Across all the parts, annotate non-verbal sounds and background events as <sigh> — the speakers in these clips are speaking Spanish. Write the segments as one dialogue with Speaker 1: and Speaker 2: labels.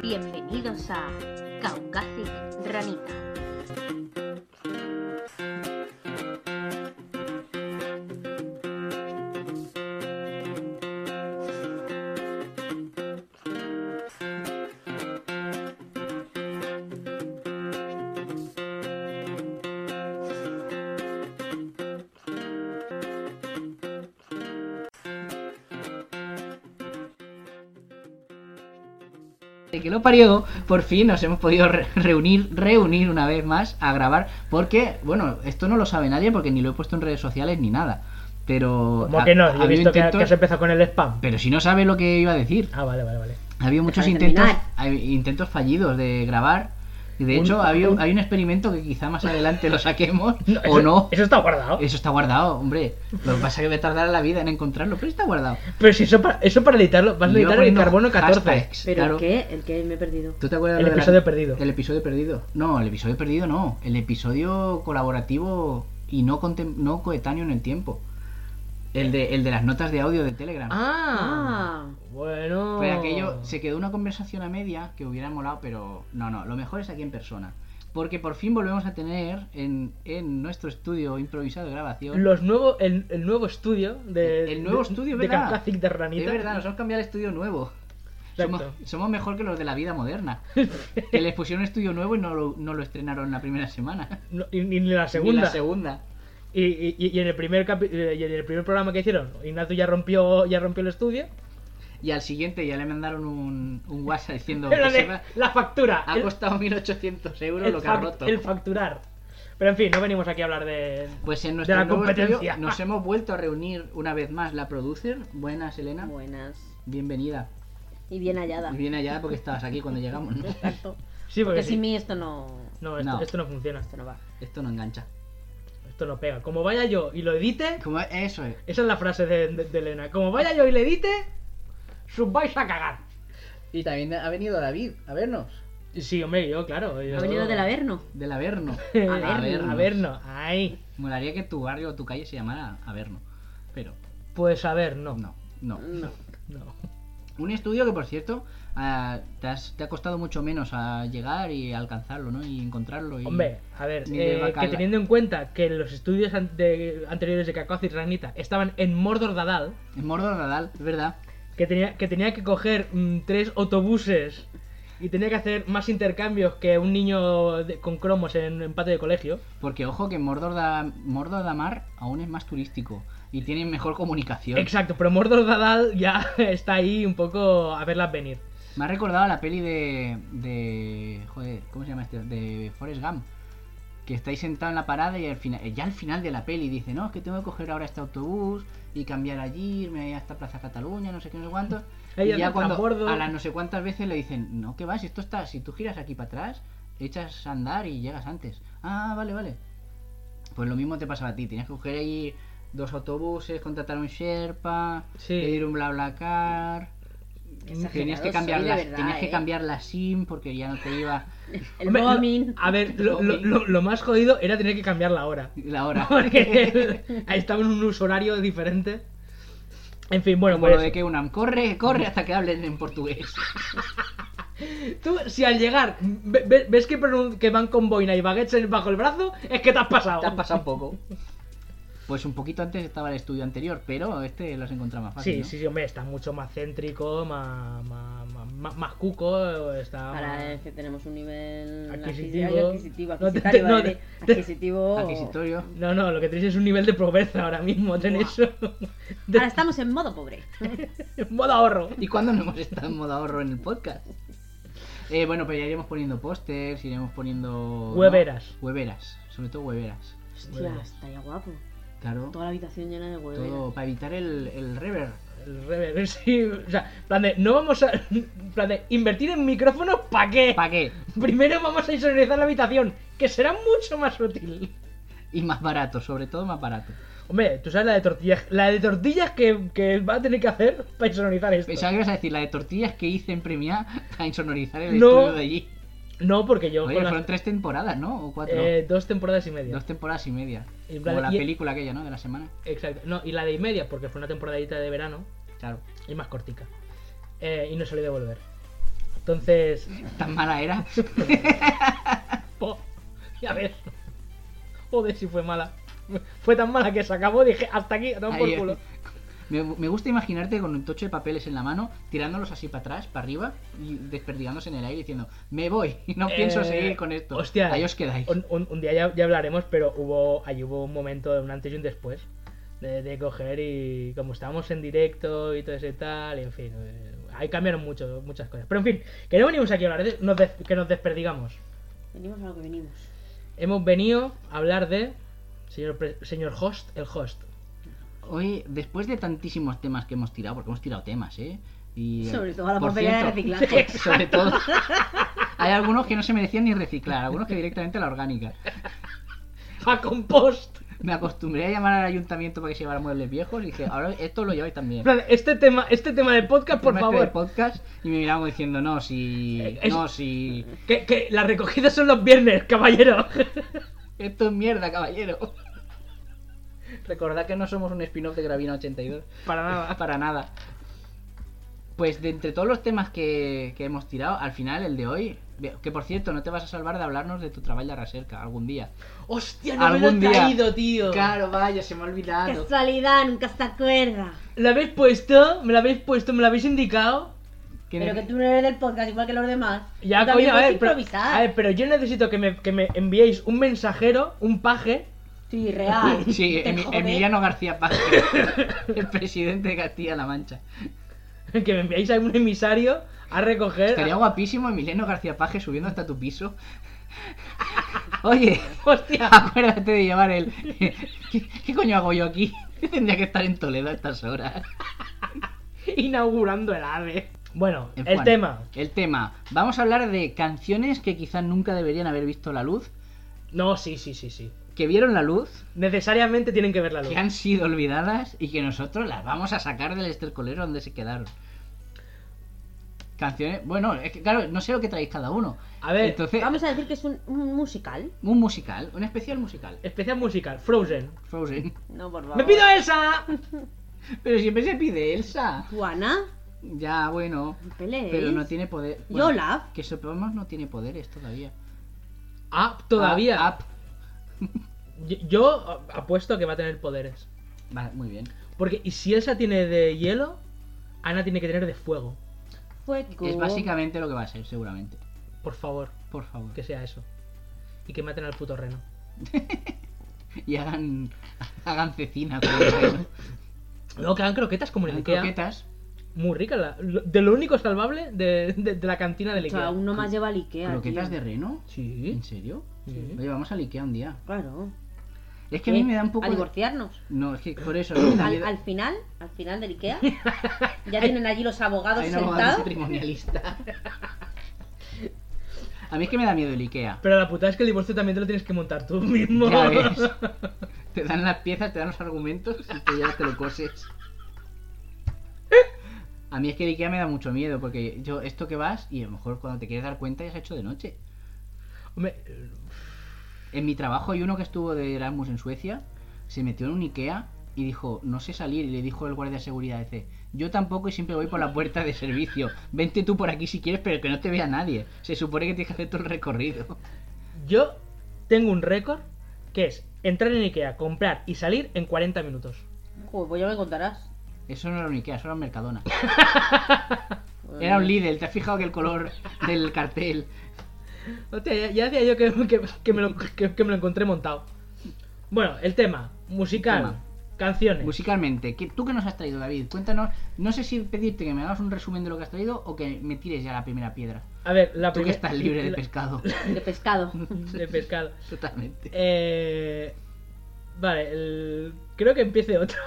Speaker 1: Bienvenidos a Caucasic Ranita.
Speaker 2: que lo parió, por fin nos hemos podido re- reunir, reunir una vez más a grabar, porque, bueno, esto no lo sabe nadie porque ni lo he puesto en redes sociales ni nada. Pero.
Speaker 3: Como que no,
Speaker 2: ha-
Speaker 3: yo
Speaker 2: ha
Speaker 3: he
Speaker 2: habido
Speaker 3: visto que,
Speaker 2: intentos-
Speaker 3: que has empezado con el spam.
Speaker 2: Pero si no sabe lo que iba a decir.
Speaker 3: Ah, vale, vale, vale.
Speaker 2: Ha habido muchos
Speaker 4: de
Speaker 2: intentos,
Speaker 4: terminar.
Speaker 2: hay intentos fallidos de grabar. y De
Speaker 3: Un-
Speaker 2: hecho, ha habido-
Speaker 3: un-
Speaker 2: hay un experimento que quizá más adelante
Speaker 3: <laughs>
Speaker 2: lo saquemos o
Speaker 3: eso-
Speaker 2: no.
Speaker 3: Eso está guardado.
Speaker 2: Eso está guardado, hombre. Lo que pasa es que voy a tardar la vida en encontrarlo, pero está guardado.
Speaker 3: Pero si eso para, eso para editarlo, vas a
Speaker 2: Yo iba
Speaker 3: editar el
Speaker 2: poniendo
Speaker 3: carbono 14.
Speaker 2: hashtags,
Speaker 4: ¿Pero
Speaker 2: claro.
Speaker 4: el qué? ¿El qué? Me he perdido.
Speaker 2: ¿Tú te acuerdas
Speaker 3: El
Speaker 2: lo de la-
Speaker 3: episodio perdido.
Speaker 2: El episodio perdido. No, el episodio perdido no. El episodio colaborativo y no, contem- no coetáneo en el tiempo. El de, el de las notas de audio de Telegram.
Speaker 4: Ah,
Speaker 3: Bueno.
Speaker 2: Fue aquello, se quedó una conversación a media que hubiera molado, pero no, no, lo mejor es aquí en persona. Porque por fin volvemos a tener en, en nuestro estudio improvisado de grabación.
Speaker 3: Los nuevo, el, el nuevo estudio de.
Speaker 2: El- el nuevo estudio,
Speaker 3: de,
Speaker 2: ¿verdad?
Speaker 3: Caucasic de
Speaker 2: Es
Speaker 3: Ranita.
Speaker 2: verdad, nos hemos cambiado el estudio nuevo.
Speaker 3: Exacto.
Speaker 2: Somos, somos mejor que los de la
Speaker 3: <laughs>
Speaker 2: vida moderna. Que les pusieron estudio nuevo y no lo, no lo estrenaron la primera semana.
Speaker 3: No, y, ni la
Speaker 2: Ni
Speaker 3: segunda.
Speaker 2: la segunda.
Speaker 3: Y, y- y en el primer capi- eh, y en el primer programa que hicieron, Ignacio ya rompió, ya rompió el
Speaker 2: <laughs>
Speaker 3: estudio.
Speaker 2: Y al siguiente ya le mandaron un, un
Speaker 3: <laughs>
Speaker 2: WhatsApp diciendo
Speaker 3: Pero
Speaker 2: que
Speaker 3: la, de-
Speaker 2: se va-
Speaker 3: la factura.
Speaker 2: ha
Speaker 3: el-
Speaker 2: costado 1800 euros
Speaker 3: el
Speaker 2: lo que ha
Speaker 3: fac-
Speaker 2: roto.
Speaker 3: el facturar. Pero en fin, no venimos aquí a hablar de.
Speaker 2: Pues en
Speaker 3: de
Speaker 2: nuestro
Speaker 3: la
Speaker 2: nuevo
Speaker 3: competencia.
Speaker 2: estudio nos hemos vuelto a reunir una vez más la producer. Buenas, Elena.
Speaker 4: buenas.
Speaker 2: Bienvenida.
Speaker 4: Y bien hallada.
Speaker 2: Y bien allá porque estabas aquí cuando llegamos, ¿no?
Speaker 4: Exacto.
Speaker 3: Sí, porque
Speaker 4: Porque
Speaker 3: sí.
Speaker 4: sin mí esto no,
Speaker 3: No, esto
Speaker 2: No.
Speaker 3: no. esto no funciona.
Speaker 4: esto no va.
Speaker 2: Esto no engancha.
Speaker 3: Esto no pega. Como vaya yo y lo edite,
Speaker 2: Como- e, Eso es.
Speaker 3: esa es la frase de, de- de Elena. Como vaya yo y lo edite, sus vais a cagar.
Speaker 2: Y también ha venido David a vernos.
Speaker 3: Y Sí, hombre, yo, claro. yo-
Speaker 4: ¿Ha venido del Averno?
Speaker 3: <laughs>
Speaker 2: Del Averno.
Speaker 3: A ver, a ver, no. Ay.
Speaker 2: Molaría que tu barrio o tu calle se llamara Averno. Pero
Speaker 3: Pues a ver, no.
Speaker 2: no, no.
Speaker 4: No.
Speaker 3: No.
Speaker 2: Un estudio que, por cierto, ah, te, has- te ha costado mucho menos a llegar y alcanzarlo, ¿no? Y encontrarlo. Y...
Speaker 3: Hombre, a ver,
Speaker 2: Ni de
Speaker 3: eh,
Speaker 2: bacala.
Speaker 3: que teniendo en cuenta que los estudios an- de- anteriores de Kakoz y Ranita estaban en Mordor Dadal,
Speaker 2: En Mordor Radal, es verdad.
Speaker 3: que tenía que, tenía que coger mm, tres autobuses y tenía que hacer más intercambios que un niño de- con cromos en, en patio de colegio.
Speaker 2: Porque ojo que Mordor, da, Mordor Damar aún es más turístico y tiene mejor comunicación.
Speaker 3: Exacto, pero Mordor Dadal ya <laughs> está ahí un poco a verlas venir.
Speaker 2: Me ha recordado a la peli de, de. Joder, ¿cómo se llama este? De Forrest Gump. Que estáis sentado en la parada y al final, ya al final de la peli dice: No, es que tengo que coger ahora este autobús y cambiar allí, irme ahí hasta Plaza Cataluña, no sé qué, no sé cuántos.
Speaker 3: <laughs> Ahí
Speaker 2: Y
Speaker 3: hace
Speaker 2: ya
Speaker 3: el
Speaker 2: cuando
Speaker 3: transbordo.
Speaker 2: a las no sé cuántas veces le dicen: No, que vas, esto está. Si tú giras aquí para atrás, echas a andar y llegas antes. Ah, vale, vale. Pues lo mismo te pasaba a ti: tenías que coger ahí dos autobuses, contratar un Sherpa,
Speaker 3: Sí.
Speaker 2: pedir un BlaBlaCar. Tenías que, cambiar
Speaker 4: cambiarla.
Speaker 2: la, tenías que cambiar la SIM porque ya no te iba
Speaker 4: El
Speaker 3: Hombre, lo-
Speaker 4: roaming.
Speaker 3: A ver, lo, lo- lo- lo más jodido era tener que cambiar la hora.
Speaker 2: la
Speaker 3: <laughs>
Speaker 2: hora.
Speaker 3: Porque el- ahí estaba en un uso horario diferente. En fin, bueno,
Speaker 2: Como
Speaker 3: pues
Speaker 2: lo de que UNAM corre, corre hasta que hablen en portugués.
Speaker 3: <laughs> tú si al llegar ve- ve- ves que, pronun- que van con boina y baguettes en- bajo el brazo, es que te has pasado.
Speaker 2: Te has pasado
Speaker 3: <laughs>
Speaker 2: un poco. Pues un poquito antes estaba el estudio anterior, pero este los encontrado más fácil.
Speaker 3: Sí,
Speaker 2: ¿no?
Speaker 3: sí, sí, hombre, está mucho más céntrico, más, más, más- más- más cuco, está...
Speaker 4: Ahora
Speaker 3: más-
Speaker 4: es que tenemos un nivel
Speaker 3: Adquisitivo.
Speaker 4: adquisitivo, adquisitivo,
Speaker 3: No, te-
Speaker 4: adquisitario,
Speaker 3: no,
Speaker 4: vale.
Speaker 3: te-
Speaker 4: adquisitivo.
Speaker 2: Adquisitorio.
Speaker 3: No, no, lo que tenéis es un nivel de pobreza ahora mismo, tenéis... de-
Speaker 4: Ahora estamos
Speaker 3: <laughs>
Speaker 4: en modo pobre.
Speaker 3: modo ahorro.
Speaker 2: ¿Y cuándo no hemos estado en modo ahorro en el podcast? Eh, bueno, pero ya iremos poniendo pósters, iremos poniendo. ¿no?
Speaker 3: Hueveras.
Speaker 2: Hueveras, sobre todo hueveras.
Speaker 1: Hostia, estaría guapo.
Speaker 2: Claro.
Speaker 1: Toda la habitación llena de huevos.
Speaker 2: Todo para evitar el, el rever.
Speaker 3: El rever- <laughs> sí, o sea, plan de, no vamos a. <laughs> plan de, invertir en micrófonos, ¿para qué?
Speaker 2: ¿Para qué?
Speaker 3: Primero vamos a insonorizar la habitación, que será mucho más útil.
Speaker 2: Y más barato, sobre todo más barato.
Speaker 3: Hombre, tú sabes la de tortillas, la de tortillas que, que va a tener que hacer para insonorizar esto.
Speaker 2: Pensaba que ibas a decir la de tortillas que hice en Premia para insonorizar el
Speaker 3: No.
Speaker 2: estudio de allí.
Speaker 3: No, porque yo
Speaker 2: Oye,
Speaker 3: con las-
Speaker 2: fueron tres temporadas, ¿no? O cuatro.
Speaker 3: eh, dos temporadas y media.
Speaker 2: Dos temporadas y media.
Speaker 3: Y en plan-
Speaker 2: Como la
Speaker 3: y- e-
Speaker 2: película aquella, ¿no? De la semana.
Speaker 3: Exacto. No, y la de y media, porque fue una temporadita de verano
Speaker 2: Claro.
Speaker 3: y más cortica. Eh, y no se lo devolver. Entonces,
Speaker 2: <laughs> Tan mala era.
Speaker 3: <laughs> po, ya ves. Joder, si fue mala. Fue tan mala que se acabó, dije, hasta aquí, a tomar por
Speaker 2: Ahí,
Speaker 3: culo.
Speaker 2: <laughs> Me, me gusta imaginarte con un tocho de papeles en la mano, tirándolos así para atrás, para arriba, y desperdiciándose en el aire diciendo, me voy, <laughs> y no pienso
Speaker 3: Eh,
Speaker 2: seguir con esto.
Speaker 3: hostia.
Speaker 2: Ahí os quedáis.
Speaker 3: Un, un- un día ya, ya hablaremos, pero hubo ahí hubo un momento, un antes y un después, de, de coger y como estábamos en directo y todo ese tal, y en fin, eh, ahí cambiaron mucho, muchas cosas. Pero en fin, que no venimos aquí a hablar, de- nos des- que nos desperdigamos.
Speaker 1: Venimos a lo que venimos.
Speaker 3: Hemos venido a hablar de, señor, pre- señor host, el host.
Speaker 2: Hoy, después de tantísimos temas que hemos tirado, porque hemos tirado temas, ¿eh? Y,
Speaker 1: Sobre todo la
Speaker 2: por
Speaker 1: papelera de
Speaker 2: cierto,
Speaker 1: reciclaje.
Speaker 2: <laughs> Sobre todo. Hay algunos que no se merecían ni reciclar, algunos que directamente la orgánica.
Speaker 3: <laughs> ¡A compost!
Speaker 2: Me acostumbré a llamar al ayuntamiento para que se llevara muebles viejos y dije, ahora esto lo lleváis también.
Speaker 3: En plan, Este tema, este tema del podcast, por
Speaker 2: Prometo de
Speaker 3: favor.
Speaker 2: podcast y me miraban diciendo, no, si.
Speaker 3: Eh, es-
Speaker 2: No, si.
Speaker 3: Que, que las recogidas son los viernes, caballero. <laughs>
Speaker 2: Esto es mierda, caballero. <laughs> Recordad que no somos un spin-off de Gravina 82.
Speaker 3: Para nada.
Speaker 2: <laughs> Para nada. Pues de entre todos los temas que, que hemos tirado, al final el de hoy, que por cierto, no te vas a salvar de hablarnos de tu trabajo de Raserca algún día.
Speaker 3: Hostia, no me lo he
Speaker 2: Algún día.
Speaker 3: traído, tío.
Speaker 2: Claro, vaya, se me ha olvidado.
Speaker 1: Casualidad, nunca se acuerda.
Speaker 3: ¿Lo habéis puesto? ¿Me lo habéis puesto? ¿Me lo habéis indicado?
Speaker 1: Pero que tú no eres del podcast igual que los demás.
Speaker 3: Ya,
Speaker 1: Tú también
Speaker 3: coño, a
Speaker 1: puedes
Speaker 3: ver, pero,
Speaker 1: improvisar.
Speaker 3: a ver, pero yo necesito que me, que me enviéis un mensajero, un paje.
Speaker 1: Sí, real.
Speaker 2: <laughs> Sí,
Speaker 1: Te
Speaker 2: Emi-
Speaker 1: jode.
Speaker 2: Emiliano García Paz, <laughs> el presidente de Castilla-La Mancha.
Speaker 3: <laughs> Que me enviáis a un emisario a recoger.
Speaker 2: Estaría guapísimo Emiliano García Paje subiendo hasta tu piso. <laughs> Oye,
Speaker 3: <laughs> Hostia.
Speaker 2: acuérdate de llevar el. <laughs> ¿Qué, qué coño hago yo aquí? <laughs> Tendría que estar en Toledo a estas horas.
Speaker 3: <laughs> Inaugurando el AVE. Bueno,
Speaker 2: En
Speaker 3: el
Speaker 2: fin,
Speaker 3: tema.
Speaker 2: El tema. Vamos a hablar de canciones que quizás nunca deberían haber visto la luz,
Speaker 3: No, sí, sí, sí, sí.
Speaker 2: que vieron la luz,
Speaker 3: Necesariamente tienen que ver la luz.
Speaker 2: que han sido olvidadas y que nosotros las vamos a sacar del estercolero donde se quedaron. Canciones. Bueno, es que claro, no sé lo que traéis cada uno.
Speaker 3: A ver,
Speaker 2: Entonces,
Speaker 1: Vamos a decir que es un, un musical.
Speaker 2: un musical, un especial musical.
Speaker 3: especial musical, Frozen.
Speaker 2: Frozen.
Speaker 1: No, por favor.
Speaker 3: ¡Me pido a Elsa!
Speaker 2: Pero siempre se pide Elsa.
Speaker 1: Juana,
Speaker 2: Ya, bueno.
Speaker 1: no pelees.
Speaker 2: Pero no tiene poder.
Speaker 1: Y
Speaker 2: bueno,
Speaker 1: Olaf.
Speaker 2: Que sepamos no tiene poderes todavía.
Speaker 3: Ah, todavía.
Speaker 2: Ah, ah,
Speaker 3: Yo- Yo apuesto que va a tener poderes.
Speaker 2: Vale, muy bien.
Speaker 3: Porque y si Elsa tiene de hielo, Ana tiene que tener de fuego.
Speaker 1: Fuego.
Speaker 2: Es básicamente lo que va a ser, seguramente.
Speaker 3: Por favor,
Speaker 2: Por favor. <laughs>
Speaker 3: que sea eso. Y que maten al puto reno.
Speaker 2: Y hagan, hagan cecina con eso.
Speaker 3: Luego que hagan croquetas como en el
Speaker 2: Hagan
Speaker 3: Ikea.
Speaker 2: croquetas.
Speaker 3: Muy rica. la- lo- de lo único salvable de, de- de la cantina del
Speaker 1: O sea,
Speaker 3: Ikea.
Speaker 1: aún no más lleva al Ikea.
Speaker 2: ¿Croquetas
Speaker 1: tío.
Speaker 2: de reno?
Speaker 3: Sí.
Speaker 2: ¿En serio?
Speaker 3: Sí.
Speaker 2: Oye, vamos al Ikea un día.
Speaker 1: Claro.
Speaker 2: Es que a mí
Speaker 1: ¿Qué?
Speaker 2: me da un poco.
Speaker 1: A
Speaker 2: de-
Speaker 1: divorciarnos.
Speaker 2: No, es que por eso. a mí me da
Speaker 1: Al,
Speaker 2: miedo-
Speaker 1: al final, al final del Ikea, ya tienen allí los abogados
Speaker 2: Hay un abogado
Speaker 1: sentados.
Speaker 2: matrimonialista. <laughs> A mí es que me da miedo el Ikea.
Speaker 3: Pero la putada es que el divorcio también te lo tienes que montar tú mismo.
Speaker 5: <laughs>
Speaker 2: Ya ves. Te dan las piezas, te dan los argumentos y tú ya te lo coses. A mí es que el Ikea me da mucho miedo porque yo, esto que vas y a lo mejor cuando te quieres dar cuenta ya se ha hecho de noche.
Speaker 3: Hombre,
Speaker 2: En mi trabajo hay uno que estuvo de Erasmus en Suecia, se metió en un Ikea y dijo, no sé salir, y le dijo el guardia de seguridad, dice, yo tampoco y siempre voy por la puerta de servicio, vente tú por aquí si quieres, pero que no te vea nadie. Se supone que tienes que hacer todo el recorrido.
Speaker 3: yo tengo un récord que es entrar en Ikea, comprar y salir en 40 minutos.
Speaker 1: Joder, pues ya me contarás.
Speaker 2: Eso no era un Ikea, eso era un Mercadona. Era un Lidl, ¿te has fijado que el color del cartel?
Speaker 3: Hostia, ya, ya decía yo que, que- que me lo, que- que me lo encontré montado. Bueno, el tema musical.
Speaker 2: El tema.
Speaker 5: Canciones.
Speaker 2: Musicalmente, ¿qué- ¿tú qué nos has traído, David? Cuéntanos. No sé si pedirte que me hagas un resumen de lo que has traído o que me tires ya la primera piedra.
Speaker 5: A ver, la
Speaker 2: Tú que
Speaker 5: primera.
Speaker 2: estás
Speaker 5: <laughs>
Speaker 2: libre de pescado.
Speaker 1: De
Speaker 2: <laughs>
Speaker 1: pescado.
Speaker 5: De pescado.
Speaker 2: Totalmente.
Speaker 5: Eh, vale, el- creo que empiece otro.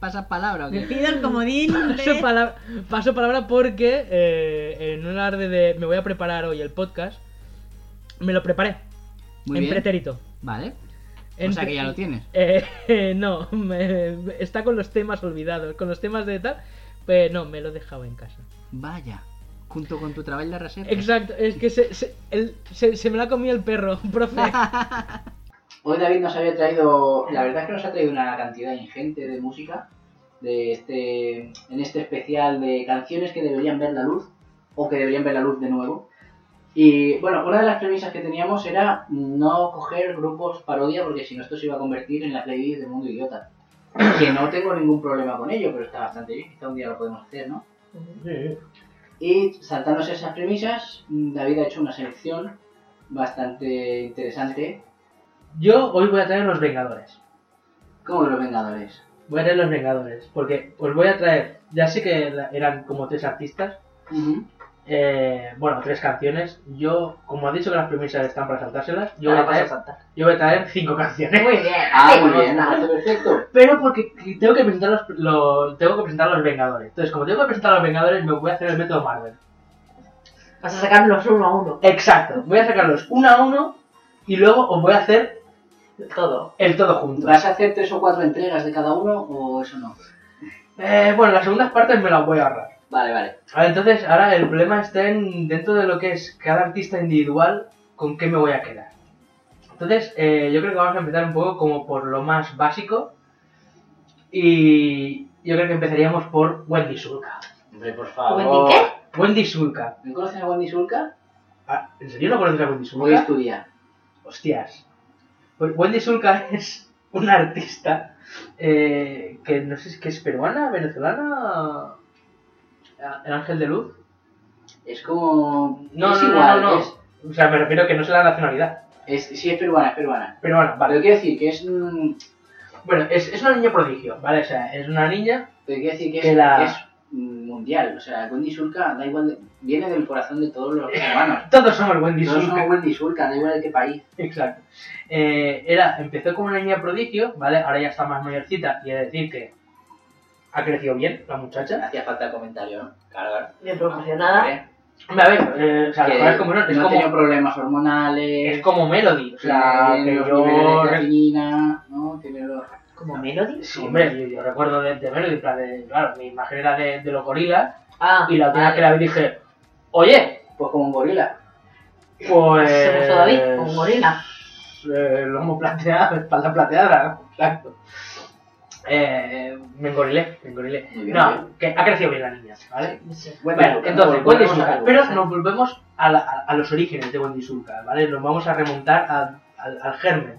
Speaker 2: ¿Pasas palabra o
Speaker 1: Me
Speaker 2: qué?
Speaker 1: pido el
Speaker 2: <laughs>
Speaker 1: comodín.
Speaker 5: <laughs> Paso palabra, paso palabra porque eh, en un alarde de me voy a preparar hoy el podcast, me lo preparé
Speaker 2: Muy
Speaker 5: en
Speaker 2: bien.
Speaker 5: pretérito.
Speaker 2: Vale.
Speaker 5: En
Speaker 2: O sea
Speaker 5: pre-
Speaker 2: que ya lo tienes.
Speaker 5: Eh, eh, <laughs> no, me- está con los temas olvidados, con los temas de tal, pero no, me lo he dejado en casa.
Speaker 2: Vaya. Junto con tu trabajo de reserva.
Speaker 5: Exacto, es que se, se- el- se- se me la ha comido el perro, <laughs> profe.
Speaker 2: Hoy David nos había traído, la verdad es que nos ha traído una cantidad ingente de música de este, en este especial de canciones que deberían ver la luz o que deberían ver la luz de nuevo. Y bueno, una de las premisas que teníamos era no coger grupos parodia porque si no esto se iba a convertir en la playlist de Mundo Idiota. Que no tengo ningún problema con ello, pero está bastante bien, quizá un día lo podemos hacer, ¿no?
Speaker 3: Sí,
Speaker 2: Y saltándose esas premisas, David ha hecho una selección bastante interesante
Speaker 3: <laughs> Yo hoy voy a traer los Vengadores.
Speaker 2: como de los Vengadores.
Speaker 3: Voy a traer los Vengadores. Porque os voy a traer. Ya sé que la- eran como tres artistas.
Speaker 2: Ujú.
Speaker 3: eh, bueno, tres canciones. Yo, como ha dicho que las premisas están para saltárselas, yo
Speaker 2: Ah,
Speaker 3: voy a
Speaker 2: vas a
Speaker 3: traer,
Speaker 2: saltar.
Speaker 3: yo voy a traer cinco canciones.
Speaker 1: Muy bien.
Speaker 2: Ah, <laughs> muy bien, me parece perfecto.
Speaker 3: Pero porque tengo que presentar los, lo- tengo que presentar los Vengadores. Entonces, como tengo que presentar los Vengadores, me voy a hacer el método Marvel.
Speaker 1: Vas a sacarlos uno a uno.
Speaker 3: Exacto. Voy a sacarlos uno a uno y luego os voy a hacer
Speaker 1: Todo.
Speaker 3: el todo junto.
Speaker 2: ¿Vas a hacer tres o cuatro entregas de cada uno o eso no?
Speaker 3: Eh, bueno, las segundas partes me las voy a ahorrar.
Speaker 2: Vale, vale.
Speaker 3: Ahora, entonces, ahora el problema está en dentro de lo que es cada artista individual, con qué me voy a quedar. Entonces, eh, yo creo que vamos a empezar un poco como por lo más básico. Y yo creo que empezaríamos por Wendy Sulca.
Speaker 2: Hombre, por
Speaker 1: ¿Wendy qué?
Speaker 3: Wendy Sulca.
Speaker 2: ¿Me conoces a Wendy Sulca?
Speaker 3: Ah, ¿En serio no conoces a Wendy
Speaker 2: Voy
Speaker 3: Sulca?
Speaker 2: es tu día.
Speaker 3: Hostias. Pues Wendy Sulca <laughs> es una artista eh, que no sé si que es peruana, venezolana. ah, El ángel de luz.
Speaker 2: Es como.
Speaker 3: No,
Speaker 2: es
Speaker 3: no, no,
Speaker 2: igual,
Speaker 3: no, no. O sea, me refiero que no sé la nacionalidad.
Speaker 2: Es, es- sí, es peruana, es peruana.
Speaker 3: Peruana, vale.
Speaker 2: Pero quiero decir que es. mm,
Speaker 3: Bueno, es, es una niña prodigio, ¿vale? O sea, es una niña.
Speaker 2: pero quiero decir que es,
Speaker 3: Que la-
Speaker 2: es, mm, mundial. O sea, Wendy Sulca da igual. de- viene del corazón de
Speaker 3: <laughs>
Speaker 2: todos los peruanos.
Speaker 3: Todos somos Wendy
Speaker 2: Todos
Speaker 3: Sulca.
Speaker 2: somos Wendy Sulca, da igual de qué país.
Speaker 3: Exacto. Eh, era, empezó como una niña prodigio, ¿vale? Ahora ya está más mayorcita y he de decir que ha crecido bien la muchacha.
Speaker 2: Hacía falta el comentario, ¿no? Claro, claro.
Speaker 1: Bien proporcionada.
Speaker 2: Hombre,
Speaker 3: Hombre, a ver, eh, o sea, las
Speaker 2: que
Speaker 3: cosas como son, es
Speaker 2: no tenía
Speaker 3: como,
Speaker 2: problemas hormonales.
Speaker 3: es como Melody. O
Speaker 2: O
Speaker 3: sea,
Speaker 2: sea,
Speaker 3: que
Speaker 2: los niveles
Speaker 3: yo...
Speaker 2: de cafeína, ¿no? Tiene los...
Speaker 1: ¿Como Melody?
Speaker 3: Sí, hombre, yo, yo recuerdo de, de Melody, en plan de- claro, mi imagen era de, de los gorilas
Speaker 1: Ah.
Speaker 3: y la última vez que la vi dije, oye,
Speaker 2: Pues como un gorila.
Speaker 3: Pues.
Speaker 1: ¿Se puso David o gorila?
Speaker 3: Eh, <laughs> lomo plateado, espalda plateada, exacto. Eh, me engorilé, me engorilé.
Speaker 2: Muy bien, muy
Speaker 3: No, que ha crecido bien la niña, ¿vale?
Speaker 2: Bueno,
Speaker 3: Bueno, entonces, Wendy Sulca. Pero nos
Speaker 2: no...
Speaker 3: volvemos a, la- a- a los orígenes de Wendy Sulca, ¿vale? Nos vamos a remontar a- al- al germen.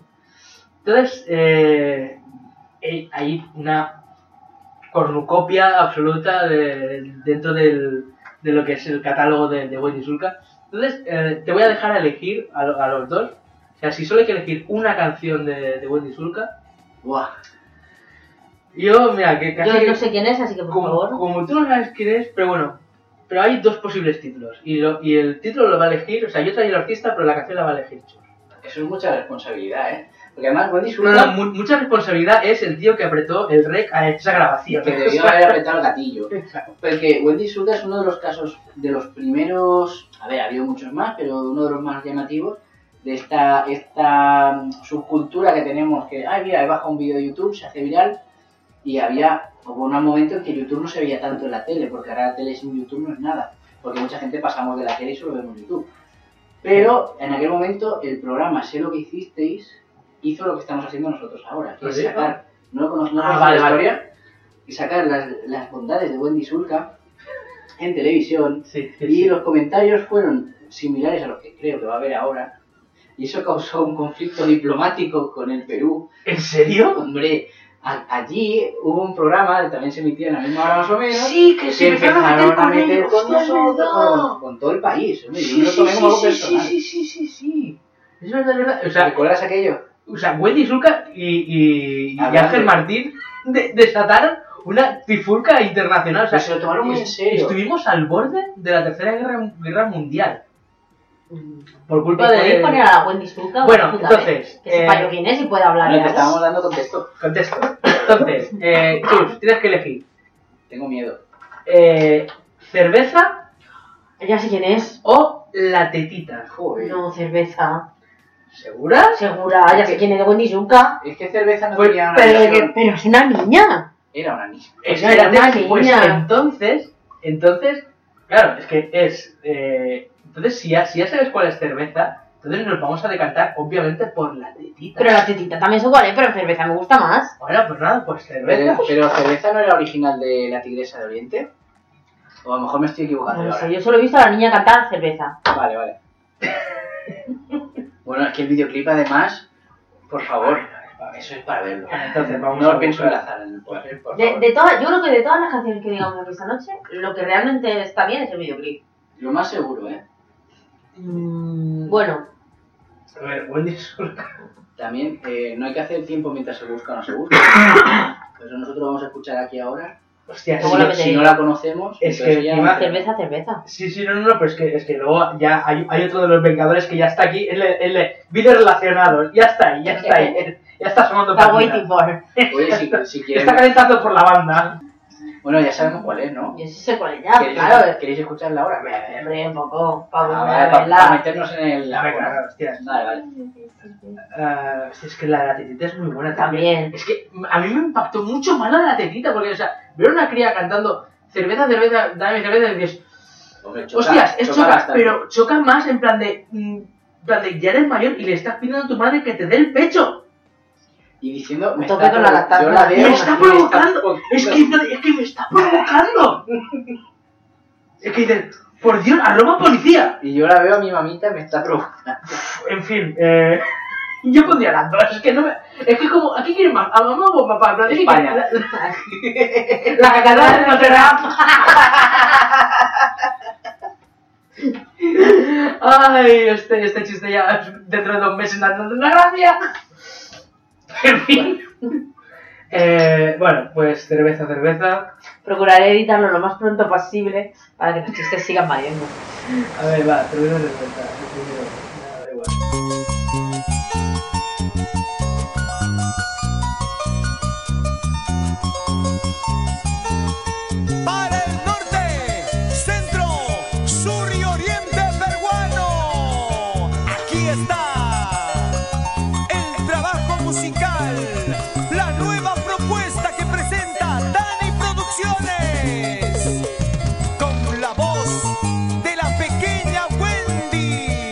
Speaker 3: Entonces, eh, eh, hay una cornucopia absoluta de- dentro del- de lo que es el catálogo de, de Wendy Sulca. Entonces, eh, te voy a dejar elegir a, lo- a los dos. O sea, si solo hay que elegir una canción de, de Wendy Sulca,
Speaker 2: Buah,
Speaker 3: yo, mira, que casi...
Speaker 1: Yo no sé quién es, así que por
Speaker 3: Como,
Speaker 1: favor.
Speaker 3: como tú no sabes quién es, pero bueno. Pero hay dos posibles títulos. Y, lo- y el título lo va a elegir. O sea, yo traía el artista, pero la canción la va a elegir Chus.
Speaker 2: eso es mucha responsabilidad, ¿eh? Porque además Wendy
Speaker 3: No, no,
Speaker 2: Sulca,
Speaker 3: mu- mucha responsabilidad es el tío que apretó el rec a esa grabación.
Speaker 2: que
Speaker 3: O
Speaker 2: debió
Speaker 3: sea, <laughs>
Speaker 2: haber apretado el gatillo. Porque Wendy Sulca es uno de los casos, de los primeros... A ver, ha habido muchos más, pero uno de los más llamativos de esta, esta mm, subcultura que tenemos que, ay, mira, he bajado un vídeo de YouTube, se hace viral, y había, hubo un momento en que YouTube no se veía tanto en la tele, porque ahora la tele sin YouTube no es nada, porque mucha gente pasamos de la tele y solo vemos YouTube. Pero en aquel momento el programa Sé lo que hicisteis hizo lo que estamos haciendo nosotros ahora, que es
Speaker 3: ¿Sí?
Speaker 2: sacar, no conozco no
Speaker 3: Ah,
Speaker 2: conozco
Speaker 3: vale,
Speaker 2: la
Speaker 3: vale.
Speaker 2: historia, y sacar las, las bondades de Wendy Sulca en televisión,
Speaker 3: Sí, sí,
Speaker 2: y
Speaker 3: sí.
Speaker 2: los comentarios fueron similares a los que creo que va a haber ahora. Y eso causó un conflicto diplomático con el Perú.
Speaker 3: ¿En serio?
Speaker 2: Hombre, a- allí hubo un programa que también se emitía en la misma hora más o menos.
Speaker 3: que
Speaker 2: que empezaron a meter con
Speaker 3: hostia, es
Speaker 2: nosotros,
Speaker 3: verdad.
Speaker 2: con, con todo el país. Hombre, yo
Speaker 3: Sí,
Speaker 2: me lo
Speaker 3: sí,
Speaker 2: tomé
Speaker 3: sí,
Speaker 2: como algo
Speaker 3: sí, sí,
Speaker 2: personal.
Speaker 3: sí, sí, sí, sí. Es verdad, es verdad. O sea,
Speaker 2: ¿Recuerdas aquello?
Speaker 3: O sea, Wendy Zulka y, y, y
Speaker 2: Hablando.
Speaker 3: Ángel Martín de- desataron una trifulca internacional. O sea,
Speaker 2: Pero se lo tomaron muy en
Speaker 3: est-
Speaker 2: serio.
Speaker 3: Estuvimos al borde de la Tercera Guerra, Guerra Mundial.
Speaker 2: Mm.
Speaker 3: Por culpa
Speaker 6: ¿Me podéis poner
Speaker 3: de...
Speaker 6: a la Wendy Zulka?
Speaker 3: Bueno,
Speaker 6: Puta vez,
Speaker 3: entonces,
Speaker 6: Que sepa
Speaker 3: eh,
Speaker 6: yo quién es y pueda hablar
Speaker 2: Vale,
Speaker 6: de
Speaker 2: te estábamos
Speaker 6: algo.
Speaker 2: dando contexto.
Speaker 3: Contesto. Entonces, eh, Chus, tienes que elegir.
Speaker 2: Tengo miedo.
Speaker 3: Eh, cerveza
Speaker 6: Ya sé quién es.
Speaker 3: o la tetita. Joder.
Speaker 6: No, cerveza.
Speaker 3: ¿Segura?
Speaker 6: Segura, ya sé quién es Wendy Zulka.
Speaker 2: Es que cerveza no
Speaker 3: Pues,
Speaker 2: tenía una
Speaker 6: Pero,
Speaker 2: versión.
Speaker 6: que- pero es una niña.
Speaker 2: Era una niña.
Speaker 3: Espérate,
Speaker 6: Ay,
Speaker 3: pues
Speaker 6: niña.
Speaker 3: entonces, entonces, claro, es que es, eh, entonces si ya, si ya sabes cuál es cerveza, entonces nos vamos a decantar obviamente por la tetita.
Speaker 6: Pero la tetita también es igual, ¿eh? Pero cerveza me gusta más.
Speaker 3: Bueno, pues nada, pues cerveza.
Speaker 2: Pero, pero cerveza no era original de la tigresa de Oriente. O a lo mejor me estoy equivocando.
Speaker 6: No lo
Speaker 2: ahora.
Speaker 6: sé, yo solo he visto a la niña cantar cerveza.
Speaker 2: Vale, <laughs> vale. bueno, es que el videoclip además, por favor, eso es para verlo.
Speaker 3: Entonces vamos
Speaker 2: no
Speaker 3: a
Speaker 2: lo pienso
Speaker 3: buscar.
Speaker 2: enlazar en el podcast, por
Speaker 6: De,
Speaker 2: favor.
Speaker 6: de todas- yo creo que de todas las canciones que digamos esta noche, lo que realmente está bien es el videoclip.
Speaker 2: Lo más seguro, ¿eh?
Speaker 6: Bueno,
Speaker 3: Mm, A ver, Wendy Zulka.
Speaker 2: También eh, no hay que hacer tiempo mientras se busca o no se busca. <coughs> Por eso nosotros vamos a escuchar aquí ahora.
Speaker 3: Hostia,
Speaker 6: ¿Cómo
Speaker 2: Si,
Speaker 3: sí,
Speaker 6: la
Speaker 2: no-
Speaker 6: metéis?
Speaker 2: si no la conocemos,
Speaker 3: Es
Speaker 2: entonces
Speaker 3: que
Speaker 2: ya-
Speaker 3: encima-
Speaker 6: cerveza, cerveza.
Speaker 3: sí, sí, no, no, no, pero es que, es que luego ya hay, hay otro de los Vengadores que ya está aquí, el, el, el vídeo relacionados, ya está ahí, ya está ahí, ya está
Speaker 6: <laughs>
Speaker 3: sonando
Speaker 6: Está
Speaker 3: por
Speaker 6: waiting for.
Speaker 3: <laughs>
Speaker 2: Oye, si, si
Speaker 3: Está
Speaker 2: quieren...
Speaker 3: calentando por la banda.
Speaker 2: Bueno, ya sabemos cuál es, ¿no?
Speaker 6: Yo sí sé cuál es ya,
Speaker 2: ¿Queréis,
Speaker 6: claro.
Speaker 2: ¿Queréis escucharla ahora?
Speaker 6: Hombre, un poco. Para
Speaker 2: Ah, vale, para, para
Speaker 6: verla.
Speaker 2: meternos en el...
Speaker 3: Hombre, claro, hostia.
Speaker 2: Vale, vale.
Speaker 3: Ah, hostia, es que la, la tetita es muy buena también.
Speaker 6: También.
Speaker 3: Es que a mí me impactó mucho más la de la tetita, porque, o sea, ver a una cría cantando cerveza, cerveza, dame cerveza, y dices,
Speaker 2: Hombre, choca-
Speaker 3: hostias, es
Speaker 2: choca
Speaker 3: choca,
Speaker 2: bastante.
Speaker 3: pero choca más en plan de, mm, en plan de, ya eres mayor y le estás pidiendo a tu madre que te dé el pecho.
Speaker 2: Y diciendo... Me
Speaker 6: Tope
Speaker 2: está
Speaker 6: con la
Speaker 2: provo-
Speaker 6: lactancia.
Speaker 2: yo la
Speaker 6: Me
Speaker 2: veo-
Speaker 3: está
Speaker 2: me está
Speaker 3: provocando.
Speaker 2: provocando.
Speaker 3: Es que, es que me está
Speaker 2: <laughs>
Speaker 3: provocando. es que dices, por Dios, arroba policía.
Speaker 2: Y yo la veo a mi mamita me está provocando.
Speaker 3: En fin, eh... Yo pondría las dos, es que no me... Es que como, ¿a qué quieres más? ¿A mamá o a papá? En plan, es que-
Speaker 2: España. <laughs>
Speaker 3: La, la, la catedral de Notre Dame. Ay, este, este chiste ya dentro de dos meses dando una gracia. En fin. Eh, bueno, pues cerveza, cerveza.
Speaker 6: Procuraré editarlo lo más pronto posible para que los chistes sigan valiendo.
Speaker 3: A ver, va, cerveza, cerveza. el primero. Nada, da igual.
Speaker 7: para el norte, centro, sur y oriente peruano. Aquí está el trabajo musical, la nueva propuesta que presenta Dani Producciones con la voz de la pequeña Wendy.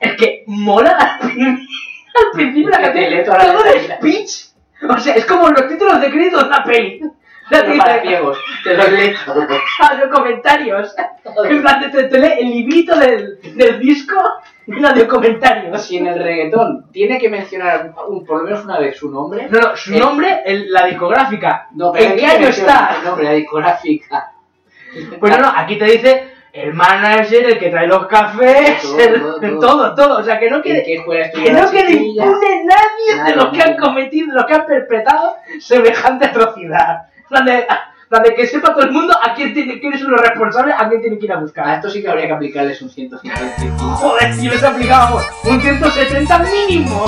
Speaker 3: Es que mola la <laughs> prim- al principio la
Speaker 2: Que te
Speaker 3: canción.
Speaker 2: lee toda la
Speaker 3: Todo el
Speaker 2: letra.
Speaker 3: speech. O sea, es como los títulos de crédito de la peli. La
Speaker 2: <laughs> Pero para
Speaker 3: títulos
Speaker 2: ciegos. Te lo lees.
Speaker 3: a los comentarios. En plan, te, te lee el librito del, del disco y la de comentarios.
Speaker 2: Si en el reggaetón tiene que mencionar un, por lo menos una vez su nombre.
Speaker 3: No, no, su
Speaker 2: Eh,
Speaker 3: nombre, el- la discográfica.
Speaker 2: No,
Speaker 3: <laughs>
Speaker 2: pero
Speaker 3: ¿En
Speaker 2: ahí
Speaker 3: qué año
Speaker 2: menciona
Speaker 3: está?
Speaker 2: <laughs> El nombre, la discográfica.
Speaker 3: Pues no, no, aquí te dice el manager, el que trae los cafés,
Speaker 2: Todo,
Speaker 3: el-
Speaker 2: todo,
Speaker 3: todo, <laughs>
Speaker 2: todo.
Speaker 3: todo. O sea, que no
Speaker 2: ¿En
Speaker 3: quede
Speaker 2: qué juega este estudiar
Speaker 3: que no
Speaker 2: la
Speaker 3: quede
Speaker 2: chiquilla?
Speaker 3: impune nadie de
Speaker 2: Claro,
Speaker 3: los que han
Speaker 2: nadie.
Speaker 3: cometido, de los que han perpetrado semejante atrocidad. En plan de, ah, Para que sepa todo el mundo a quién, tiene, quién es uno responsable, a quién tiene que ir a buscar.
Speaker 2: A esto sí que habría que aplicarles un 155.
Speaker 3: Joder, si les aplicábamos un 170 mínimo.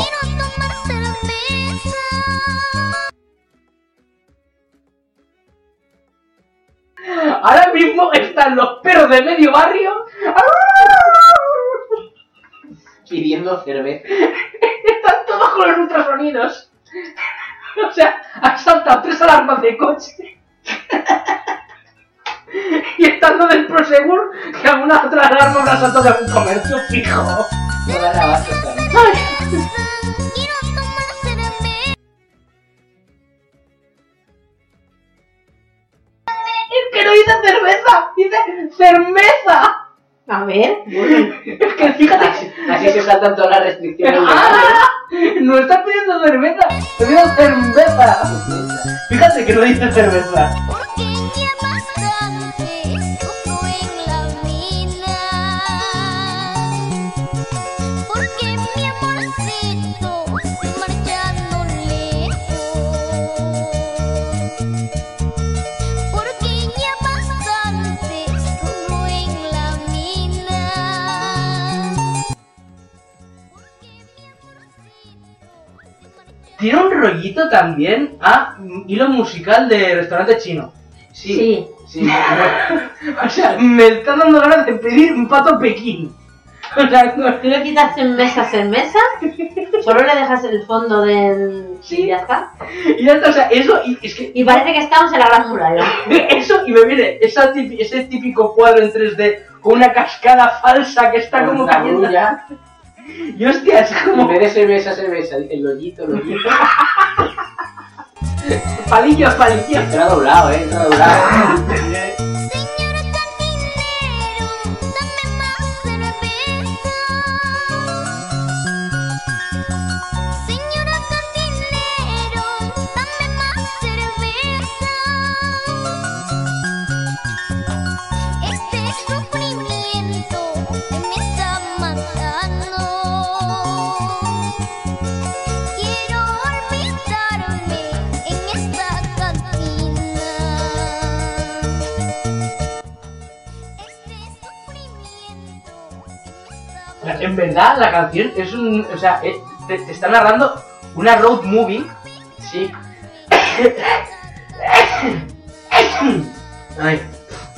Speaker 3: Ahora mismo están los perros de medio barrio <laughs>
Speaker 2: Pidiendo cerveza.
Speaker 3: Están todos con los ultrasonidos. O sea, han saltado tres alarmas de coche. <laughs> Y estando del Prosegur, que alguna otra alarma habrá saltado de algún comercio fijo.
Speaker 2: No dan abasto esta noche.
Speaker 3: Es que no dice cerveza, dice cerveza.
Speaker 6: A ver.
Speaker 3: Es que fíjate.
Speaker 2: <laughs> Así se saltan todas las restricciones.
Speaker 3: <laughs> ¡Ah! No está pidiendo cerveza, está pidiendo cerveza. Fíjate que no dice cerveza. Tiene un rollito también a hilo musical de restaurante chino.
Speaker 2: Sí. Sí.
Speaker 3: O sea, me está dando ganas de pedir un pato Pekín. <laughs> O sea, no-
Speaker 6: Tú le quitas en mesa en
Speaker 3: <laughs>
Speaker 6: mesa, solo le dejas el fondo del. Sí. Y ya está.
Speaker 3: y ya está, o sea, eso y es que
Speaker 6: Y parece que estamos en la gran muralla.
Speaker 3: <laughs> eso y me viene esa típ- ese típico cuadro en 3D con una cascada falsa que está
Speaker 2: Con
Speaker 3: como
Speaker 2: una
Speaker 3: cayendo.
Speaker 2: grulla.
Speaker 3: Y hostia, es
Speaker 2: En
Speaker 3: como
Speaker 2: vez de cerveza, cerveza, dice lollito, lollito.
Speaker 3: <laughs> palillos, palillos.
Speaker 2: Entra doblado, eh, entra doblado.
Speaker 3: <laughs> O sea, En verdad, la canción es un. O sea, eh, te, te está narrando una road movie. Sí. <coughs> Ay.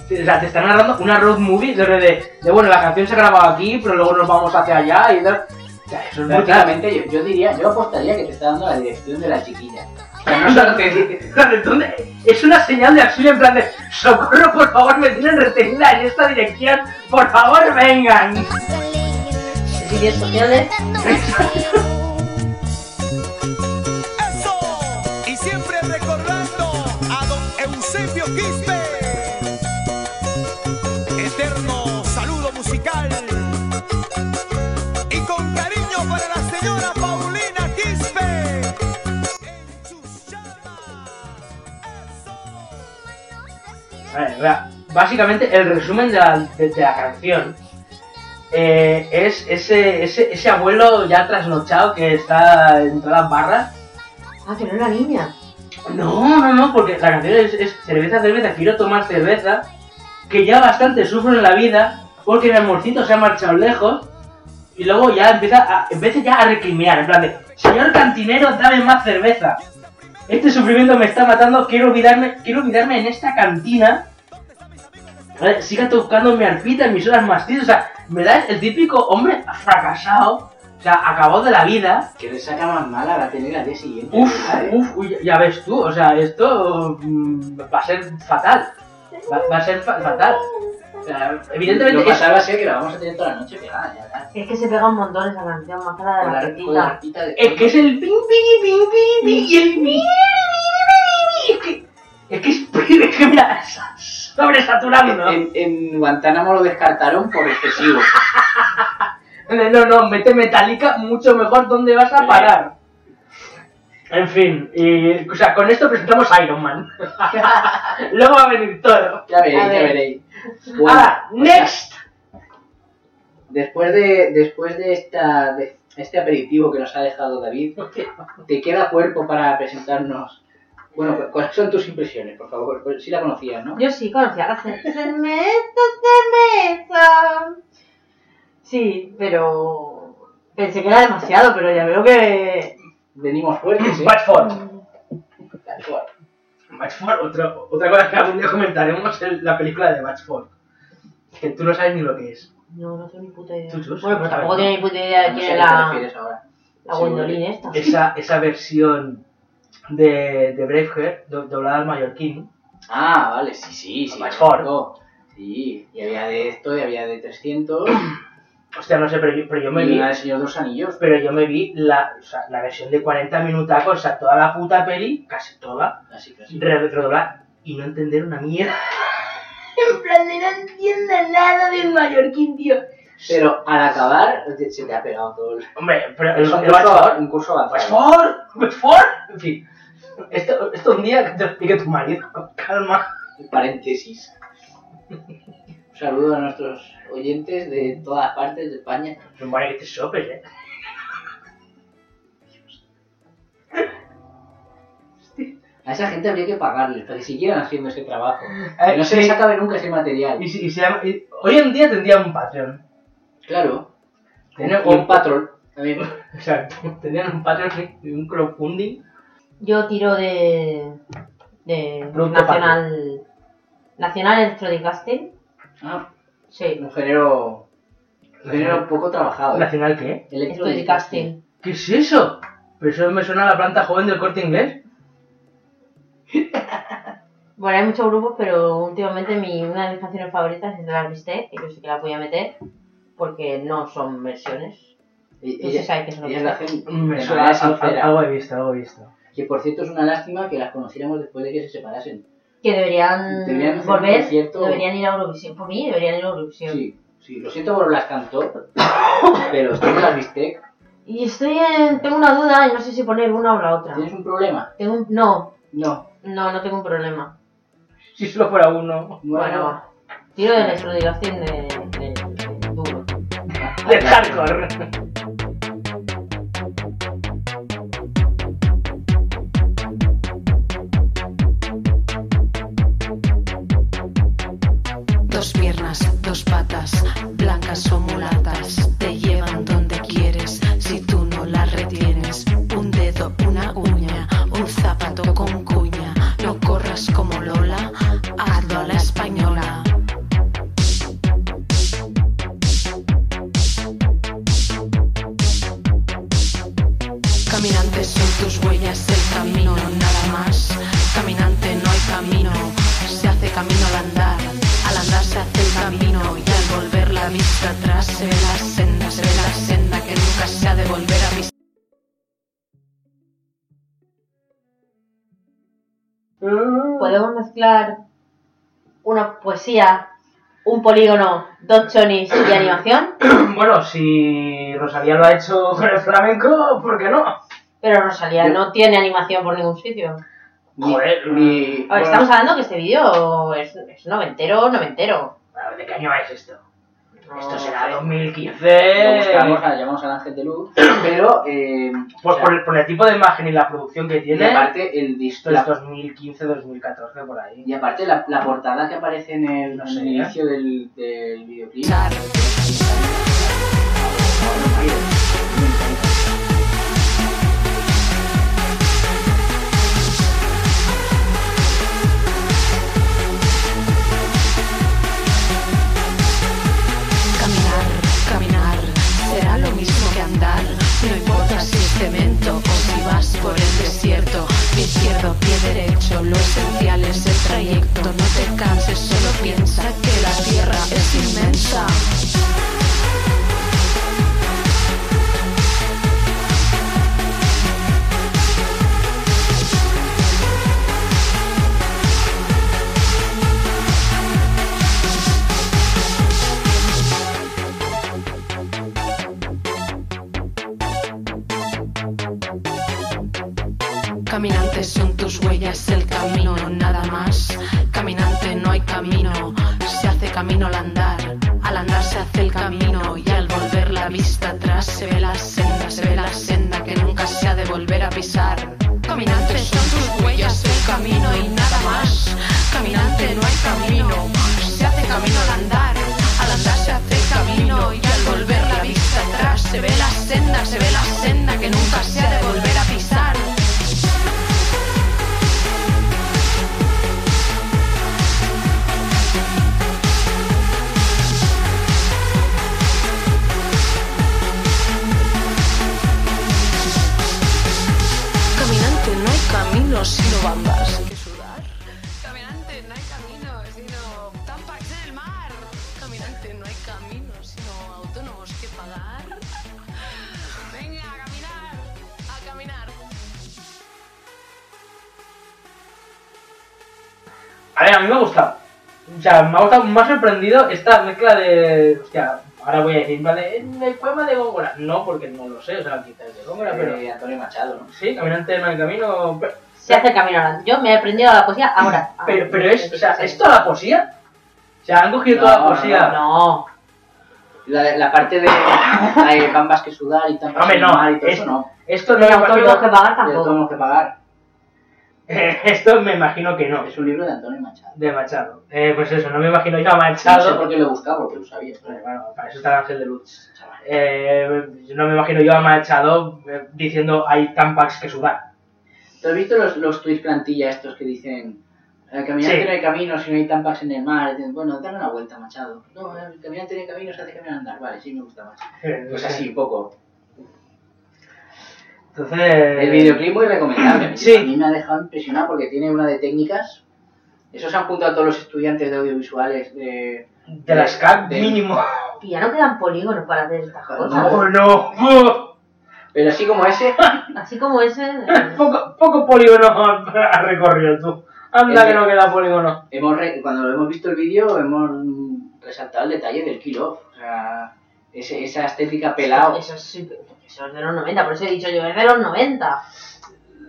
Speaker 3: O sea, te está narrando una road movie de, de, de, bueno, la canción se ha grabado aquí, pero luego nos vamos hacia allá y tal. O sea, eso es muy
Speaker 2: Pero claramente yo, yo diría, yo apostaría que te está dando la dirección de la chiquilla. O sea, no solo te dice,
Speaker 3: ¿Dónde? Es una señal de auxilio en plan de socorro, por favor, me tienen retenida en esta dirección, por favor, vengan.
Speaker 6: Y de sociales.
Speaker 3: <laughs>
Speaker 7: Eso, y siempre recordando a don Eusebio Quispe. Eterno saludo musical. Y con cariño para la señora Paulina Quispe.
Speaker 3: Vale, vea, Básicamente el resumen de la, de- de la canción eh, es ese, ese, ese abuelo ya trasnochado que está en todas las barras.
Speaker 6: Ah, que no era niña.
Speaker 3: No, no, no, porque la canción es, es cerveza, cerveza, quiero tomar cerveza, que ya bastante sufro en la vida porque mi amorcito se ha marchado lejos y luego ya empieza a, empieza ya a recriminar, en plan de, señor cantinero, dame más cerveza. Este sufrimiento me está matando, quiero olvidarme, quiero olvidarme en esta cantina. Vale, Siga tocando mi arpita en mis horas más tristes, o sea, me da el típico hombre fracasado, o sea, acabado de la vida.
Speaker 2: que le saca más mala la tener al día siguiente.
Speaker 3: Uf,
Speaker 2: ¿sabes?
Speaker 3: uf, uy, ya ves tú, o sea, esto mm, va a ser fatal. Va, va a ser fa- fatal. O sea,
Speaker 2: Lo
Speaker 3: evidentemente, es-
Speaker 2: pasaba a ser que la vamos a tener toda la noche pegada, ya, ya.
Speaker 6: Es que se pega un montón esa canción, más que la de
Speaker 2: Con
Speaker 6: la
Speaker 2: la, con la
Speaker 6: arpita.
Speaker 2: arpita de...
Speaker 3: es que es el ping, ping, ping, ping, ping, y el ping, ping, ping, ping, es <laughs> que es que es que mira, sobresaturado, ¿no?
Speaker 2: En, en Guantánamo lo descartaron por
Speaker 3: <laughs>
Speaker 2: excesivo.
Speaker 3: No, no, mete metálica mucho mejor, ¿dónde vas
Speaker 2: Eh.
Speaker 3: a parar? En fin, y, o sea, con esto presentamos Iron Man. <laughs> Luego va a venir todo.
Speaker 2: Ya veréis,
Speaker 6: A
Speaker 2: ya
Speaker 6: ver.
Speaker 1: <laughs>
Speaker 2: veréis. Bueno,
Speaker 1: Ah,
Speaker 3: Ahora,
Speaker 2: o sea,
Speaker 3: next.
Speaker 2: después de, después de, esta, de este aperitivo que nos ha dejado David, te queda cuerpo para presentarnos Bueno, cu- ¿cuáles son tus impresiones, por favor? Pues sí la conocías, ¿no?
Speaker 1: Yo sí conocía la cermesa, cermesa. Sí, pero pensé que era demasiado, pero ya veo que
Speaker 2: Venimos fuertes, ¿eh?
Speaker 3: Watford.
Speaker 2: Watford.
Speaker 3: Watford, otra, otra cosa que algún día comentaremos es la película de Watford. Que tú no sabes ni lo que es.
Speaker 1: no, no tengo ni puta idea.
Speaker 3: Chuchus.
Speaker 1: bueno, pero tampoco tiene ni puta idea de
Speaker 2: No
Speaker 1: quién
Speaker 2: sé a
Speaker 1: es
Speaker 2: qué te
Speaker 1: la,
Speaker 2: refieres ahora.
Speaker 1: la
Speaker 2: Sí,
Speaker 1: Gwendoline esta.
Speaker 3: Esa, esa versión de, de Braveheart, do- doblada al mallorquín.
Speaker 2: Ah, vale, sí, sí, sí.
Speaker 3: Watford.
Speaker 2: claro. Sí, y había de esto, y había de 300,
Speaker 3: <clears throat> Hostia, no sé, pero yo, pero yo me
Speaker 2: y
Speaker 3: vi.
Speaker 2: una de Señor de los Anillos.
Speaker 3: Pero yo me vi la, o sea, la versión de 40 minutacos, o sea, toda la puta peli, casi toda,
Speaker 2: Así que sí.
Speaker 3: re- redoblar y no entender una mierda.
Speaker 1: En plan, de no entiendo nada del mallorquín, tío.
Speaker 2: Pero al acabar, te- se te ha pegado todo el...
Speaker 3: Hombre, pero el,
Speaker 2: Es un
Speaker 3: el
Speaker 2: curso,
Speaker 3: Watford.
Speaker 2: av- un curso
Speaker 3: Pues
Speaker 2: avanzado.
Speaker 3: Ford, pues Ford, en fin. Esto, esto un día que te lo explique tu marido, con calma.
Speaker 2: Paréntesis. Un saludo a nuestros oyentes de todas partes de España.
Speaker 3: Es un vale que te sopes, eh.
Speaker 2: A esa gente habría que pagarles para que siguieran haciendo ese trabajo.
Speaker 3: Eh,
Speaker 2: Que no
Speaker 3: sí.
Speaker 2: se les acabe nunca ese material.
Speaker 3: Y, si- y se llama- y- hoy en día tendría un Patreon.
Speaker 2: Claro.
Speaker 3: Tener
Speaker 2: Y un patrón. también.
Speaker 3: Exacto, tendrían un Patreon y un crowdfunding.
Speaker 1: Yo tiro de. de.
Speaker 3: Producto
Speaker 1: nacional. Nacional Electrodicasting.
Speaker 2: Ah,
Speaker 1: Sí.
Speaker 2: un género. Un género poco trabajado. ¿eh?
Speaker 3: ¿Nacional qué?
Speaker 2: Electrodiscasting.
Speaker 1: Electrodicasting.
Speaker 3: ¿Qué es eso? Pero eso me suena a la planta joven del corte inglés.
Speaker 1: Bueno, hay muchos grupos, pero últimamente mi, una de mis canciones favoritas es de las Mistake, que yo sí que la voy a meter, porque no son versiones.
Speaker 2: Y-
Speaker 1: No se
Speaker 2: Ellas,
Speaker 1: sabe qué es lo que
Speaker 2: ellas
Speaker 1: es.
Speaker 2: lo hacen de
Speaker 3: Me suena
Speaker 2: manera
Speaker 3: a- a-
Speaker 2: sincera.
Speaker 3: algo he visto, algo he visto.
Speaker 2: Que por cierto es una lástima que las conociéramos después de que se separasen.
Speaker 1: Que deberían,
Speaker 2: Deberían hacer un
Speaker 1: volver,
Speaker 2: concierto.
Speaker 1: deberían ir a Eurovisión. Por mí, deberían ir a Eurovisión.
Speaker 2: Sí, sí. Lo siento por las cantó, <coughs> pero estoy en las bistec.
Speaker 1: Y estoy en, tengo una duda y no sé si poner una o la otra.
Speaker 2: ¿Tienes un problema?
Speaker 1: Tengo un- no,
Speaker 2: No.
Speaker 1: no, no tengo un problema.
Speaker 3: Si solo fuera uno.
Speaker 1: Bueno,
Speaker 2: Bueno.
Speaker 1: va. tiro de electrodilación de, de- de duro.
Speaker 3: De hardcore.
Speaker 8: Dos piernas, dos patas, blancas o mulatas, te llevan donde quieres si tú no las retienes. Un dedo, una uña, un zapato con cuña, no corras como Lola, hazlo a la española. Caminantes son tus huellas, el camino, nada más. Caminante no hay camino, se hace camino al andar. Al andar se hace el camino y al volver la vista atrás se ve la senda, se ve la senda que nunca se ha de volver a visitar.
Speaker 1: Podemos mezclar una poesía, un polígono, dos chonis y animación,
Speaker 3: Bueno, si Rosalía lo ha hecho con el flamenco, ¿por qué no?
Speaker 1: pero Rosalía no tiene animación por ningún sitio.
Speaker 2: Mi-
Speaker 3: Joder.
Speaker 2: mi-
Speaker 1: A ver,
Speaker 2: bueno,
Speaker 1: estamos hablando que este vídeo es, es noventero, noventero.
Speaker 3: A ver, ¿De qué año es esto?
Speaker 1: No
Speaker 3: Esto
Speaker 1: sé.
Speaker 3: será
Speaker 2: lo
Speaker 3: 2015.
Speaker 2: buscamos, ah, llamamos al ángel
Speaker 3: <coughs>
Speaker 2: de luz, pero eh,
Speaker 3: Pues
Speaker 2: o sea,
Speaker 3: por el, por el tipo de imagen y la producción que
Speaker 2: y
Speaker 3: tiene, pues
Speaker 2: aparte el disco,
Speaker 3: esto es 2015, 2014, por ahí.
Speaker 2: y aparte la, la portada que aparece en el,
Speaker 3: No
Speaker 2: en
Speaker 3: sé,
Speaker 2: el
Speaker 3: ¿eh?
Speaker 2: inicio del, del videoclip.
Speaker 8: Caminar, caminar, será lo mismo que andar. No importa si es cemento o si vas por el desierto. Pie izquierdo, pie derecho, lo esencial es el trayecto. No te canses, solo piensa que la tierra es inmensa. Caminantes son tus huellas, el camino, nada más. Caminante no hay camino, se hace camino al andar. Al andar se hace el camino y al volver la vista atrás se ve la senda, se ve la senda que nunca se ha de volver a pisar. Caminantes son tus huellas, el dice no hay caminos sino autónomos que pagar. Venga, a caminar, a caminar.
Speaker 3: A ver, a mí me ha gustado. O sea, me ha gustado, me ha sorprendido esta mezcla de. Hostia, ahora voy a decir, vale, en el poema de Góngora. No, porque no lo sé, o sea, quizás es de Góngora,
Speaker 2: Eh,
Speaker 3: pero.
Speaker 2: Antonio Machado, ¿no?
Speaker 3: Sí, caminante del mal camino. pero-
Speaker 9: Se hace el camino ahora. Yo me he aprendido la poesía ahora. Ah,
Speaker 3: Pero, pero es, o sea, ¿es toda la poesía? O sea, han cogido toda la poesía.
Speaker 2: No. La, la parte de hay bambas que sudar y tantas
Speaker 3: Hombre,
Speaker 2: que
Speaker 3: no,
Speaker 2: amar y todo
Speaker 3: es- <laughs>
Speaker 2: eso no.
Speaker 3: Esto no me imagino.
Speaker 2: que pagar tampoco. De autónomos que pagar.
Speaker 3: Esto me imagino que no.
Speaker 2: Es un libro de Antonio Machado.
Speaker 3: De Machado. Eh, pues eso, no me imagino yo a
Speaker 2: No
Speaker 3: Machado.
Speaker 2: sé por qué lo he buscado, porque lo sabía.
Speaker 3: Eh, Bueno, para eso está el ángel de luz. Eh, yo no me imagino yo a Machado eh, diciendo hay tampax que sudar.
Speaker 2: ¿Tú has visto los, los tuits plantilla estos que dicen eh, "El caminante
Speaker 3: Sí.
Speaker 2: no hay camino si no hay tampas en el mar? Dicen, bueno, dale una vuelta, Machado. No, el caminante no hay camino se hace caminar andar. Vale, sí, me gusta Machado. Pues así, un poco.
Speaker 3: Entonces.
Speaker 2: El videoclip
Speaker 3: <laughs>
Speaker 2: muy <clears throat> recomendable.
Speaker 3: Sí.
Speaker 2: Eh, A mí me ha dejado impresionado porque tiene una de técnicas. Eso se han juntado todos los estudiantes de audiovisuales de...
Speaker 3: De las CAC,
Speaker 2: de-
Speaker 3: mínimo.
Speaker 9: Y ya no quedan polígonos para hacer estas cosas.
Speaker 3: ¡Oh, no!
Speaker 2: Pero así como ese,
Speaker 9: <laughs> Así como ese. eh,
Speaker 3: <laughs> poco, poco polígono <laughs> has recorrido tú. Anda
Speaker 2: El-
Speaker 3: que no queda polígono.
Speaker 2: <laughs> hemos re- cuando hemos visto el vídeo hemos mm, resaltado el detalle del kilo. O sea, ese- esa estética pelado.
Speaker 9: Eso sí, eso es de los 90, por eso he dicho yo, es de los 90.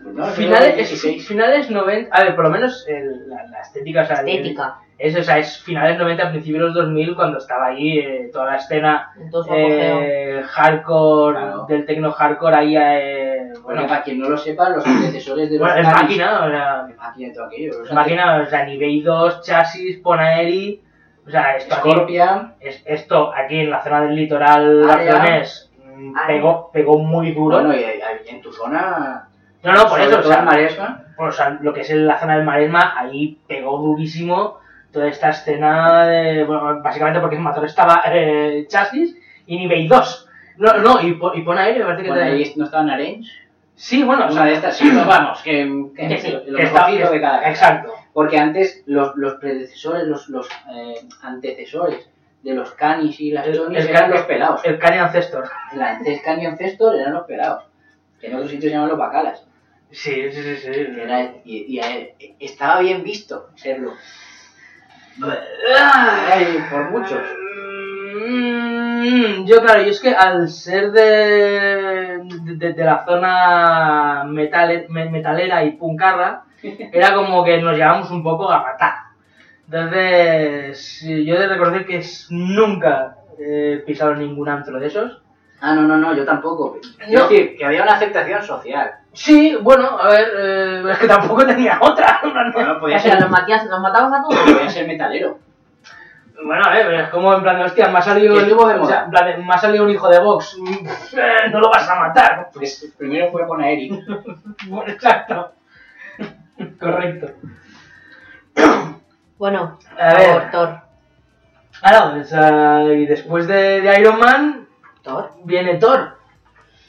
Speaker 2: No,
Speaker 3: finales,
Speaker 2: 16.
Speaker 3: finales 90. A ver, por lo menos el- la, la estética. o sea, el-
Speaker 9: Estética.
Speaker 3: es, o sea, es finales 90, principios de los 2000, cuando estaba ahí eh, toda la escena.
Speaker 9: Entonces, apogeo.
Speaker 3: eh, hardcore,
Speaker 2: Claro.
Speaker 3: del tecno hardcore ahí, eh,
Speaker 2: Porque
Speaker 3: bueno,
Speaker 2: para quien no lo sepa, los antecesores de los
Speaker 3: bueno, es
Speaker 2: Canis-
Speaker 3: máquina, o sea,
Speaker 2: Es máquina y todo aquello. Los
Speaker 3: es máquina, o sea, Nivei 2, Chasis, Ponaeri, o sea,
Speaker 2: ante-
Speaker 3: esto aquí,
Speaker 2: Scorpion,
Speaker 3: es- esto aquí en la zona del litoral
Speaker 2: Área.
Speaker 3: aragonés mm,
Speaker 9: Área.
Speaker 3: pegó, pegó muy duro.
Speaker 2: bueno, y, y en tu zona...
Speaker 3: no, no, por
Speaker 2: sobre
Speaker 3: eso, o
Speaker 2: todo
Speaker 3: sea,
Speaker 2: en Maresma,
Speaker 3: por- o sea, lo que es en la zona del Maresma, ahí pegó durísimo toda esta escena de, bueno, básicamente porque en Matador estaba eh, Chasis y Nivei 2. No, no, y, Po- y Ponaeri me parece que...
Speaker 2: bueno,
Speaker 3: te-
Speaker 2: ahí no estaban Arange.
Speaker 3: Sí, bueno, o sea,
Speaker 2: Una de estas, sí, no, vamos, que, que,
Speaker 3: que sí,
Speaker 2: lo- lo
Speaker 3: que está-
Speaker 2: mejorcito de cada
Speaker 3: Exacto.
Speaker 2: Porque antes los, los predecesores, los, los eh, antecesores de los canis y las chonis eran los pelados.
Speaker 3: El Cani Ancestor.
Speaker 2: El antes cani ancestor eran los pelados. Que en otros sitios llaman los bacalas.
Speaker 3: Sí, sí, sí, sí.
Speaker 2: Que era- y, y a él- estaba bien visto serlo. Ay, por muchos.
Speaker 3: Mm, Yo, claro, yo es que al ser de, de, de la zona metale- me- metalera y
Speaker 2: <laughs>
Speaker 3: puncarra, era como que nos llevamos un poco a matar. Entonces, sí, yo he de reconocer que es- nunca he pisado ningún antro de esos.
Speaker 2: Ah, no, no, no, yo tampoco.
Speaker 3: No.
Speaker 2: Es decir, que había una aceptación social.
Speaker 3: Sí, bueno, a ver, eh, es que tampoco tenía otra. <laughs>
Speaker 2: Bueno,
Speaker 9: O
Speaker 2: podía
Speaker 9: sea,
Speaker 2: ser,
Speaker 9: los, matías, los matabas
Speaker 3: <coughs>
Speaker 9: a todos.
Speaker 2: podía ser metalero.
Speaker 3: Bueno, a ver, pero es como en plan, de, hostia, me ha salido,
Speaker 2: Que estuvo de
Speaker 3: o sea,
Speaker 2: moda.
Speaker 3: en plan de, me ha salido un hijo de Vox, Mm, <laughs> pff, eh, no lo vas a matar.
Speaker 2: Pues primero fue con Eric.
Speaker 3: Bueno, exacto. Correcto.
Speaker 9: Bueno,
Speaker 3: A ver,
Speaker 9: Thor.
Speaker 3: ahora, o sea, y después de, de Iron Man
Speaker 9: Thor.
Speaker 3: viene Thor.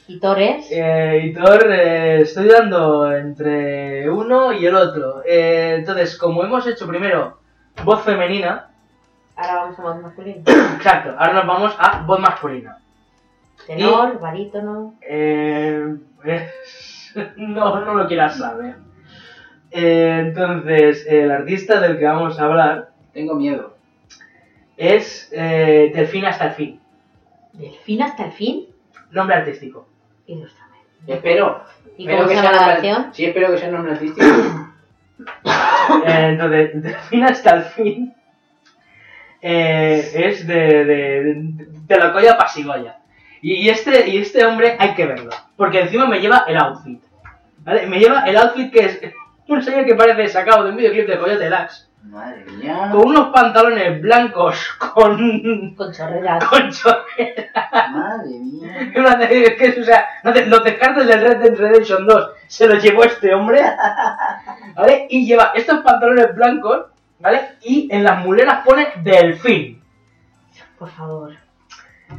Speaker 9: Y Thor es.
Speaker 3: Eh, y Thor, eh, estoy dando entre uno y el otro. Eh, entonces, como hemos hecho primero voz femenina,
Speaker 9: Ahora vamos a más masculino.
Speaker 3: <coughs> exacto, ahora nos vamos a voz masculina.
Speaker 9: Tenor, barítono.
Speaker 3: Eh, <laughs> no, no lo quieras saber. Eh, entonces, el artista del que vamos a hablar
Speaker 2: Tengo miedo.
Speaker 3: es eh, Del fin hasta el fin.
Speaker 9: Del fin hasta el fin.
Speaker 3: Nombre artístico.
Speaker 9: Ilústrame.
Speaker 2: Espero.
Speaker 9: ¿Y
Speaker 2: espero
Speaker 9: cómo
Speaker 2: que
Speaker 9: se
Speaker 2: sea
Speaker 9: llama la
Speaker 2: nombre-
Speaker 9: canción?
Speaker 2: Sí, espero que sea nombre
Speaker 3: <laughs>
Speaker 2: artístico.
Speaker 3: Eh, entonces, Del fin hasta el fin eh, es de, de, de, de la colla pasigoya. Y, y este, y este hombre hay que verlo. Porque encima me lleva el outfit. ¿vale? Me lleva el outfit que es un señor que parece sacado de un videoclip de Coyote Lax.
Speaker 2: Madre mía.
Speaker 3: Con unos pantalones blancos con
Speaker 9: Con chorreras.
Speaker 3: concho. <laughs>
Speaker 2: Madre mía.
Speaker 3: Es que, o sea, no te- los descartes del Red Dead Redemption 2 se los llevó este hombre, <laughs> ¿vale? Y lleva estos pantalones blancos, ¿vale? Y en las muleras pone delfín.
Speaker 9: Por favor.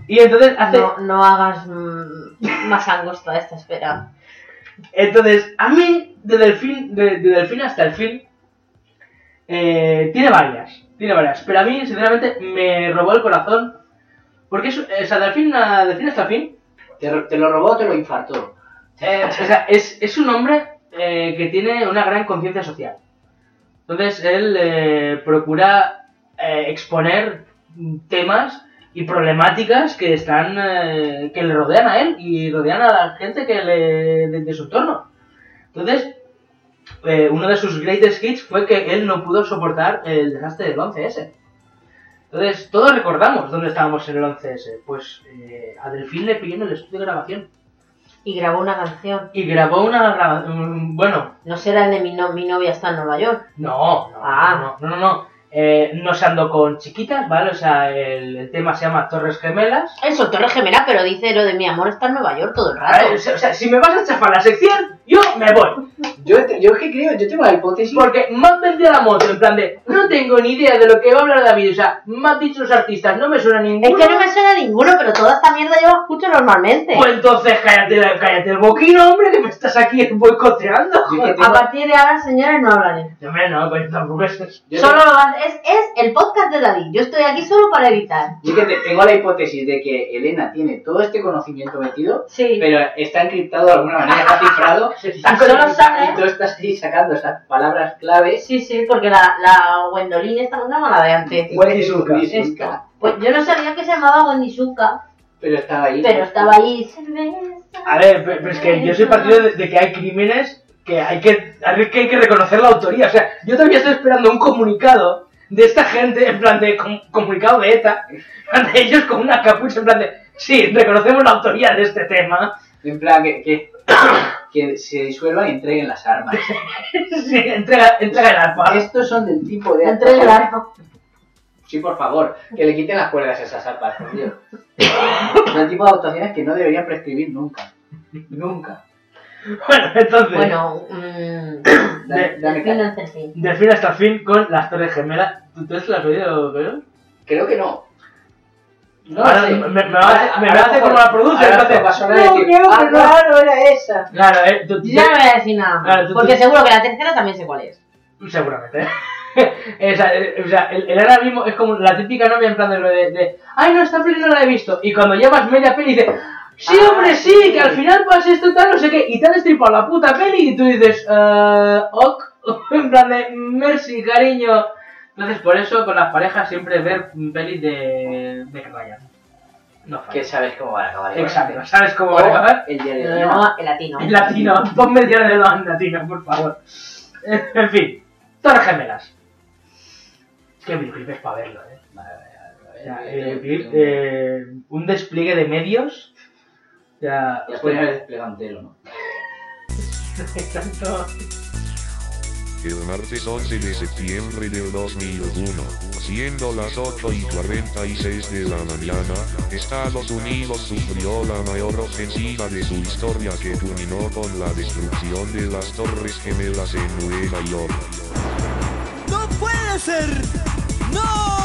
Speaker 3: Y entonces hace...
Speaker 9: No, no hagas mm, más angosta esta espera.
Speaker 3: Entonces, a mí, de delfín, de, de delfín hasta el fin, eh, tiene varias. Tiene varias. Pero a mí, sinceramente, me robó el corazón. Porque es, o sea, de fin, a, de fin hasta fin.
Speaker 2: Te, ro- te lo robó o te lo infartó.
Speaker 3: eh, o sea, es, es un hombre eh, que tiene una gran conciencia social. Entonces, él eh, procura eh, exponer temas y problemáticas que están eh, que le rodean a él y rodean a la gente que le, de, de su entorno. Entonces, eh, uno de sus greatest hits fue que él no pudo soportar el desastre del 11S. Entonces, todos recordamos dónde estábamos en el 11S. Pues eh, a Delfín le pilló en el estudio de grabación.
Speaker 1: Y grabó una canción.
Speaker 3: Y grabó una grabación. Bueno,
Speaker 1: No será el de mi, no- mi novia está en Nueva York.
Speaker 3: no, no,
Speaker 1: Ah.
Speaker 3: no, no, no. Eh, no se andó con chiquitas, ¿vale? O sea, el, el tema se llama Torres Gemelas.
Speaker 1: Eso, Torre Gemela, pero dice lo de mi amor está en Nueva York todo el
Speaker 3: Ah,
Speaker 1: rato.
Speaker 3: o sea, o sea, si me vas a chafar la sección, yo me voy.
Speaker 2: Yo, te- yo es que creo, yo tengo la hipótesis.
Speaker 3: Porque me han vendido la moto, en plan de, no tengo ni idea de lo que va a hablar David. O sea, me han dicho los artistas, no me suena ninguno.
Speaker 1: Es que no me suena ninguno, pero toda esta mierda yo la escucho normalmente.
Speaker 3: Pues entonces cállate, cállate el boquino, hombre, que me estás aquí boicoteando. Ah,
Speaker 2: Yo es que
Speaker 3: joder.
Speaker 1: A partir de ahora, señores, no hablaré.
Speaker 3: Hombre, no, pues tampoco es...
Speaker 2: Yo,
Speaker 1: Solo lo va- es, es el podcast de David. Yo estoy aquí solo para evitar.
Speaker 2: yo es que te- tengo la hipótesis de que Elena tiene todo este conocimiento metido,
Speaker 1: Sí.
Speaker 2: pero está encriptado de alguna manera, está
Speaker 1: <laughs>
Speaker 2: cifrado. está
Speaker 1: solo
Speaker 2: con-
Speaker 1: sabe-
Speaker 2: Y tú estás ahí sacando esas palabras claves.
Speaker 1: Sí, sí, porque la, la Wendolin esta no se llama la de antes.
Speaker 2: Wendy Zulka.
Speaker 1: Esta. Pues yo no sabía que se llamaba Wendy Zulka,
Speaker 2: Pero estaba ahí.
Speaker 1: pero estaba ahí. Cerveza.
Speaker 3: A ver, pe- pero es que yo soy partido de, de que hay crímenes que hay que, a ver, que hay que reconocer la autoría. O sea, yo todavía estoy esperando un comunicado de esta gente, en plan de com- comunicado de ETA, ante ellos con una capucha, en plan de, sí, reconocemos la autoría de este tema.
Speaker 2: En plan, que, que, <coughs> que se disuelvan y entreguen las armas.
Speaker 3: Sí, entrega, entrega el arpa.
Speaker 2: Estos son del tipo de
Speaker 1: Entre el arco.
Speaker 2: Sí, por favor, que le quiten las cuerdas a esas arpas, por Dios. <laughs> Son tipo de actuaciones que no deberían prescribir nunca. Nunca.
Speaker 3: Bueno, <laughs> entonces,
Speaker 1: Bueno, mmm,
Speaker 2: Dame, dame
Speaker 1: el fin
Speaker 2: caña.
Speaker 1: es el fin.
Speaker 3: de fin hasta fin con las Torres Gemelas. ¿Tú, tú eso lo has oído, Pedro?
Speaker 2: Creo que no. No
Speaker 3: Ahora
Speaker 2: sé.
Speaker 3: me- me va a hacer- me va a hacer
Speaker 2: mejor-
Speaker 3: como la produce,
Speaker 2: ahora
Speaker 3: entonces.
Speaker 2: va a sonar y decir,
Speaker 1: creo
Speaker 2: "Ah,
Speaker 1: que
Speaker 2: no".
Speaker 1: claro, era esa.
Speaker 3: Claro, eh, tú- tú-
Speaker 1: Ya no voy a decir nada más,
Speaker 3: Claro, tú-
Speaker 1: porque
Speaker 3: tú-
Speaker 1: seguro que la tercera también sé cuál es.
Speaker 3: <laughs> Seguramente. o sea, eh, o sea, el, el ahora mismo es como la típica novia en plan de, de, de, ay no, esta peli no la he visto. Y cuando llevas media peli dices, sí
Speaker 2: Ah,
Speaker 3: hombre, sí,
Speaker 2: sí.
Speaker 3: que al final pasa esto tal, no sé qué, y te han estripado la puta peli y tú dices, eh, ok, <laughs> en plan de, merci, cariño. Entonces por eso con las parejas siempre ver pelis de, de que vayan. No
Speaker 2: Que
Speaker 3: falla.
Speaker 2: sabes cómo van a acabar.
Speaker 3: Exacto, ¿sabes cómo
Speaker 2: O
Speaker 3: va a acabar?
Speaker 2: El día de hoy.
Speaker 1: No, el latino.
Speaker 3: En Eh, latino, ponme el diario de los latinos, por favor. Eh, En fin, Torres Gemelas. Es que el videoclip es para verlo, eh. O sea, el videoclip, eh, un despliegue de medios. Ya,
Speaker 2: Ya estoy en el
Speaker 3: pues,
Speaker 2: despliegue entero, ¿no?
Speaker 3: tanto-
Speaker 10: El martes 11 de septiembre del 2001, siendo las 8 y 46 de la mañana, Estados Unidos sufrió la mayor ofensiva de su historia que culminó con la destrucción de las Torres Gemelas en Nueva York.
Speaker 7: ¡No puede ser! ¡No!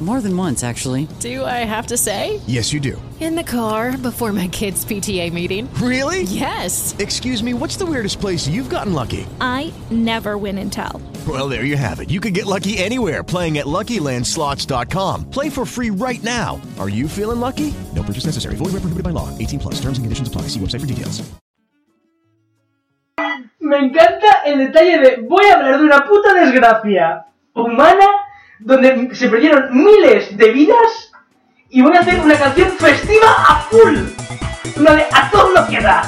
Speaker 11: More than once, actually.
Speaker 12: Do I have to say?
Speaker 13: Yes, you do.
Speaker 12: In the car before my kids' PTA meeting.
Speaker 13: Really?
Speaker 12: Yes.
Speaker 13: Excuse me, what's the weirdest place you've gotten lucky?
Speaker 14: I never win and tell.
Speaker 13: Well, there you have it. You can get lucky anywhere playing at LuckyLandSlots.com. Play for free right now. Are you feeling lucky? No purchase necessary. Void where prohibited by law. 18 plus. Terms and conditions apply. See website for details.
Speaker 3: Me encanta el detalle de voy a hablar de una puta desgracia humana donde se perdieron miles de vidas y voy a hacer una canción festiva a full. Una de a todo lo que da.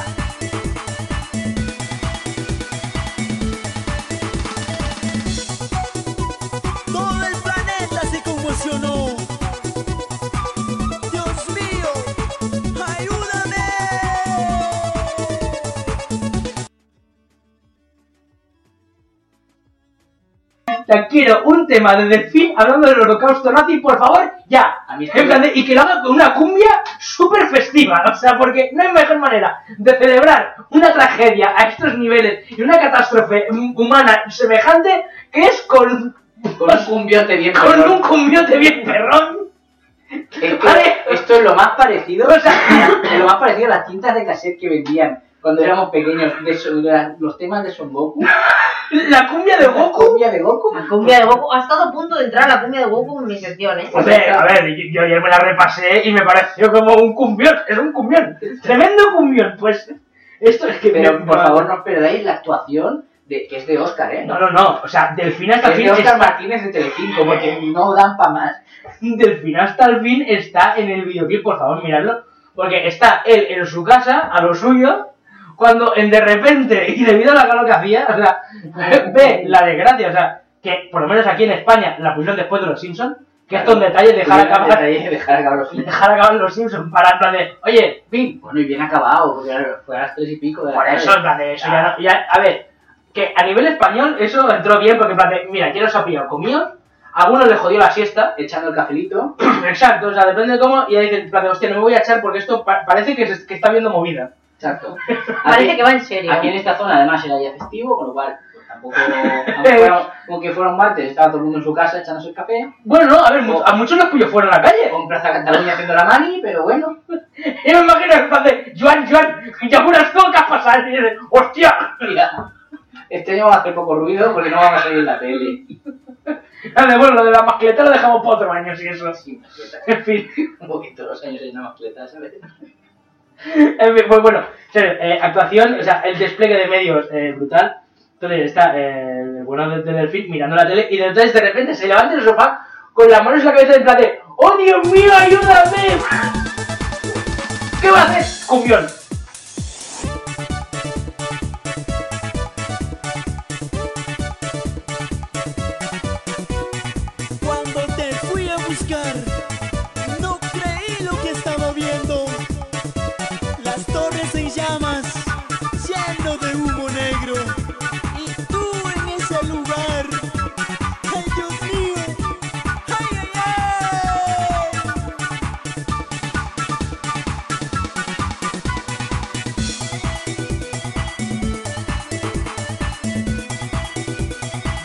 Speaker 3: sea, quiero un tema de The Film hablando del holocausto nazi, por favor, ya.
Speaker 2: A mí es
Speaker 3: En
Speaker 2: que-
Speaker 3: plan de- y que lo haga con una cumbia súper festiva, o sea, porque no hay mejor manera de celebrar una tragedia a estos niveles y una catástrofe hum- humana semejante que es con... Con un
Speaker 2: cumbiote bien
Speaker 3: Con
Speaker 2: perrón.
Speaker 3: un cumbiote bien perrón.
Speaker 2: Es que esto es lo más parecido, o <laughs> sea, es lo más parecido a las cintas de cassette que vendían cuando éramos pequeños, de Son- de la- los temas de Son Goku.
Speaker 3: <laughs> La cumbia de Goku.
Speaker 2: La cumbia de Goku.
Speaker 6: La cumbia de Goku. Ha estado a punto de entrar la cumbia de Goku en mi sección, ¿eh?
Speaker 3: Hombre, a ver, yo, yo ayer me la repasé y me pareció como un cumbión, es un cumbión, tremendo cumbión, pues esto es que...
Speaker 2: Pero,
Speaker 3: me-
Speaker 2: por favor, no os perdáis la actuación de, que es de Oscar, ¿eh?
Speaker 3: No, no, no, o sea, del fin hasta el
Speaker 2: es
Speaker 3: fin...
Speaker 2: de Oscar
Speaker 3: está-
Speaker 2: Martínez de Telecinco, porque no dan para más.
Speaker 3: <laughs> del final hasta el fin está en el videoclip, por favor, miradlo. Porque está él en su casa, a lo suyo, cuando en de repente, <laughs> y debido a la calor que hacía, o sea, <laughs> ve la desgracia, o sea, que por lo menos aquí en España la pusieron después de los Simpsons, que estos detalles dejar
Speaker 2: Tuvieron
Speaker 3: acabar,
Speaker 2: detalles, dejar acabar los Simpsons.
Speaker 3: dejar acabar los Simpsons para en plan de, oye, fin.
Speaker 2: Bueno, y bien acabado, porque claro, fue a las tres y pico de la
Speaker 3: Por
Speaker 2: tarde.
Speaker 3: eso, en plan de, eso ya,
Speaker 2: Ah,
Speaker 3: no- ya- a ver, que a nivel español eso entró bien, porque en plan de, mira, ¿quién os ha pillado? ¿Comió? A algunos le jodió la siesta.
Speaker 2: Echando el cafelito.
Speaker 3: <clears throat> Exacto, o sea, depende de cómo, y ahí dicen, en plan de, hostia, no me voy a echar porque esto pa- parece que, se- que está viendo movida.
Speaker 2: Exacto.
Speaker 6: <laughs> Parece que va en serio. ¿eh?
Speaker 2: Aquí en esta zona además era día festivo, con lo cual pues,
Speaker 6: <laughs>
Speaker 2: tampoco... aunque fuera- Como que fueron martes, estaba todo el mundo en su casa echándose el <laughs> café.
Speaker 3: Bueno, no, a ver, mu- a muchos los pillo fuera a la calle.
Speaker 2: Con Oh. Plaza Cataluña haciendo la mani, pero bueno.
Speaker 3: <laughs> Yo me imagino en plan de, Joan, Joan, que ya unas cocas pasar, y dicen, hostia,
Speaker 2: Mira, este año va a hacer poco ruido porque no vamos a salir en la tele.
Speaker 3: <laughs> Vale, bueno, lo de la mascleta lo dejamos para otro año, si eso. En fin.
Speaker 2: Como que todos los años hay una mascleta, ¿sabes?
Speaker 3: En fin, pues bueno, en serio, eh, actuación, o sea, el despliegue de medios eh, brutal. Entonces está eh, el bueno de, de Delfín mirando la tele y de- entonces de repente se levanta del sofá con las manos en la cabeza en plan de ¡Oh Dios mío, ayúdame! ¿Qué va a hacer? Cumbión.
Speaker 7: Cuando te fui a buscar, no creí lo que estaba viendo. Las torres en llamas, lleno de humo negro. Y tú en ese lugar. ¡Ay, Dios mío! ¡Ay, ay, ay!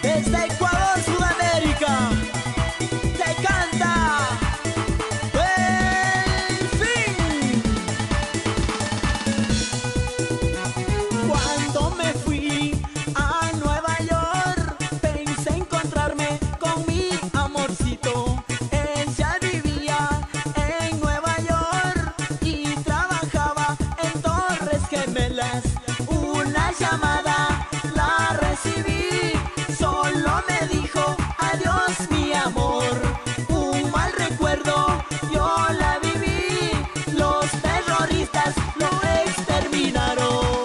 Speaker 7: Desde Ecuador, Sudamérica, te canta el fin. Cuando me fui a Nueva York, pensé encontrarme con mi amorcito. Ella vivía en Nueva York y trabajaba en Torres Gemelas. Una llamada la recibí, solo me dijo adiós mi amor. Un mal recuerdo yo la viví, los terroristas lo exterminaron.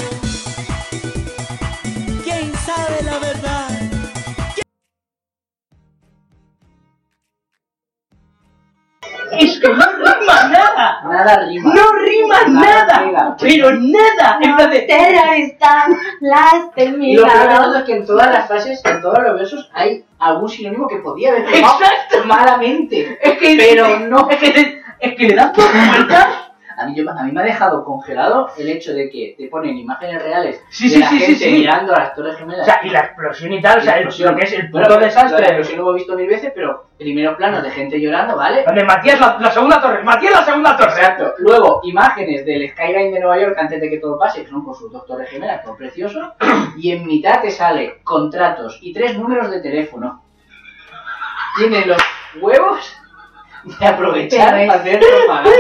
Speaker 7: ¿Quién sabe la verdad?
Speaker 3: Es que no rima nada.
Speaker 2: Nada rima.
Speaker 3: No rima nada.
Speaker 2: pega.
Speaker 3: Pero nada. En plan de...
Speaker 6: están las
Speaker 2: Y lo peor de todo es que en todas las frases, en todos los versos, hay algún sinónimo que
Speaker 6: <laughs>
Speaker 2: podía haber tomado
Speaker 3: Exacto.
Speaker 2: malamente.
Speaker 3: Es que...
Speaker 2: Pero no.
Speaker 3: Es que, te- es que le das por vueltas.
Speaker 2: A mí, yo- a mí me ha dejado congelado el hecho de que te ponen imágenes reales
Speaker 3: Sí,
Speaker 2: de
Speaker 3: sí,
Speaker 2: la
Speaker 3: sí, sí,
Speaker 2: gente
Speaker 3: sí.
Speaker 2: mirando a las torres
Speaker 3: O
Speaker 2: gemelas.
Speaker 3: sea, y la explosión y tal, o sea, el- lo que es el
Speaker 2: Bueno,
Speaker 3: puto
Speaker 2: pero-
Speaker 3: desastre.
Speaker 2: La explosión lo he visto mil veces, pero primeros planos de gente llorando, ¿vale?
Speaker 3: Donde Matías la, la segunda torre, Matías la segunda torre.
Speaker 2: Exacto. Luego, imágenes del Skyline de Nueva York antes de que todo pase, que son con sus dos torres gemelas,
Speaker 3: <coughs>
Speaker 2: todo precioso. Y en mitad te sale contratos y tres números de teléfono. Tiene los huevos de aprovechar
Speaker 6: Pero es-
Speaker 2: para hacer
Speaker 6: <laughs>
Speaker 2: propaganda.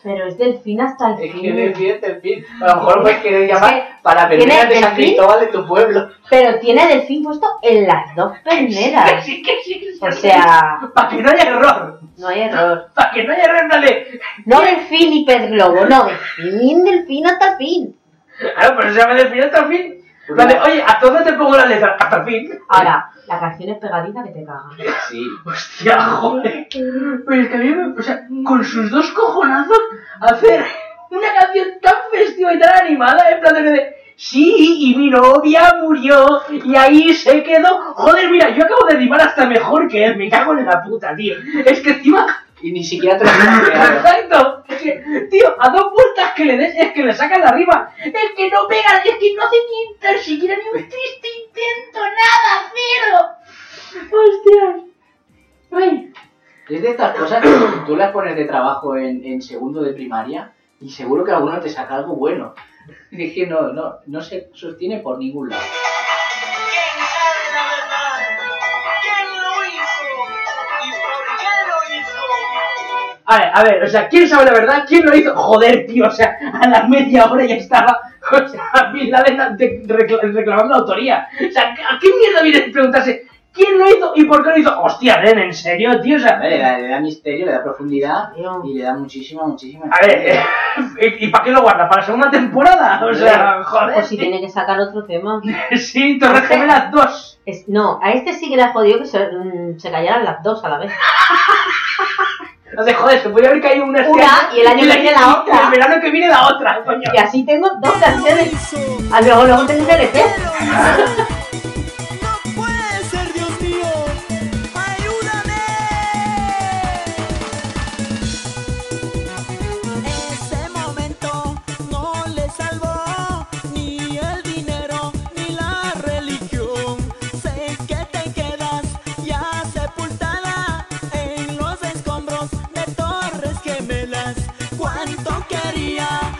Speaker 6: Pero es del fin hasta el
Speaker 2: Es
Speaker 6: fin.
Speaker 2: que decir, en fin, a lo mejor puedes querer llamar
Speaker 6: Es que
Speaker 2: para
Speaker 6: tiene
Speaker 2: venir de San
Speaker 6: delfín.
Speaker 2: Cristóbal de tu pueblo.
Speaker 6: Pero tiene del fin puesto en las dos perneras.
Speaker 3: <laughs> Sí, que sí, que sí.
Speaker 6: O sea,
Speaker 3: <laughs> Para que no haya error.
Speaker 6: no hay error.
Speaker 3: Para que no haya error, dale.
Speaker 6: No del fin y pez globo, no, del fin, del fin hasta el fin.
Speaker 3: Claro, pero se llama del final hasta el fin. Vale, oye, ¿hasta dónde te pongo la letra? Hasta el fin. <laughs>
Speaker 6: Ahora, la canción es pegadiza que te caga.
Speaker 2: Sí.
Speaker 3: Hostia, joder. Pero es que a mí me. O sea, con sus dos cojonazos hacer una canción tan festiva y tan animada, en plan de. sí, y mi novia murió y ahí se quedó. Joder, mira, yo acabo de rimar hasta mejor que él, me cago en la puta, tío. Es que encima...
Speaker 2: Y ni siquiera terminaba de hablar.
Speaker 3: Exacto. Es que, tío, a dos vueltas que le des es que le sacan de arriba. Es que no pega, es que no hace ni tan siquiera ni un triste intento, nada, cero. Hostias. Ay.
Speaker 2: Es de estas cosas que tú las pones de trabajo en, en segundo de primaria y seguro que alguno te saca algo bueno. Y es que no, no, no se sostiene por ningún lado.
Speaker 7: ¿Quién sabe la verdad? ¿Quién lo hizo? ¿Y por qué lo hizo?
Speaker 3: A ver, a ver, o sea, ¿quién sabe la verdad? ¿Quién lo hizo? Joder, tío, o sea, a la media hora ya estaba, <laughs> o sea, a mí la de, de- recla- reclamando autoría. O sea, ¿a qué mierda viene a preguntarse quién lo hizo y por qué lo hizo? Hostia, Ren, ¿en serio, tío? O sea,
Speaker 2: Vale, le, da, le da misterio, le da profundidad y le da muchísima, muchísima.
Speaker 3: A ver, eh, ¿y, y para qué lo guarda? ¿Para la segunda temporada? O sea, joder.
Speaker 1: Pues si tiene que sacar otro tema.
Speaker 3: <laughs> sí, Torres Gemelas 2.
Speaker 1: no, a este sí que le ha jodido que se, mm, se callaran las dos a la vez.
Speaker 3: <laughs> No te jodes, se podría haber caído una este
Speaker 1: Una, y el año que viene la otra.
Speaker 3: y El verano que viene la otra, coño.
Speaker 1: Y así tengo dos canciones. A luego luego tengo DLC.
Speaker 7: Puede ser, Dios mío. Ayúdame. Ese momento no le salvó ni el dinero ni la religión. Sé que te quedas ya sepultada en los escombros de torres gemelas. Cuánto quería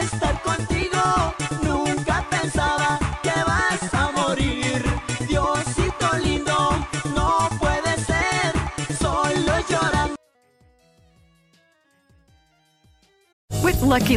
Speaker 7: estar contigo. Nunca pensaba que vas a morir. Diosito lindo, no puede ser, solo llorando.
Speaker 15: With Lucky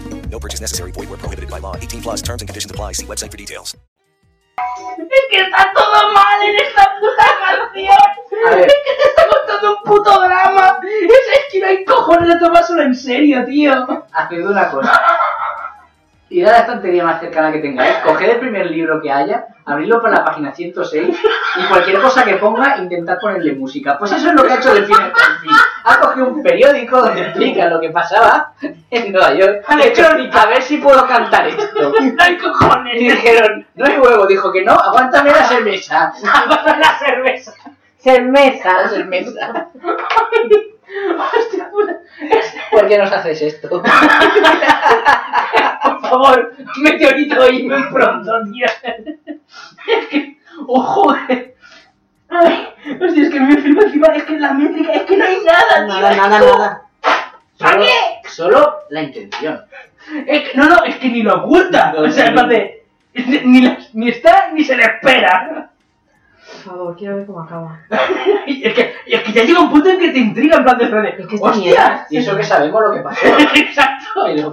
Speaker 16: No purchase necessary. Void where prohibited by law. 18 plus terms and conditions apply. See website for details.
Speaker 3: Es que está todo mal en esta puta
Speaker 2: A
Speaker 3: canción.
Speaker 2: ver.
Speaker 3: Es que te está contando un puto drama. Es, es que no hay cojones de tomárselo en serio, tío.
Speaker 2: Haced una cosa. Y a la estantería más cercana que tengáis, coged el primer libro que haya, abridlo por la página 106 y cualquier cosa que ponga, intentad ponerle música. Pues eso es lo que ha hecho Delfín Estefi. Ha cogido un periódico donde explica lo que pasaba en Nueva York. Ha hecho, a ver si puedo cantar esto.
Speaker 3: <laughs> No hay cojones.
Speaker 2: Y dijeron, no hay huevo. Dijo que no, aguántame la cerveza. Pues
Speaker 3: Aguántame <laughs> la cerveza.
Speaker 2: Cerveza. Cerveza.
Speaker 3: <laughs>
Speaker 2: ¿Por qué nos haces
Speaker 3: <laughs>
Speaker 2: esto?
Speaker 3: Por favor, meteorito y ven pronto, tío. Es que, oh, joder. Ay, hostia, es que me filmo encima, es que la métrica, es que no hay nada, tío.
Speaker 2: Nada,
Speaker 3: es
Speaker 2: nada,
Speaker 3: como-
Speaker 2: nada.
Speaker 3: ¿Para
Speaker 2: Solo-
Speaker 3: qué?
Speaker 2: Solo la intención.
Speaker 3: Es que, no, no, es que ni lo oculta. O sea, en plan de, ni, la- ni está ni se le espera.
Speaker 6: Por favor, quiero ver cómo acaba.
Speaker 3: Y es, que, y es que ya llega un punto en que te intriga en plan de redes. Es que
Speaker 2: esta mierda- y eso que sabemos lo que pasó. pues,
Speaker 3: Exacto. Es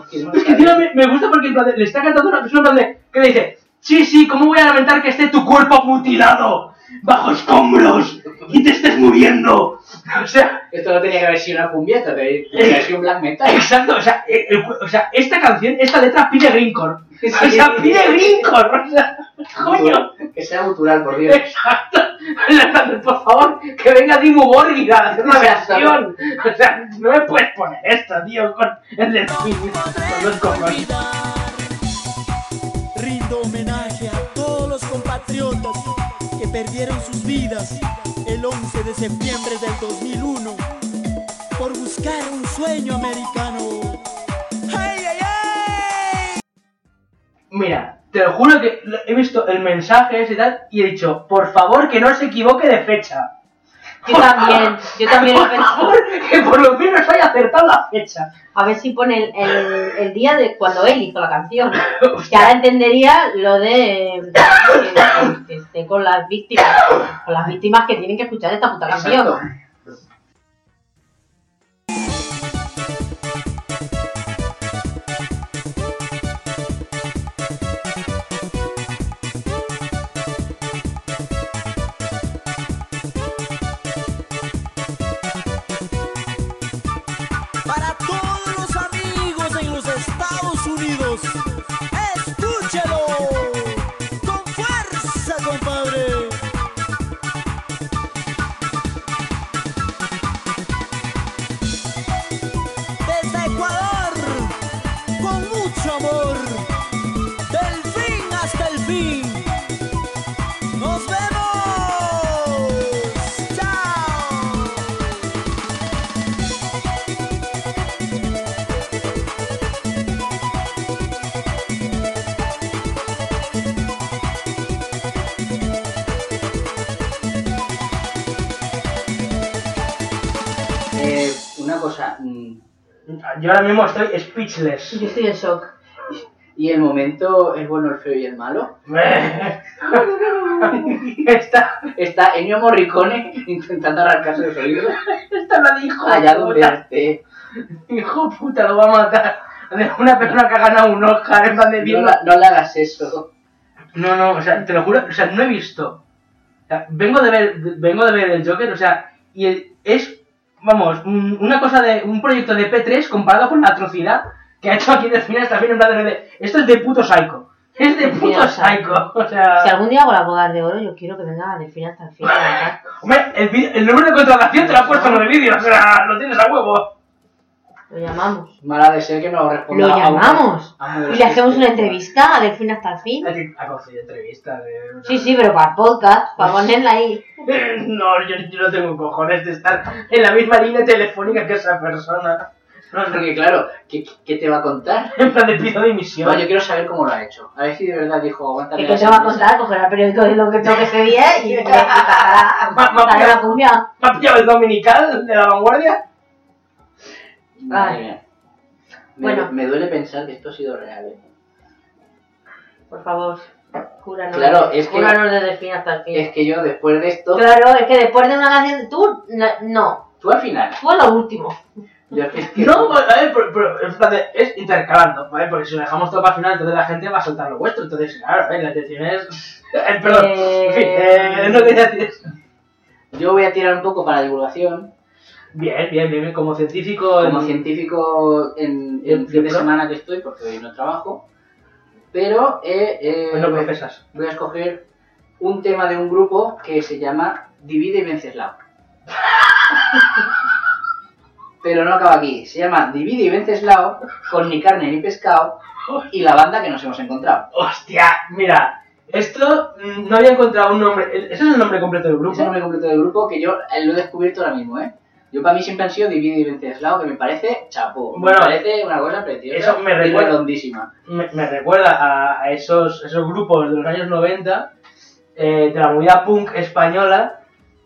Speaker 3: que tío, me, me gusta porque en plan de- le está cantando una persona en plan de, que le dice, sí, sí, ¿cómo voy a lamentar que esté tu cuerpo mutilado? Bajo escombros y te estés muriendo. <laughs> O sea, eh,
Speaker 2: Esto no tenía que haber sido una cumbieta, tenía que haber sido un black metal.
Speaker 3: Exacto, o sea, el- el- o sea, esta canción, esta letra pide Greencore. <laughs> O sea, pide Greencore, o sea, coño.
Speaker 2: Que sea gutural, por Dios.
Speaker 3: Exacto. Por favor, que venga Dimu Borgir a hacer una
Speaker 2: Exacto.
Speaker 3: versión. O sea, no me puedes poner esto, tío, con el de con los cojones.
Speaker 7: Rindo homenaje a todos los compatriotas que perdieron sus vidas el 11 de septiembre del 2001 por buscar un sueño americano. ¡Ay, ay, ay!
Speaker 3: Mira, te lo juro que lo- he visto el mensaje ese y tal, y he dicho, por favor, que no se equivoque de fecha.
Speaker 1: Yo también,
Speaker 3: <laughs>
Speaker 1: yo también lo
Speaker 3: Por
Speaker 1: pensé.
Speaker 3: favor, que por lo menos haya acertado la fecha.
Speaker 1: A ver si pone el, el- el día de cuando él hizo la canción. Que ahora entendería lo de. eh, que esté con las víctimas. Con las víctimas que tienen que escuchar esta puta canción.
Speaker 7: Para todos los amigos en los Estados Unidos, escúchalo con fuerza, compadre. Desde Ecuador, con mucho amor, del fin hasta el fin. Nos vemos. Chao.
Speaker 2: Eh, una cosa. mm,
Speaker 3: Yo ahora mismo estoy speechless.
Speaker 2: Yo estoy en shock. ¿Y el momento
Speaker 3: <laughs>
Speaker 2: es bueno, el feo y el malo? <laughs> está, está Ennio Morricone intentando arrancarse los oídos. Eh,
Speaker 3: Esta la dijo.
Speaker 2: Allá donde esté.
Speaker 3: Hijo puta, lo va a matar. Una persona que ha ganado un Oscar en plan de
Speaker 2: No, la- no le hagas eso.
Speaker 3: No, no, o sea, te lo juro, o sea, no he visto. O sea, vengo de ver, vengo de ver el Joker, o sea, y el- es, vamos, un- una cosa de, un proyecto de P3 comparado con la atrocidad que ha hecho aquí de final también en plan de, esto es de puto psycho. Es de puto psycho, o sea...
Speaker 1: Si algún día hago las bodas de oro, yo quiero que vengan de fin hasta el fin. la verdad.
Speaker 3: Hombre, el, vi- el número de contratación te lo has puesto en el vídeo, o sea, lo tienes a huevo.
Speaker 1: Lo llamamos.
Speaker 2: Mala de ser que no responda
Speaker 1: Lo
Speaker 2: a un-
Speaker 1: llamamos.
Speaker 2: a uno de
Speaker 1: Y
Speaker 2: los
Speaker 1: le hacemos una
Speaker 2: chistes.
Speaker 1: entrevista del fin hasta el fin.
Speaker 3: Ha conseguido entrevistas de...
Speaker 1: Sí, sí, pero para el podcast, para
Speaker 2: Pues
Speaker 1: ponerla ahí.
Speaker 3: <laughs> No, yo, yo no tengo cojones de estar en la misma línea telefónica que esa persona. No,
Speaker 2: Porque claro, ¿qué, qué te va a contar?
Speaker 3: En plan de pido dimisión.
Speaker 2: No, yo quiero saber cómo lo ha hecho. A ver si de verdad dijo, aguántame.
Speaker 1: ¿Y qué
Speaker 2: la
Speaker 1: te va a
Speaker 2: sonrisa".
Speaker 1: contar? Cogerá el periódico de lo que tengo que ese día
Speaker 2: <laughs>
Speaker 1: y y sacará
Speaker 3: Ma- ma-
Speaker 1: sacará la cumbia.
Speaker 3: ¿Me ha pillado el dominical de la vanguardia?
Speaker 2: Madre mía. Me,
Speaker 1: Bueno.
Speaker 2: me duele pensar que esto ha sido real. ¿eh?
Speaker 1: Por favor, cúranos.
Speaker 2: Claro, es que-
Speaker 1: Cúranos desde el fin hasta el fin.
Speaker 2: Es que yo después de esto, <laughs>
Speaker 1: Claro, es que después de una canción... Tú, na- no.
Speaker 2: tú al final.
Speaker 1: Fue lo
Speaker 2: <laughs>
Speaker 1: último.
Speaker 2: Yo es que- es que-
Speaker 3: No, pues, a ver, pero, pero, en plan de- es intercalando, ¿vale? Porque si lo dejamos todo para el final, entonces la gente va a soltar lo vuestro. Entonces, claro, a ver, la intención es. <laughs> Eh, perdón, en fin,
Speaker 2: Eh,
Speaker 3: eh, no quería decir eso.
Speaker 2: Yo voy a tirar un poco para la divulgación.
Speaker 3: Bien, bien, bien, bien, como científico.
Speaker 2: Como
Speaker 3: en-
Speaker 2: científico en, en
Speaker 3: ¿En
Speaker 2: fin de
Speaker 3: pro?
Speaker 2: semana que estoy, porque hoy no trabajo. Pero eh, eh,
Speaker 3: Pues no
Speaker 2: voy-
Speaker 3: profesas.
Speaker 2: voy a escoger un tema de un grupo que se llama Divide y
Speaker 3: <laughs>
Speaker 2: Venceslao. Pero no acaba aquí. Se llama Divide y Venceslao con ni carne ni pescado y la banda que nos hemos encontrado.
Speaker 3: Hostia, mira, esto mm, no había encontrado un nombre. ¿Ese es el nombre completo del
Speaker 2: Ese
Speaker 3: grupo?
Speaker 2: nombre completo del grupo que yo eh, lo he descubierto ahora mismo, ¿eh? Yo para mí siempre han sido Divide y Venceslao, que me parece chapo.
Speaker 3: Bueno,
Speaker 2: me parece una cosa preciosa
Speaker 3: eso me
Speaker 2: y
Speaker 3: recuerda-
Speaker 2: redondísima.
Speaker 3: me, me recuerda a, a esos, esos grupos de los años 90 eh, de la movida punk española,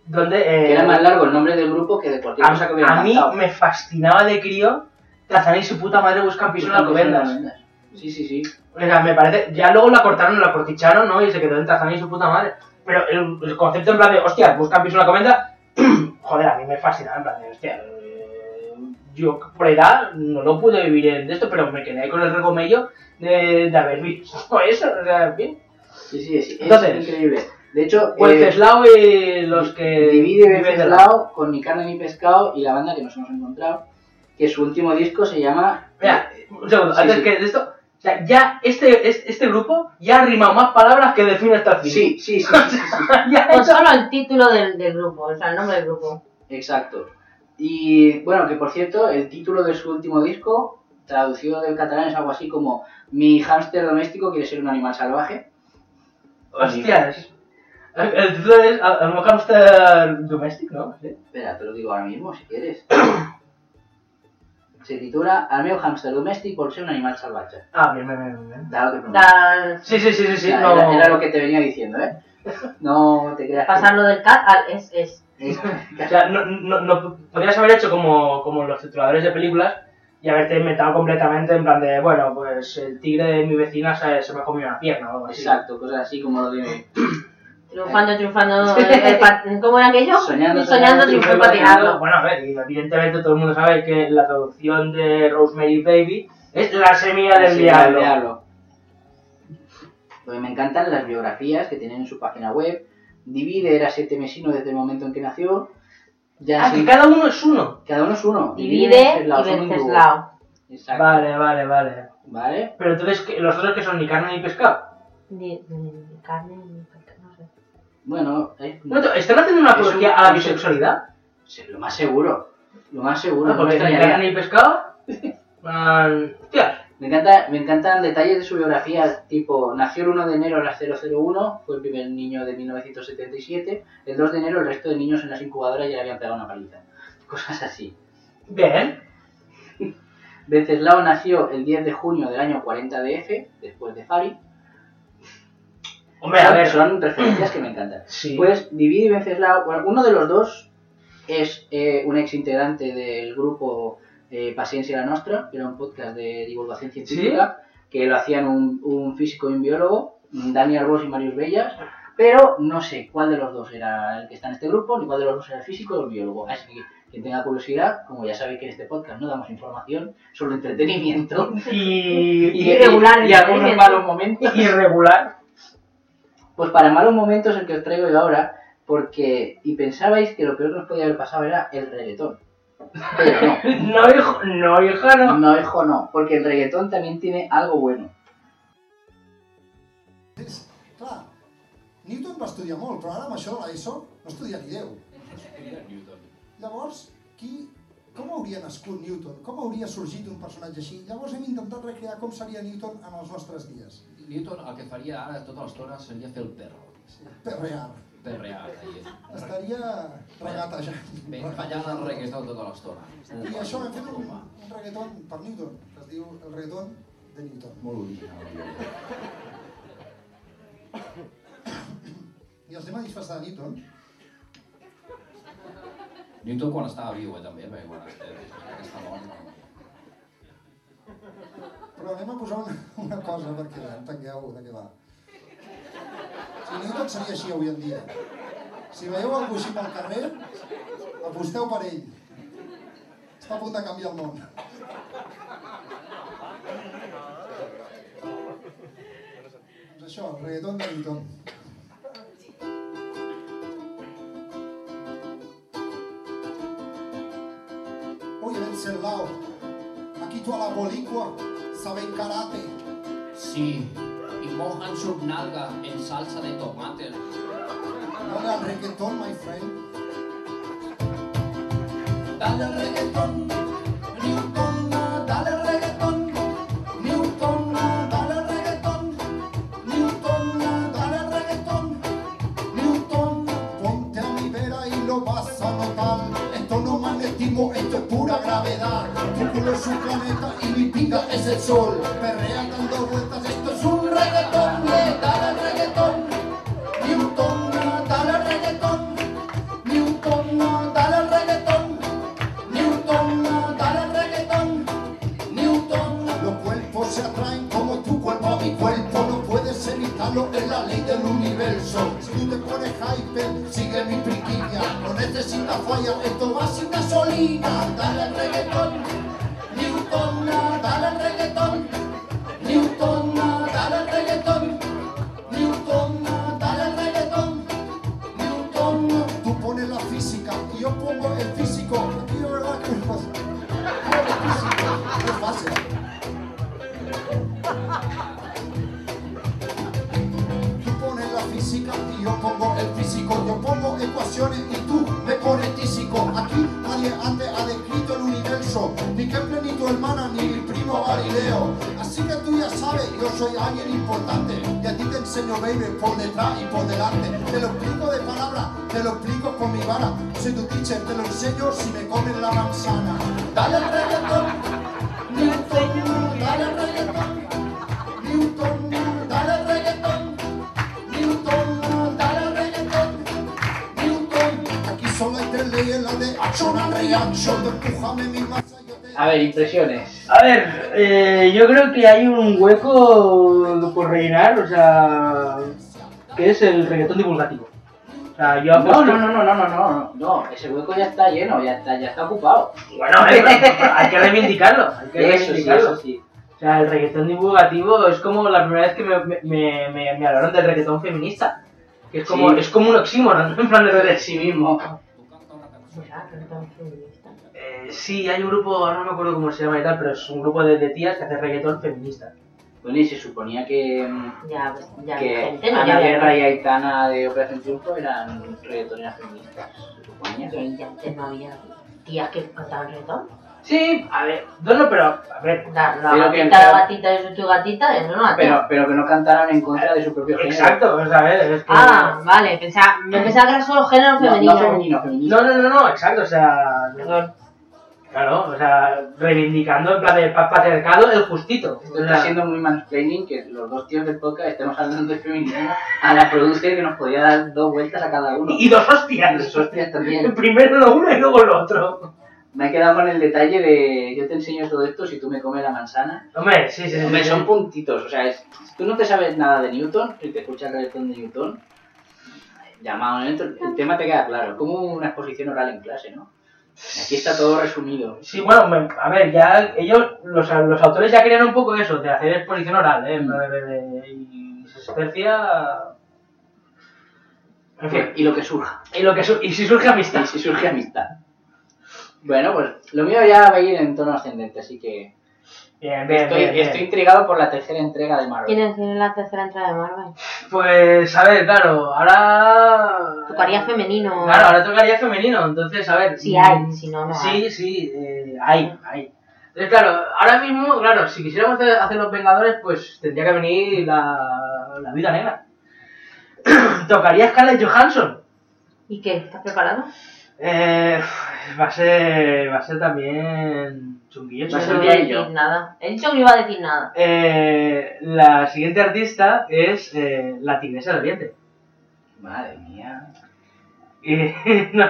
Speaker 3: donde... eh,
Speaker 2: Que era más largo el nombre del grupo que de cualquier cosa que hubiera
Speaker 3: a, a mí
Speaker 2: lanzado.
Speaker 3: me fascinaba de crío Tarzán y su puta madre buscan piso en las covendas.
Speaker 2: Sí, sí, sí.
Speaker 3: O sea, me parece... Ya luego la cortaron, la corticharon, ¿no? Y se quedó en Tarzán y su puta madre. Pero el, el concepto en plan de, hostia, buscan piso en la comenda, <clears throat> joder, a mí me fascinaba en plan de, hostia... eh, Yo por edad no lo pude vivir en esto, pero me quedé ahí con el regomello de, de haber visto <laughs> eso, o sea, en fin.
Speaker 2: Sí, sí, sí. Es
Speaker 3: Entonces, pues,
Speaker 2: increíble. De hecho, eh,
Speaker 3: Wenceslao y los que
Speaker 2: divide
Speaker 3: viven de la-
Speaker 2: Venceslao con ni carne ni pescado y la banda que nos hemos encontrado. Que su último disco se llama. eh,
Speaker 3: Mira, un segundo,
Speaker 2: Sí,
Speaker 3: antes
Speaker 2: sí.
Speaker 3: que de esto, o sea, ya este, este, este grupo ya ha rimado más palabras que define hasta el fin.
Speaker 2: Sí, sí, sí, sí, sí,
Speaker 3: <laughs>
Speaker 2: sí.
Speaker 3: Ya ha
Speaker 1: Con
Speaker 3: hecho-
Speaker 1: solo el título del, del grupo, o sea, el nombre del grupo.
Speaker 2: Exacto. Y bueno, que por cierto, el título de su último disco, traducido del catalán, es algo así como Mi hámster doméstico quiere ser un animal salvaje.
Speaker 3: Hostias. El- El título es a- a lo hamster domestic, ¿no? Sí.
Speaker 2: Espera, te lo digo ahora mismo si quieres. Se titula Al meu hámster domèstic vol ser un animal salvatge.
Speaker 3: Ah, bien, bien, bien. bien.
Speaker 2: Era lo que preguntaba.
Speaker 6: Da-
Speaker 3: Sí, sí, sí, sí, sí.
Speaker 2: Era,
Speaker 3: no-
Speaker 2: era- era lo que te venía diciendo, ¿eh? No te creas. que-
Speaker 6: Pasar lo del cat al es, es.
Speaker 3: O sea, no, no, no- podrías haber hecho como, como los tituladores de películas y haberte inventado completamente en plan de, bueno, pues el tigre de mi vecina se, se me ha comido una pierna o algo así.
Speaker 2: Exacto, cosas así como lo de...
Speaker 6: Triunfando,
Speaker 2: <laughs>
Speaker 6: triunfando. eh, eh, pa- ¿Cómo era aquello?
Speaker 2: Soñando, soñando,
Speaker 6: soñando triunfó
Speaker 2: triunfando,
Speaker 6: patinando.
Speaker 3: Bueno, a ver, y evidentemente todo el mundo sabe que la traducción de Rosemary Baby es la semilla del
Speaker 2: Sí, al
Speaker 3: diablo.
Speaker 2: diablo. Lo que me encantan las biografías que tienen en su página web. Divide era siete mesino desde el momento en que nació. Ya
Speaker 3: Ah,
Speaker 2: sí.
Speaker 3: que cada uno es uno.
Speaker 2: Cada uno es uno.
Speaker 6: Divide
Speaker 2: Wenceslao,
Speaker 6: y
Speaker 2: son un dúo.
Speaker 6: Venceslao.
Speaker 2: Exacto.
Speaker 3: Vale, vale, vale.
Speaker 2: ¿Vale?
Speaker 3: Pero entonces, ¿qué- ¿los otros que son ni carne ni pescado?
Speaker 6: Ni, ni, ni carne, ni pescado, no sé.
Speaker 2: Bueno, eh,
Speaker 3: No, no, ¿Están haciendo una
Speaker 2: Es un
Speaker 3: apología a la
Speaker 2: concepto.
Speaker 3: bisexualidad?
Speaker 2: sí, lo más seguro. Lo más seguro.
Speaker 3: No,
Speaker 2: no me
Speaker 3: porque ni
Speaker 2: extrañaría.
Speaker 3: carne ni pescado.
Speaker 2: <laughs>
Speaker 3: man, Hostia.
Speaker 2: Me, encanta, me encantan detalles de su biografía, tipo, nació el 1 de enero a las 001, fue el primer niño de 1977, el 2 de enero el resto de niños en las incubadoras ya le habían pegado una paliza. <laughs> Cosas así.
Speaker 3: Bien.
Speaker 2: <laughs> Venceslao nació el 10 de junio del año 40 DF, después de Fari.
Speaker 3: Hombre, a
Speaker 2: Son-
Speaker 3: ver,
Speaker 2: Son referencias que me encantan.
Speaker 3: Sí.
Speaker 2: Pues Dividi y Venceslao, bueno, uno de los dos es eh, un ex integrante del grupo eh, Paciencia la Nostra, que era un podcast de divulgación científica, que lo hacían un, un físico y un biólogo, Dani Arbós y Marius Bellas, pero no sé cuál de los dos era el que está en este grupo, ni cuál de los dos era el físico o el biólogo. Así que quien tenga curiosidad, como ya sabe que en este podcast no damos información sobre entretenimiento
Speaker 3: Y,
Speaker 2: y,
Speaker 6: Irregular,
Speaker 2: y- y algunos
Speaker 6: entretenimiento.
Speaker 2: malos momentos. <laughs>
Speaker 3: irregular.
Speaker 2: ¿eh? Pues para malos momentos el que os traigo yo ahora, porque y pensabais que lo peor que os podía haber pasado era el reggaetón. Pero
Speaker 3: <laughs> No, hijo, no, hija, no.
Speaker 2: no, no, hijo, no, porque el reggaetón también tiene algo bueno.
Speaker 17: Clar, Newton va estudiar molt, però ara amb això de l'ESO no estudia ni Déu. Llavors, qui, com hauria nascut Newton? Com hauria sorgit un personatge així? Llavors hem intentat recrear com seria Newton en els nostres dies.
Speaker 18: Newton el que faria ara tota l'estona seria fer el perro.
Speaker 17: Perrear.
Speaker 18: Perrear, ahí és.
Speaker 17: Estaria regatejant.
Speaker 18: Ben ballant el reggaeton tota l'estona.
Speaker 17: I això hem fet un, un reggaeton per Newton, que es diu el reggaeton de Newton.
Speaker 18: Molt original.
Speaker 17: I els anem a disfressar de Newton.
Speaker 18: Newton quan estava viu, eh, també, perquè quan està, que està mort. no.
Speaker 17: Però anem a posar una, una cosa perquè entengueu de què va. Si Newton seria així avui en dia. Si veieu algú així pel carrer, aposteu per ell. Està a punt de canviar el món. Doncs això, el reggaeton de Newton. Oye, Venceslao, aquí tu a la bolicua, saben karate.
Speaker 18: Sí, i mojan su nalga en salsa de tomate.
Speaker 17: Dale al reggaeton, my friend.
Speaker 18: Dale reggaeton, Newton, dale reggaeton, Newton, dale reggaeton, Newton, dale reggaeton.
Speaker 17: Newton, ponte a mi vera y lo vas a notar. Esto no es magnetismo, esto es pura gravedad. Tu culo es un planeta y mi pinga es el sol. Perrea dando vueltas, esto es un reggaetón. eh, Dale reggaetón, Newton, dale reggaetón. Newton, dale reggaetón. Newton, dale reggaetón. Newton, los cuerpos se atraen como tu cuerpo a mi cuerpo. No puedes evitarlo, es la ley del universo. Si tú te pones hyper, sigue mi priquilla. No necesitas falla, esto va sin gasolina. Dale al reggaetón, Newton, dale al reggaetón. Newton, dale al reggaetón. Newton, dale al reggaetón. Newton, tú pones la física y yo pongo el físico. Aquí de verdad que es fácil. Es fácil. Tú pones la física y yo pongo el físico. Yo pongo ecuaciones y tú me pones tísico. Aquí nadie antes ha descrito el universo. Ni Así que tú ya sabes, yo soy alguien importante. Y a ti te enseño, baby, por detrás y por delante. Te lo explico de palabras, te lo explico con mi vara. Soy tu teacher, te lo enseño si me comes la manzana. Dale al reggaetón, Newton, dale al reggaetón. Newton, dale al reggaetón. Newton, dale al reggaetón. Newton, aquí solo hay tres leyes, la de action and reaction. Empújame mi masa.
Speaker 2: A ver, impresiones.
Speaker 3: A ver, eh, yo creo que hay un hueco por rellenar, o sea, que es el reggaetón divulgativo. O sea, yo
Speaker 2: No,
Speaker 3: apuesto-
Speaker 2: no, no, no, no, no, no, no, ese hueco ya está lleno, ya está, ya está ocupado.
Speaker 3: Bueno, eh, pero- pero hay que reivindicarlo, hay que
Speaker 2: Eso sí,
Speaker 3: reivindicarlo.
Speaker 2: eso sí.
Speaker 3: O sea, el reggaetón divulgativo es como la primera vez que me, me, me, me- me hablaron del reggaetón feminista. Que es como,
Speaker 2: Sí.
Speaker 3: es como un oxímoron, <laughs> en plan de sí mismo. Eh, sí, hay un grupo, no me acuerdo cómo se llama y tal, pero es un grupo de, de tías que hace reggaetón feminista.
Speaker 2: Bueno, y se suponía que, mm,
Speaker 1: Ya, pues, ya,
Speaker 2: que
Speaker 1: gente, no,
Speaker 2: Ana
Speaker 1: ya, ya.
Speaker 2: Guerra y Aitana de Operación Triunfo eran reggaetoneras feministas, se suponía.
Speaker 1: Que ya antes no había tías que cantaban reggaetón.
Speaker 3: Sí, a ver, no, no, pero a ver.
Speaker 1: La, la
Speaker 2: Pero que-
Speaker 1: gatita, la gatita de su gatita, eso no la
Speaker 2: Pero, pero que no cantaron en contra de su propio género.
Speaker 3: Exacto, o sea, eh, es que...
Speaker 1: Ah, vale, pensaba, me pensaba que era solo género
Speaker 2: No,
Speaker 1: femenino.
Speaker 2: no femenino, femenino.
Speaker 3: No, no, no, no, exacto, o sea, claro, o sea, reivindicando en plan de pa- patriarcado el justito.
Speaker 2: Esto está siendo muy mansplaining que los dos tíos del podcast estemos hablando de feminismo a la producer que nos podía dar dos vueltas a cada uno.
Speaker 3: <laughs> Y dos hostias.
Speaker 2: Dos hostias
Speaker 3: <laughs>
Speaker 2: también.
Speaker 3: Primero lo uno y luego lo otro.
Speaker 2: Me he quedado con el detalle de yo te enseño todo esto si tú me comes la manzana.
Speaker 3: Hombre, sí, sí, sí,
Speaker 2: Hombre,
Speaker 3: sí.
Speaker 2: son puntitos. O sea, es- si tú no te sabes nada de Newton y te escuchas el reggaetón de Newton, llamado en el, el tema te queda claro. Como una exposición oral en clase, ¿no? Aquí está todo resumido.
Speaker 3: Sí, bueno, me- a ver, ya ellos, los, los autores ya querían un poco eso, de hacer exposición oral, ¿eh? De- de- de- y se tercia... En fin,
Speaker 2: Y lo que surja.
Speaker 3: y, lo que su- y si surge amistad.
Speaker 2: Y si surge amistad. Bueno, pues lo mío ya va a ir en tono ascendente, así que
Speaker 3: Bien, bien,
Speaker 2: estoy,
Speaker 3: bien, bien.
Speaker 2: estoy intrigado por la tercera entrega de Marvel.
Speaker 1: ¿Quién es quién es la tercera entrada de Marvel?
Speaker 3: Pues, a ver, claro,
Speaker 2: Ah.
Speaker 3: ahora...
Speaker 1: Tocaría femenino.
Speaker 3: Claro, ahora tocaría femenino, entonces, a ver...
Speaker 1: Si
Speaker 3: mm,
Speaker 1: hay, si no, no
Speaker 3: Sí, sí, eh, hay, hay. Entonces, claro, ahora mismo, claro, si quisiéramos hacer, hacer los Vengadores, pues tendría que venir la, la vida negra. <clears throat> Tocaría Scarlett Johansson.
Speaker 1: ¿Y qué? ¿Estás preparado?
Speaker 3: Eh, va a ser, va a ser también chunguillo.
Speaker 2: Va a
Speaker 1: no
Speaker 2: ser
Speaker 1: voy a
Speaker 2: Chunguillo.
Speaker 1: decir nada. He dicho que no iba a decir nada.
Speaker 3: Eh, la siguiente artista es eh, la tigresa del oriente.
Speaker 2: Madre mía.
Speaker 3: Y <laughs> no,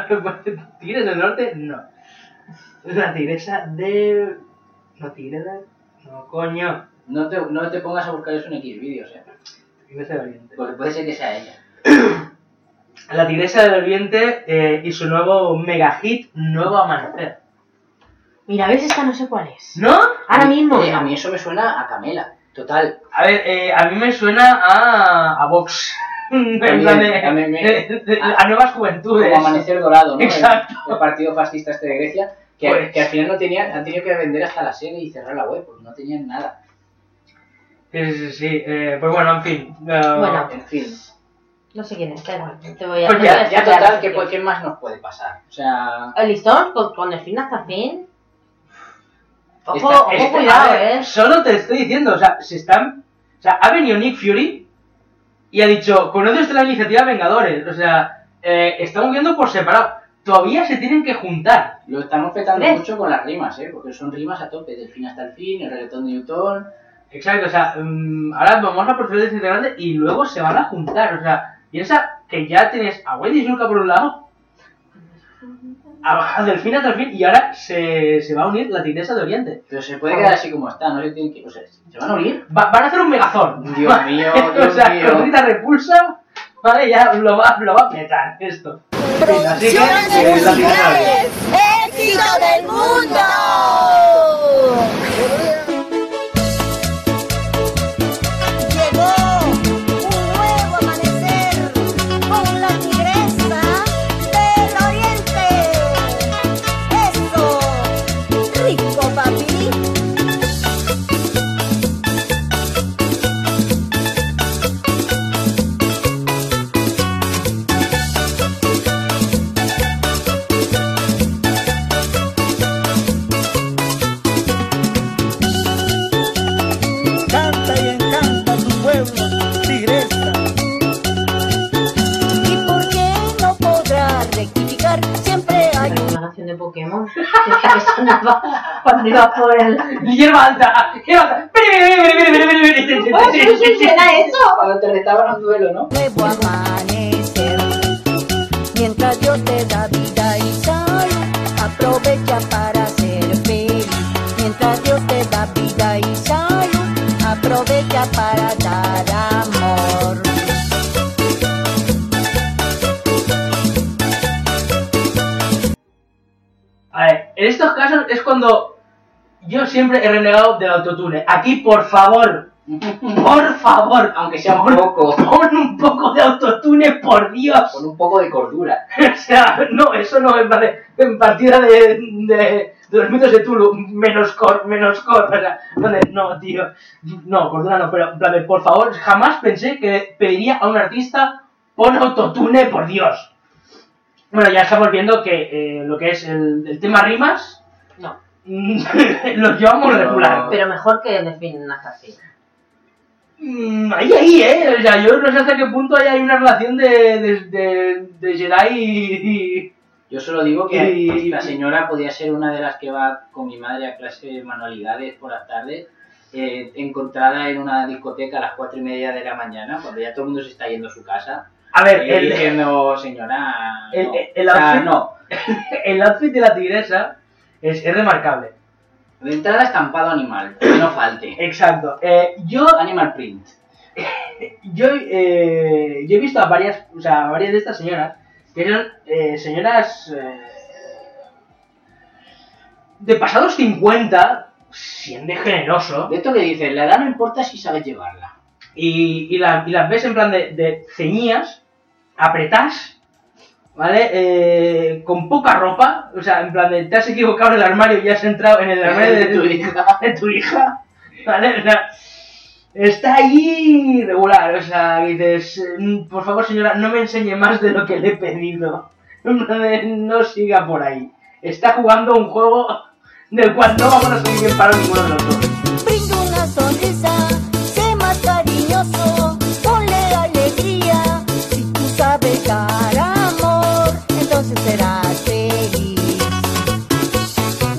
Speaker 3: ¿Tigres del norte? No. La tigresa de... No, tigre del... No, coño.
Speaker 2: No te, no te pongas a buscar eso en X vídeos, eh.
Speaker 3: Tigresa del oriente.
Speaker 2: Porque puede ser que sea ella.
Speaker 3: La Tigresa del Oriente eh, y su nuevo mega hit, Nuevo Amanecer.
Speaker 1: Mira, ves, esta no sé cuál es.
Speaker 3: ¿No?
Speaker 1: Ahora mismo.
Speaker 2: Eh, a mí eso me suena a Camela. Total.
Speaker 3: A ver, eh, a mí me suena a, a Vox. <laughs> <laughs> En
Speaker 2: También,
Speaker 3: plan de-
Speaker 2: también me-
Speaker 3: de- de-
Speaker 2: ah.
Speaker 3: a nuevas
Speaker 2: Como
Speaker 3: juventudes.
Speaker 2: Amanecer Dorado, ¿no? El-
Speaker 3: <laughs> Exacto.
Speaker 2: El, partido fascista este de Grecia. Que,
Speaker 3: Pues.
Speaker 2: que al final no tenían, han tenido que vender hasta la serie y cerrar la web, porque no tenían nada.
Speaker 3: Sí, sí, sí. eh, pues bueno, en fin. eh,
Speaker 1: Bueno.
Speaker 2: En fin.
Speaker 1: No sé quién es, pero te voy a
Speaker 3: Pues
Speaker 1: te voy a
Speaker 2: Ya, ya
Speaker 1: decir
Speaker 2: total,
Speaker 1: la
Speaker 2: ¿qué,
Speaker 1: descripción.
Speaker 2: po- ¿qué más nos puede pasar? O sea.
Speaker 1: El listón, con, con el fin hasta el fin. Ojo,
Speaker 2: Esta-
Speaker 1: ojo,
Speaker 3: este,
Speaker 1: cuidado,
Speaker 3: a ver,
Speaker 1: eh.
Speaker 3: Solo te estoy diciendo, o sea, se están. O sea, ha venido Nick Fury y ha dicho, conoce usted la iniciativa Vengadores. O sea, eh, están moviendo por separado. Todavía se tienen que juntar.
Speaker 2: Lo estamos petando
Speaker 1: ¿Ves?
Speaker 2: mucho con las rimas, ¿eh? Porque son rimas a tope, del fin hasta el fin, el reggaetón de Newton.
Speaker 3: Exacto, o sea, mm, ahora vamos a por tres desintegrantes y luego se van a juntar. O sea, piensa que ya tienes a Wendy Zulka por un lado, a <laughs> a Delfín hasta el fin, y ahora se, se va a unir la tigresa de Oriente.
Speaker 2: Pero se puede quedar así como está, no se tiene que. O sea, ¿se van a unir?
Speaker 3: Va- van a hacer un megazón.
Speaker 2: <laughs> Dios mío,
Speaker 3: o
Speaker 2: Dios
Speaker 3: sea,
Speaker 2: mío.
Speaker 3: con
Speaker 2: <laughs>
Speaker 3: Rita repulsa, vale, ya lo va, lo va a petar esto. En fin, así que, eh, la tigresa de Oriente.
Speaker 7: ¡Éxito del mundo! Llegó un nuevo amanecer con la tigresa del oriente. ¡Eso! ¡Rico, papi!
Speaker 2: <laughs>
Speaker 1: Pokémon. que sonaba cuando iba por el.
Speaker 2: ¡Hierba alta! ¡Hierba alta! ¡Vení, vení, vení, vení, vení, vení, vení!
Speaker 1: Pues, sí,
Speaker 2: <laughs>
Speaker 1: sí, sí, era eso.
Speaker 2: Cuando te restaban a un duelo, ¿no?
Speaker 19: Nuevo amanecer. Mientras Dios te da vida y salud, aprovecha para ser feliz. Mientras Dios te da vida y salud, aprovecha para dar amor.
Speaker 3: A ver, en estos casos es cuando yo siempre he renegado del autotune. Aquí, por favor, por favor,
Speaker 2: Aunque sea un poco.
Speaker 3: pon un poco de autotune, por Dios.
Speaker 2: Con un poco de cordura.
Speaker 3: <laughs> O sea, no, eso no en, vale- en partida de, de, de los mitos de Tulu, menos cor, menos cor, o sea, vale, no, tío, no, cordura no, pero en plan de, por favor, jamás pensé que pediría a un artista pon autotune, por Dios. Bueno, ya estamos viendo que eh, lo que es el, el tema rimas,
Speaker 1: No.
Speaker 3: <laughs> lo llevamos regular.
Speaker 1: Pero mejor que definen hasta así.
Speaker 3: Mm, ahí, ahí, eh, o sea, yo no sé hasta qué punto hay, hay una relación de, de, de- de Jedi y- y
Speaker 2: Yo solo digo que
Speaker 3: Y-
Speaker 2: la señora podía ser una de las que va con mi madre a clase de manualidades por las tardes, eh, encontrada en una discoteca a las cuatro y media de la mañana, cuando ya todo el mundo se está yendo a su casa.
Speaker 3: A ver,
Speaker 2: Y yo
Speaker 3: el-
Speaker 2: diciendo, señora.
Speaker 3: El,
Speaker 2: no.
Speaker 3: el- el
Speaker 2: O sea,
Speaker 3: outfit,
Speaker 2: no.
Speaker 3: el outfit de la tigresa es, es remarcable.
Speaker 2: De entrada, estampado animal, que no falte.
Speaker 3: Exacto. Eh, yo
Speaker 2: Animal print.
Speaker 3: <laughs> yo, eh, yo he visto a varias, o sea, a varias de estas señoras que eran eh, señoras eh, de pasados 50, siendo generoso,
Speaker 2: De esto que dices, la edad no importa si sabes llevarla.
Speaker 3: y, y, la- y las ves en plan de, de ceñías, apretás, ¿vale? Eh, con poca ropa, o sea, en plan de te has equivocado en el armario y has entrado en el armario de,
Speaker 2: Eh, De tu hija.
Speaker 3: de tu hija, ¿vale? O sea, está ahí regular, o sea, y dices, "Mm, por favor señora, no me enseñe más de lo que le he pedido, <laughs> En plan de, no siga por ahí. Está jugando un juego del cual no vamos a salir bien para ninguno de los dos.
Speaker 19: Brinda una sonrisa, sé más cariñoso, ponle alegría. Si tú sabes dar amor, entonces serás feliz.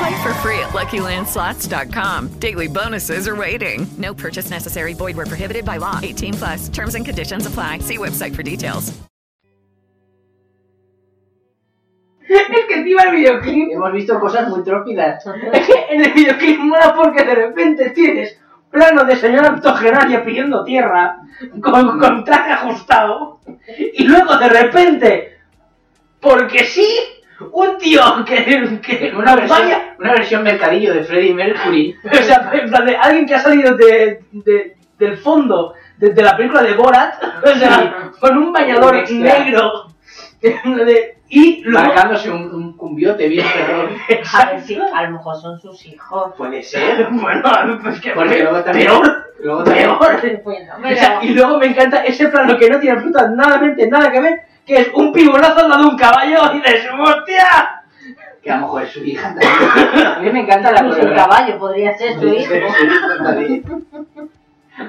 Speaker 15: Play for free at LuckyLandSlots.com. Daily bonuses are waiting. No purchase necessary. Void were prohibited by law. 18 plus. Terms and conditions apply. See website for details.
Speaker 2: Es que encima el videoclip. Hemos visto cosas muy trópidas. Es que en el videoclip mola porque de repente tienes plano de señora octogenaria pidiendo tierra con, con traje ajustado y luego de repente, porque sí, un tío que, que
Speaker 3: una versión-
Speaker 2: una versión mercadillo de Freddie Mercury. o sea, en plan de alguien que ha salido de, de- del fondo de, de la película de Borat, o sea, con un bañador
Speaker 3: Un extra. <laughs>
Speaker 2: negro de- y marcándose un, cumbiote bien
Speaker 3: <laughs>
Speaker 2: perdón.
Speaker 1: A ver si a lo mejor son sus hijos.
Speaker 3: <laughs>
Speaker 2: Puede ser. <laughs> Bueno, pues que
Speaker 1: Porque luego también-
Speaker 2: peor. peor.
Speaker 1: Bueno,
Speaker 2: O sea, y luego me encanta ese plano que no tiene absolutamente nada que ver, que es un pibonazo al lado de un caballo y dices, ¡hostia! Que a lo mejor es su hija A mí me encanta la
Speaker 1: Incluso el
Speaker 2: coreografía.
Speaker 1: caballo podría ser su hijo.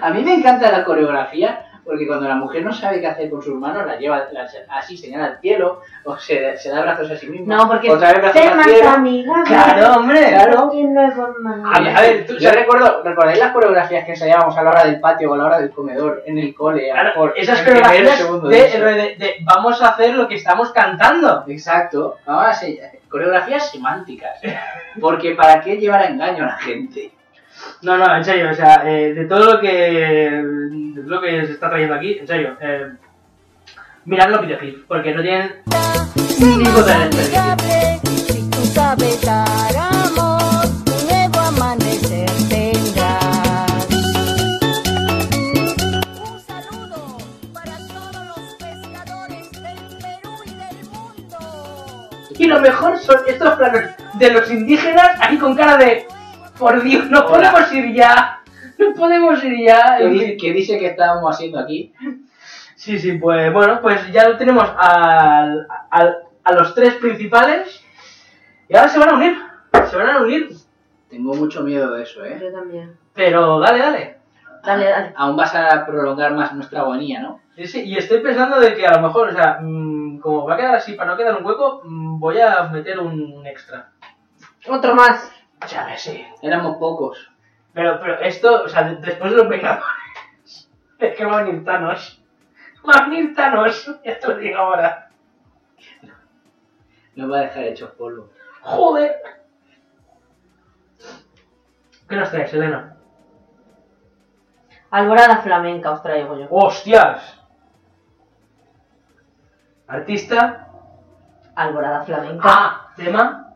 Speaker 2: A mí me encanta la coreografía porque cuando la mujer no sabe qué hacer con sus manos, la lleva la- así, señala al cielo, o se, se da brazos a sí misma.
Speaker 1: No, porque
Speaker 2: otra vez brazos
Speaker 1: sé
Speaker 2: al
Speaker 1: más
Speaker 2: cielo.
Speaker 1: amigable.
Speaker 2: Claro, hombre, claro.
Speaker 1: Y luego más.
Speaker 2: A ver, a ver, tú- yo recuerdo, ¿recordáis las coreografías que ensayábamos a la hora del patio o a la hora del comedor, en el cole? a lo mejor,
Speaker 3: Esas
Speaker 2: en primer,
Speaker 3: coreografías
Speaker 2: segundo
Speaker 3: de,
Speaker 2: eso?
Speaker 3: de- de vamos a hacer lo que estamos cantando.
Speaker 2: Exacto. Vamos a se- coreografías semánticas. Porque ¿para qué llevar a engaño a la gente?
Speaker 3: No, no, en serio, o sea, eh, de todo lo que de todo lo que se está trayendo aquí, en serio, eh, mirad los videoclips, porque no tienen ningún tipo de desperdicio.
Speaker 19: Si tú sabes dar amor, un nuevo amanecer tendrás.
Speaker 2: Y lo mejor son estos planos de los indígenas ahí con cara de por Dios, no podemos ir ya. No podemos ir ya.
Speaker 3: ¿Qué di-
Speaker 2: que dice que estábamos haciendo aquí?
Speaker 3: Sí, sí, pues bueno, pues ya lo tenemos al, al- a los tres principales y ahora se van a unir, se van a unir,
Speaker 2: Tengo mucho miedo de eso, ¿eh?
Speaker 1: Yo también.
Speaker 3: pero dale, dale.
Speaker 1: Dale, dale.
Speaker 2: Aún vas a prolongar más nuestra agonía, ¿no?
Speaker 3: Sí, sí, y estoy pensando de que a lo mejor, o sea, mm, como va a quedar así para no quedar un hueco, mm, voy a meter un extra.
Speaker 1: Otro más.
Speaker 3: Ya ves, sí.
Speaker 2: Éramos pocos.
Speaker 3: Pero, pero esto, o sea, de- después de los Vengadores, <laughs> es que va a venir Thanos. Va a venir Thanos, ya te lo digo ahora.
Speaker 2: Nos va a dejar hechos polvo.
Speaker 3: ¡Joder! ¿Qué nos traes, Elena?
Speaker 1: Alborada flamenca os traigo yo.
Speaker 3: ¡Hostias! Artista,
Speaker 1: Alborada flamenca.
Speaker 3: ah, tema.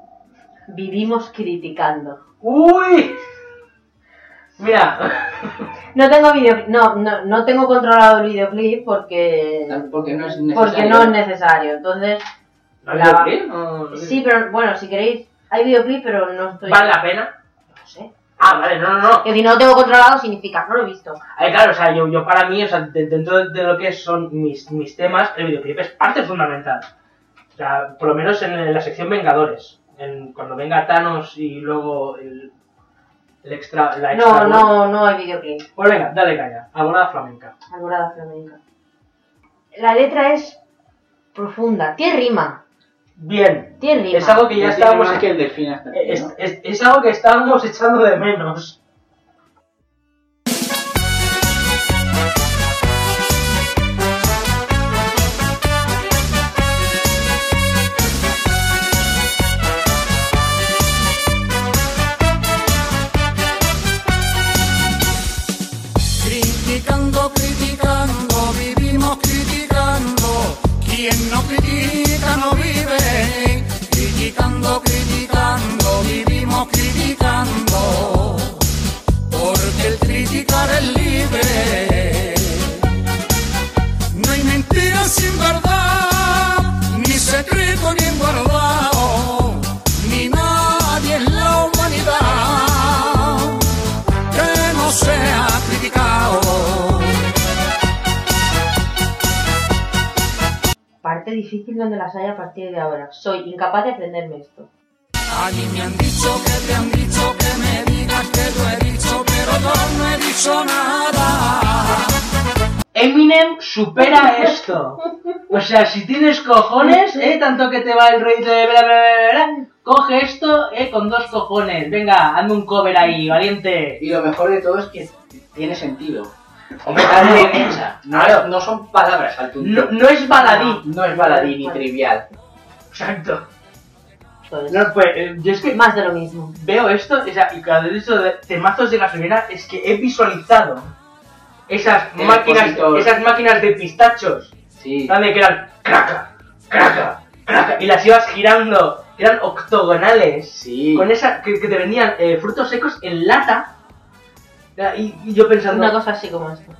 Speaker 1: Vivimos criticando.
Speaker 3: ¡Uy! Mira,
Speaker 1: No tengo video, no, no, no tengo controlado el videoclip porque
Speaker 2: Porque no es
Speaker 1: porque
Speaker 2: necesario.
Speaker 1: no es necesario. Entonces,
Speaker 3: ¿no
Speaker 1: La-
Speaker 3: la... ¿No? no-
Speaker 1: sí, pero bueno, si queréis, hay videoclip, pero no estoy.
Speaker 3: ¿Vale la pena?
Speaker 1: No sé.
Speaker 3: Ah, vale, no, no, no.
Speaker 1: Que si no lo tengo controlado significa, no lo he visto.
Speaker 3: Ay, claro, o sea, yo, yo para mí, o sea, de- dentro de lo que son mis, mis temas, el videoclip es parte fundamental. O sea, por lo menos en, la sección Vengadores. En, cuando venga Thanos y luego el, el extra, la extra.
Speaker 1: No, no, no hay videoclip.
Speaker 3: Pues venga, dale caña. Abonada flamenca.
Speaker 1: Alborada flamenca. La letra es profunda, tiene rima,
Speaker 3: Bien.
Speaker 1: tiene rima.
Speaker 3: Es algo que ya
Speaker 2: No tiene
Speaker 3: estábamos.
Speaker 2: más que el delfín hasta aquí,
Speaker 3: <laughs> Es,
Speaker 2: ¿no?
Speaker 3: es- es algo que estábamos echando de menos.
Speaker 7: Criticando, criticando, vivimos criticando. Quien no critica no vive. Criticando, criticando, vivimos
Speaker 20: mismo criticando, porque el criticar es libre. No hay mentiras sin verdad, ni secreto ni guardado, ni nadie en la humanidad que no sea criticado.
Speaker 1: Parte difícil donde las haya a partir de ahora. Soy incapaz de aprenderme esto.
Speaker 20: A mí me han dicho que te han dicho que me digas que yo he dicho, pero yo no he dicho nada.
Speaker 2: Eminem supera esto. O sea, si tienes cojones, eh, tanto que te va el rey de bla bla bla bla, bla, coge esto, eh, con dos cojones. Venga, hazme un cover ahí, valiente. Y lo mejor de todo es que tiene sentido.
Speaker 3: Hombre,
Speaker 2: está bien
Speaker 3: hecha.
Speaker 2: No, no son palabras al tuntún.
Speaker 3: No- no es baladí.
Speaker 2: No, no es baladí ni trivial. Exacto. No, pues, eh, yo es que
Speaker 1: Más de lo mismo.
Speaker 3: veo esto, o sea, y cuando he dicho de temazos de gasolina, es que he visualizado esas
Speaker 2: El
Speaker 3: máquinas,
Speaker 2: expositor.
Speaker 3: esas máquinas de pistachos,
Speaker 2: Sí.
Speaker 3: donde que eran craca, craca, craca, y las ibas girando, eran octogonales, con esa que, que te vendían eh, frutos secos en lata, y, y yo pensando,
Speaker 1: Una cosa así como esto.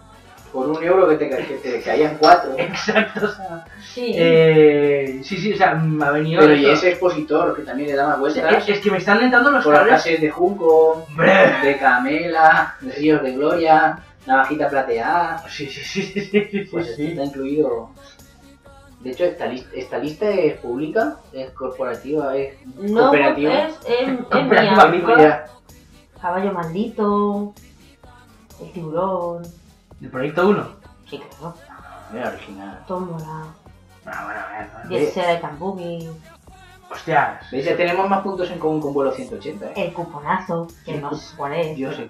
Speaker 2: Por un euro que te, ca- que te caían cuatro.
Speaker 3: <laughs> exacto, o sea,
Speaker 1: Sí.
Speaker 3: eh, sí, sí, o sea, me ha venido...
Speaker 2: Pero y
Speaker 3: esto.
Speaker 2: ese expositor que también le daba vueltas.
Speaker 3: es, es que me están entrando los
Speaker 2: por las
Speaker 3: cables.
Speaker 2: frases de Junco,
Speaker 3: Hombre.
Speaker 2: de Camela, de Ríos de Gloria, Navajita Plateada.
Speaker 3: Sí, sí, sí, sí, sí, sí,
Speaker 2: Pues esto
Speaker 3: sí.
Speaker 2: está incluido. De hecho, esta, lis- esta lista es pública, es corporativa, es
Speaker 1: No, pues,
Speaker 2: cooperativa.
Speaker 1: es, es, es
Speaker 2: Cooperativa
Speaker 1: mía.
Speaker 2: agrícola.
Speaker 1: Caballo maldito. El tiburón.
Speaker 3: El proyecto 1.
Speaker 1: Sí, claro.
Speaker 2: Mira, original.
Speaker 1: Tómbola.
Speaker 3: Bueno, Ah, bueno, bueno.
Speaker 1: Diecera de Tambugi.
Speaker 3: Hostias.
Speaker 2: ¿Veis? Ya tenemos más puntos en común con vuelo 180, ¿eh?
Speaker 1: El cuponazo. Que no sé cuál es.
Speaker 2: Yo sé.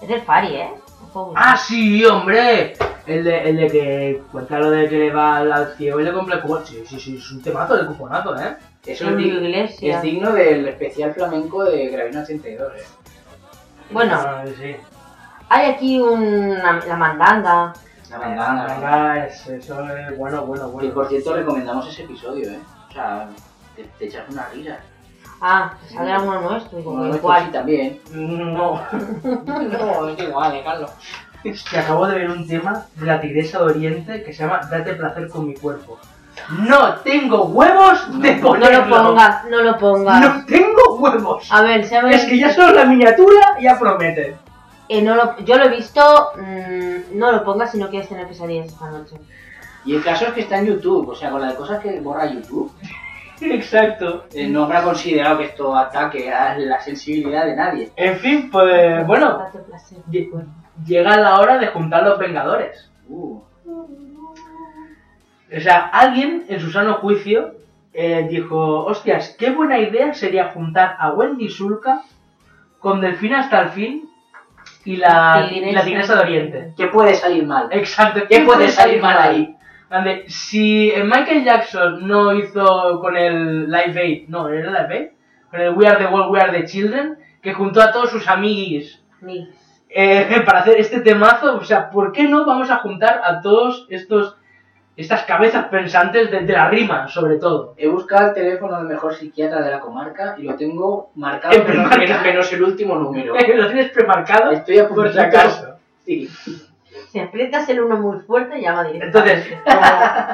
Speaker 1: Es del Fari, ¿eh? Un poco.
Speaker 3: ¡Ah, sí, hombre! El de, el de que cuenta lo de que le va al ciego y le compra el cupón. Sí, sí, sí, es un temazo del cuponato, ¿eh?
Speaker 2: Eso es,
Speaker 1: Julio
Speaker 2: dig-
Speaker 1: Iglesias.
Speaker 2: es digno del especial flamenco de Gravina 82, ¿eh?
Speaker 1: Bueno,
Speaker 3: Ah, sí.
Speaker 1: hay aquí una, la mandanga.
Speaker 2: La
Speaker 3: Ah,
Speaker 2: bandana.
Speaker 3: venga, es- eso es bueno, bueno,
Speaker 2: Y
Speaker 3: bueno.
Speaker 2: por cierto, recomendamos ese episodio, ¿eh? O sea, te, te echas una risa.
Speaker 1: Ah, saldrá uno nuestro. Y como
Speaker 2: Bueno,
Speaker 3: este
Speaker 1: igual.
Speaker 2: sí, también.
Speaker 3: No.
Speaker 2: <laughs> No, es igual, ¿eh, Carlos?
Speaker 3: Que acabo de ver un tema de la tigresa de Oriente que se llama Date placer con mi cuerpo. ¡No tengo huevos de
Speaker 1: No
Speaker 3: ponerlo!
Speaker 1: lo pongas, no lo pongas.
Speaker 3: ¡No tengo huevos!
Speaker 1: A ver, se
Speaker 3: Es que ya solo la miniatura ya promete.
Speaker 1: Eh, no lo, yo lo he visto, mm, no lo pongas si no quieres tener pesadillas esta noche.
Speaker 2: Y el caso es que está en YouTube, o sea, con las cosas que borra YouTube,
Speaker 3: <laughs> Exacto.
Speaker 2: eh, no habrá considerado que esto ataque a la sensibilidad de nadie.
Speaker 3: En fin, pues bueno,
Speaker 1: Date placer.
Speaker 3: lle- llega la hora de juntar los Vengadores.
Speaker 2: Uh,
Speaker 3: O sea, alguien en su sano juicio eh, dijo, hostias, qué buena idea sería juntar a Wendy Sulca con Delfina hasta el fin y la,
Speaker 1: Tigresa.
Speaker 3: y la tigresa de Oriente.
Speaker 2: ¿Qué puede salir mal?
Speaker 3: Exacto,
Speaker 2: ¿Qué puede salir mal ahí?
Speaker 3: Donde, si eh, Michael Jackson no hizo con el Live Aid, no, ¿era Live Aid? Con el We Are the World, We Are the Children, que juntó a todos sus amiguis
Speaker 1: Ni-
Speaker 3: eh, <laughs> para hacer este temazo. O sea, ¿por qué no vamos a juntar a todos estos estas cabezas pensantes de, de la rima, sobre todo?
Speaker 2: He buscado el teléfono del mejor psiquiatra de la comarca y lo tengo
Speaker 3: <laughs>
Speaker 2: marcado,
Speaker 3: En
Speaker 2: pero no-
Speaker 3: primer
Speaker 2: que no,
Speaker 3: lugar.
Speaker 2: que no es el último número.
Speaker 3: <laughs> Lo tienes premarcado
Speaker 2: Estoy a
Speaker 3: por si
Speaker 2: puntito.
Speaker 3: acaso.
Speaker 2: Sí.
Speaker 1: Si aprietas el uno muy fuerte, llama directamente.
Speaker 3: Entonces,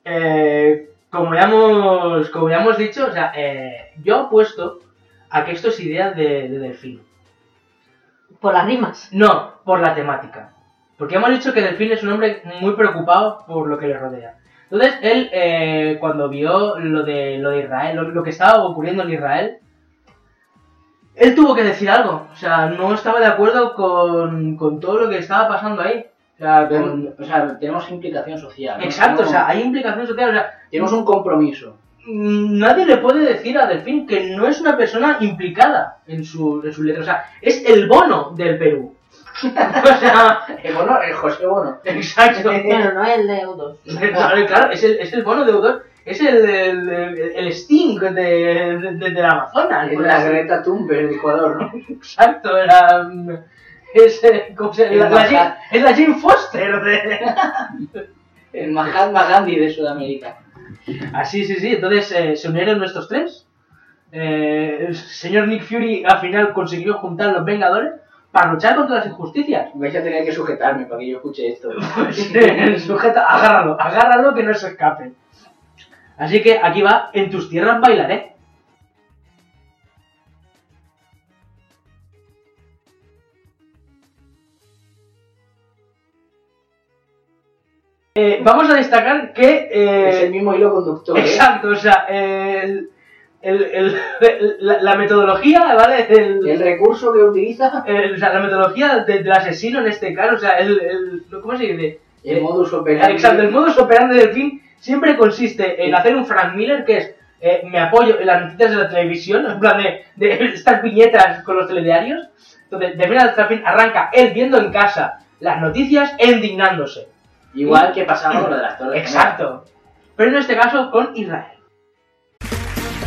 Speaker 3: como, eh, como, ya hemos, como ya hemos dicho, o sea, eh, yo apuesto a que esto es idea de, de Delfín.
Speaker 1: Por las rimas.
Speaker 3: No, por la temática. Porque hemos dicho que Delfín es un hombre muy preocupado por lo que le rodea. Entonces, él, eh, cuando vio lo de, lo de Israel, lo, lo que estaba ocurriendo en Israel, él tuvo que decir algo. O sea, no estaba de acuerdo con, con todo lo que estaba pasando ahí. O sea, con-
Speaker 2: O sea, tenemos implicación social. ¿no?
Speaker 3: Exacto, o
Speaker 2: Tenemos-
Speaker 3: sea, hay implicación social. O sea,
Speaker 2: Tenemos un compromiso.
Speaker 3: nadie le puede decir a Delfín que no es una persona implicada en su, en su letra. O sea, es el bono del Perú. <laughs> o sea,
Speaker 2: El bono, el José Bono.
Speaker 3: exacto.
Speaker 1: Bueno, no el de
Speaker 3: <laughs>
Speaker 1: Eudos.
Speaker 3: claro, claro, es el, es el bono deudor. Es el, el, el Sting de, de, de- del Amazonas.
Speaker 2: Es
Speaker 3: por
Speaker 2: la
Speaker 3: así-
Speaker 2: Greta Thunberg de Ecuador, ¿no?
Speaker 3: Exacto, era, mm, <laughs> es, eh, ¿cómo se-
Speaker 2: El
Speaker 3: la- la
Speaker 2: Mafra-
Speaker 3: Jane- es la Jane Foster de,
Speaker 2: <laughs> El Mahatma Gandhi de Sudamérica.
Speaker 3: Ah, Así, sí, sí. Entonces eh, se unieron nuestros tres. eh, el señor Nick Fury al final consiguió juntar los Vengadores para luchar contra las injusticias.
Speaker 2: Vais a tener que sujetarme para que yo
Speaker 3: <laughs>
Speaker 2: escuche esto.
Speaker 3: Sujeta, agárralo, agárralo que no se escape. Así que aquí va, en tus tierras bailaré. Eh, vamos a destacar que... eh,
Speaker 2: es el mismo hilo conductor. ¿eh?
Speaker 3: Exacto, o sea, el, el- el- el- la, la metodología, ¿vale? El,
Speaker 2: recurso que utiliza.
Speaker 3: o sea, la metodología de- del asesino en este caso, o sea, el, el- ¿cómo se dice?
Speaker 2: El
Speaker 3: Eh,
Speaker 2: modus operandi.
Speaker 3: Exacto, el modus operandi del film siempre consiste en hacer un Frank Miller que es, eh, me apoyo en las noticias de la televisión, en plan de, de <laughs> estas viñetas con los telediarios. Entonces, de final hasta fin arranca él viendo en casa las noticias e indignándose.
Speaker 2: Igual que pasaba con lo de las torres.
Speaker 3: Exacto. Pero en este caso con Israel.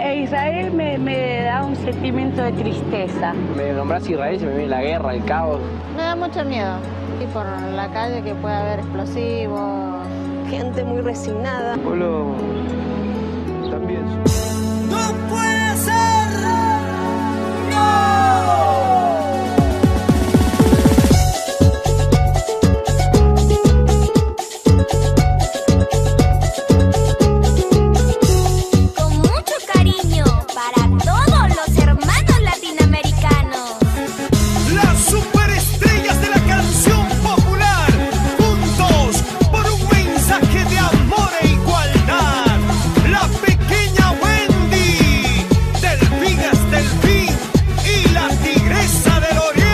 Speaker 20: Eh, Israel me, me da un sentimiento de tristeza.
Speaker 21: Me nombras Israel, se me viene la guerra, el caos.
Speaker 8: Me da mucho miedo. Y por la calle que puede haber explosivos. Gente muy resignada.
Speaker 21: Pueblo también.
Speaker 7: ¡No puede ser! ¡No!
Speaker 20: Con mucho cariño para todos los hermanos latinoamericanos.
Speaker 7: Las superestrellas de la canción popular, juntos por un mensaje de amor e igualdad. La pequeña Wendy, Delfines del Fin y la Tigresa del Oriente.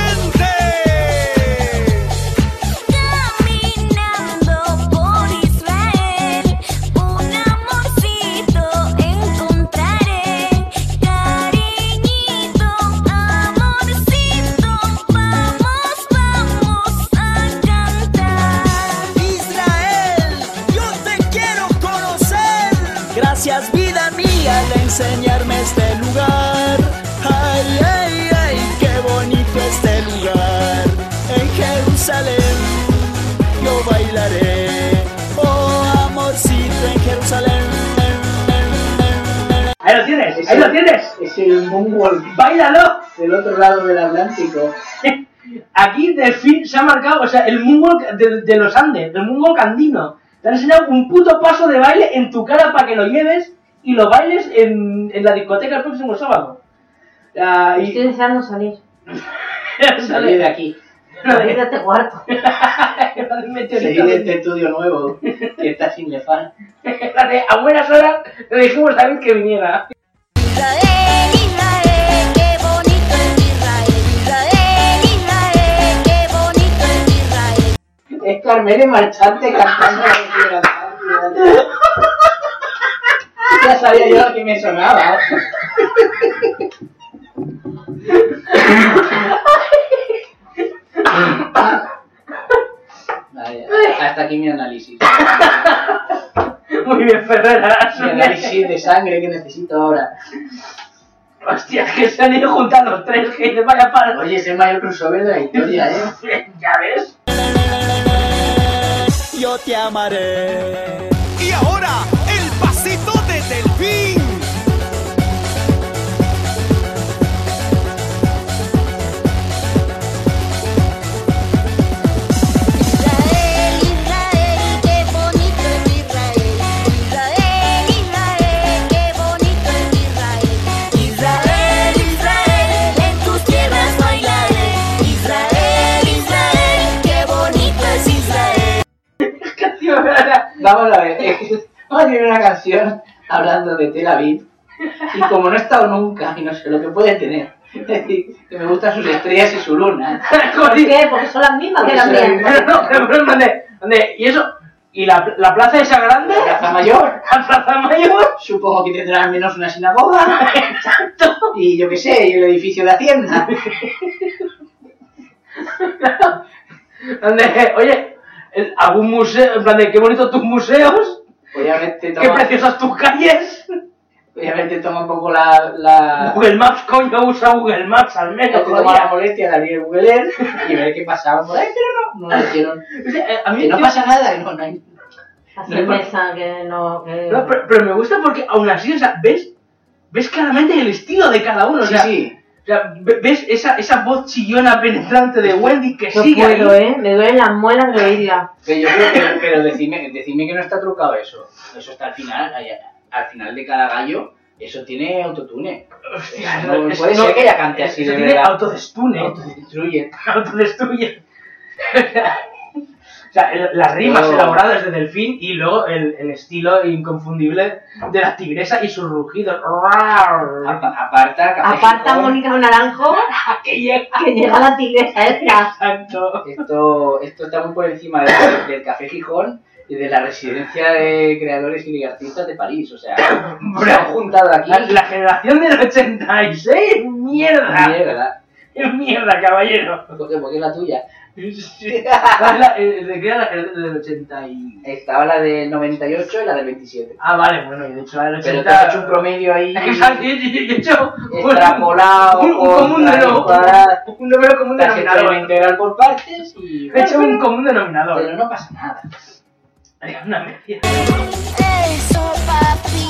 Speaker 20: Caminando por Israel, un amorcito encontraré. Cariñito, amorcito, vamos, vamos a cantar.
Speaker 7: Israel, yo te quiero conocer. Gracias vida mía de enseñarme este lugar. Ay, ay, ay, qué bonito este lugar. En Jerusalén yo bailaré. Oh, amorcito en Jerusalén.
Speaker 3: Ahí lo tienes, ahí lo tienes.
Speaker 2: Es el moonwalk.
Speaker 3: ¡Báilalo!
Speaker 2: Del otro lado del Atlántico.
Speaker 3: <laughs> Aquí del fin se ha marcado, o sea, el moonwalk de, de los Andes, el moonwalk andino. Te han enseñado un puto paso de baile en tu cara para que lo lleves y lo bailes en, en la discoteca el próximo sábado. Ah, y-
Speaker 1: Estoy deseando
Speaker 3: <laughs>
Speaker 1: salir.
Speaker 2: Salí de aquí.
Speaker 1: Salir de este
Speaker 3: <laughs>
Speaker 1: cuarto.
Speaker 2: Seguí de este estudio nuevo que está sin lefar.
Speaker 3: Espérate, a buenas horas le dijimos a David que viniera.
Speaker 20: Israel, Israel, qué bonito es Israel. Israel, Israel, qué bonito es Israel.
Speaker 2: Es Carmele Marchante cantando la tierra. Ya sabía yo a quién me sonaba. Vaya, hasta aquí mi análisis.
Speaker 3: Muy bien, Ferrera.
Speaker 2: Mi análisis de sangre que necesito ahora.
Speaker 3: Hostia, que se han ido juntando los tres, que te vaya para.
Speaker 2: Oye, es el mayor crossover de la historia, ¿eh?
Speaker 3: ¿Ya ves?
Speaker 7: yo te amaré. Y ahora, el pasito de Delfín.
Speaker 20: Israel, Israel, qué bonito es Israel. Israel, Israel, qué bonito es Israel. Israel, Israel, en tus tierras bailaré. Israel, Israel, qué bonito es Israel.
Speaker 2: Vamos a ver. Vamos a tener una canción hablando de Tel Aviv. Y como no he estado nunca, y no sé lo que puede tener. Es decir, que me gustan sus estrellas y su luna.
Speaker 3: <laughs> ¿Por
Speaker 1: qué? Porque son las mismas que las mías.
Speaker 3: <laughs> No, no, pero, pero, ¿dónde? ¿Dónde? Y eso, ¿Y la, la plaza esa grande?
Speaker 2: La plaza <laughs> mayor.
Speaker 3: La plaza mayor.
Speaker 2: Supongo que tendrá al menos
Speaker 3: <laughs>
Speaker 2: una sinagoga. Exacto. Y yo qué sé, y el edificio de Hacienda.
Speaker 3: Donde, oye, el- algún museo, en plan de qué bonitos tus museos,
Speaker 2: Podría haberte
Speaker 3: qué
Speaker 2: tomado,
Speaker 3: preciosas tus calles.
Speaker 2: podría haberte tomado un poco la. la...
Speaker 3: Google Maps, coño, usa Google Maps al menos.
Speaker 2: haberte tomado
Speaker 3: coño.
Speaker 2: la molestia de abrir el Google Earth y ver qué pasaba por ahí, pero no, no lo hicieron.
Speaker 3: O sea, eh, a mí
Speaker 2: Que no
Speaker 3: yo-
Speaker 2: pasa nada, no, no hay.
Speaker 3: No,
Speaker 1: Así
Speaker 3: pero-
Speaker 1: mesa que no. eh. que-
Speaker 3: No, pero, pero me gusta porque aún así, o sea, ves, ves claramente el estilo de cada uno. o
Speaker 2: Sí,
Speaker 3: sea,
Speaker 2: sí.
Speaker 3: o sea, ve- ves esa, esa voz chillona penetrante de Wendy que
Speaker 1: no
Speaker 3: sigue.
Speaker 1: puedo,
Speaker 3: ahí.
Speaker 1: ¿eh? Me duelen las muelas de oírla.
Speaker 2: Pero yo creo que, pero decidme, decidme que no está trucado eso. Eso está al final, ahí- al final de cada gallo, eso tiene autotune.
Speaker 3: Hostia,
Speaker 2: Eso
Speaker 3: no,
Speaker 2: no-
Speaker 3: eso
Speaker 2: puede
Speaker 3: no-
Speaker 2: ser que ella cante
Speaker 3: eso
Speaker 2: así de
Speaker 3: tiene
Speaker 2: verdad.
Speaker 3: autodestune.
Speaker 2: Autodestruye.
Speaker 3: autodestruye. o sea, el- las rimas
Speaker 2: Pero-
Speaker 3: elaboradas de Delfín y luego el, el estilo inconfundible de la tigresa y sus rugidos.
Speaker 2: Apa- aparta, café
Speaker 1: Aparta
Speaker 2: Gijón.
Speaker 1: Mónica un naranjo
Speaker 3: que llega.
Speaker 1: que llega la tigresa esta.
Speaker 3: Exacto.
Speaker 2: Esto, esto está muy por encima del, del Café Gijón y de la residencia de creadores y artistas de París. O sea, se han juntado aquí.
Speaker 3: La, la generación del 86, mierda.
Speaker 2: Mierda.
Speaker 3: Es mierda, caballero.
Speaker 2: Porque, porque es la tuya.
Speaker 3: ¿Cuál es la- eh, ¿De qué era la generación del 80 y...?
Speaker 2: Estaba la del 98 y la del 27.
Speaker 3: Ah, vale, bueno, y de hecho la del
Speaker 2: Pero
Speaker 3: 80...
Speaker 2: te has hecho un promedio
Speaker 3: <laughs>
Speaker 2: ahí.
Speaker 3: Exacto, yo- yo- yo he hecho un-
Speaker 2: Extrapolado
Speaker 3: un, un común
Speaker 2: contra el cuadrado.
Speaker 3: denominador, un número común
Speaker 2: Te has hecho la
Speaker 3: denominador. <laughs>
Speaker 2: integral por partes y.
Speaker 3: He hecho un común denominador.
Speaker 2: Pero no pasa nada.
Speaker 3: Una media.
Speaker 20: Eso, papi.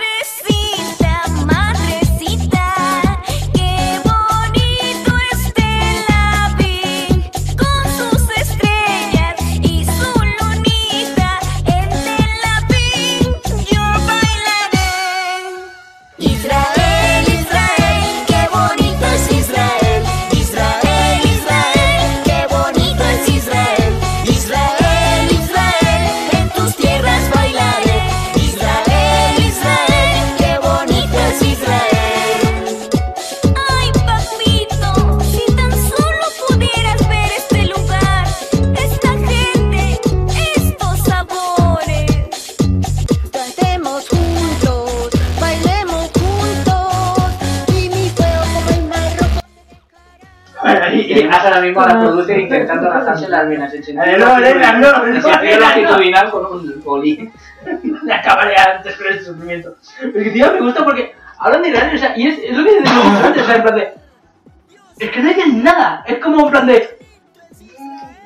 Speaker 20: Madrecita, madrecita, qué bonito es Tel Aviv, con sus estrellas y su lunita. En Tel Aviv yo bailaré. Israel, Israel, qué bonito es Israel. Israel, Israel, qué bonito es Israel. Israel, Israel, en tus tierras bailaré. Israel, Israel, qué bonito es Israel. Ay, papito, si tan solo pudieras ver este lugar, esta gente, estos sabores.
Speaker 19: Cantemos juntos, bailemos juntos y mi fuego como el mar rojo.
Speaker 2: Y además ahora mismo
Speaker 3: <laughs>
Speaker 2: la produce intentando rastarse las venas. en sentido
Speaker 3: Eh, <laughs> no, Elena, no,
Speaker 2: longitudinal.
Speaker 3: no,
Speaker 2: En sentido
Speaker 3: Elena, no.
Speaker 2: longitudinal con un
Speaker 3: <laughs>
Speaker 2: poli.
Speaker 3: Me acabaré antes con el sufrimiento. Porque, tío, me gusta porque hablan de Irán, o sea, y es, es lo que decimos antes, o sea, en plan de. Es que no dicen nada, es como en plan de.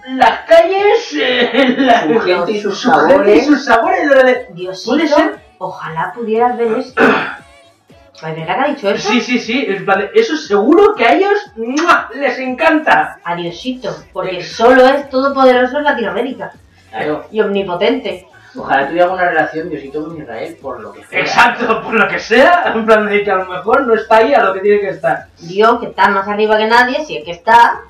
Speaker 3: mm, Las calles, eh, <laughs> la,
Speaker 2: Su gente y sus
Speaker 3: su gente
Speaker 2: sabores.
Speaker 3: y sus sabores, lo de. Puede
Speaker 1: Diosito,
Speaker 3: ser.
Speaker 1: ojalá pudieras ver esto. ¿De verdad que ha dicho eso?
Speaker 3: Sí, sí, sí, en plan de, eso seguro que a ellos ¡mua! les encanta.
Speaker 1: A Diosito, porque solo es todopoderoso en Latinoamérica
Speaker 2: Claro.
Speaker 1: y omnipotente.
Speaker 2: Ojalá tuviera alguna relación Diosito con Israel, por lo que sea.
Speaker 3: Exacto, por lo que sea, en plan de que a lo mejor no está ahí a lo que tiene que estar.
Speaker 1: Dios, que está más arriba que nadie, si es que está,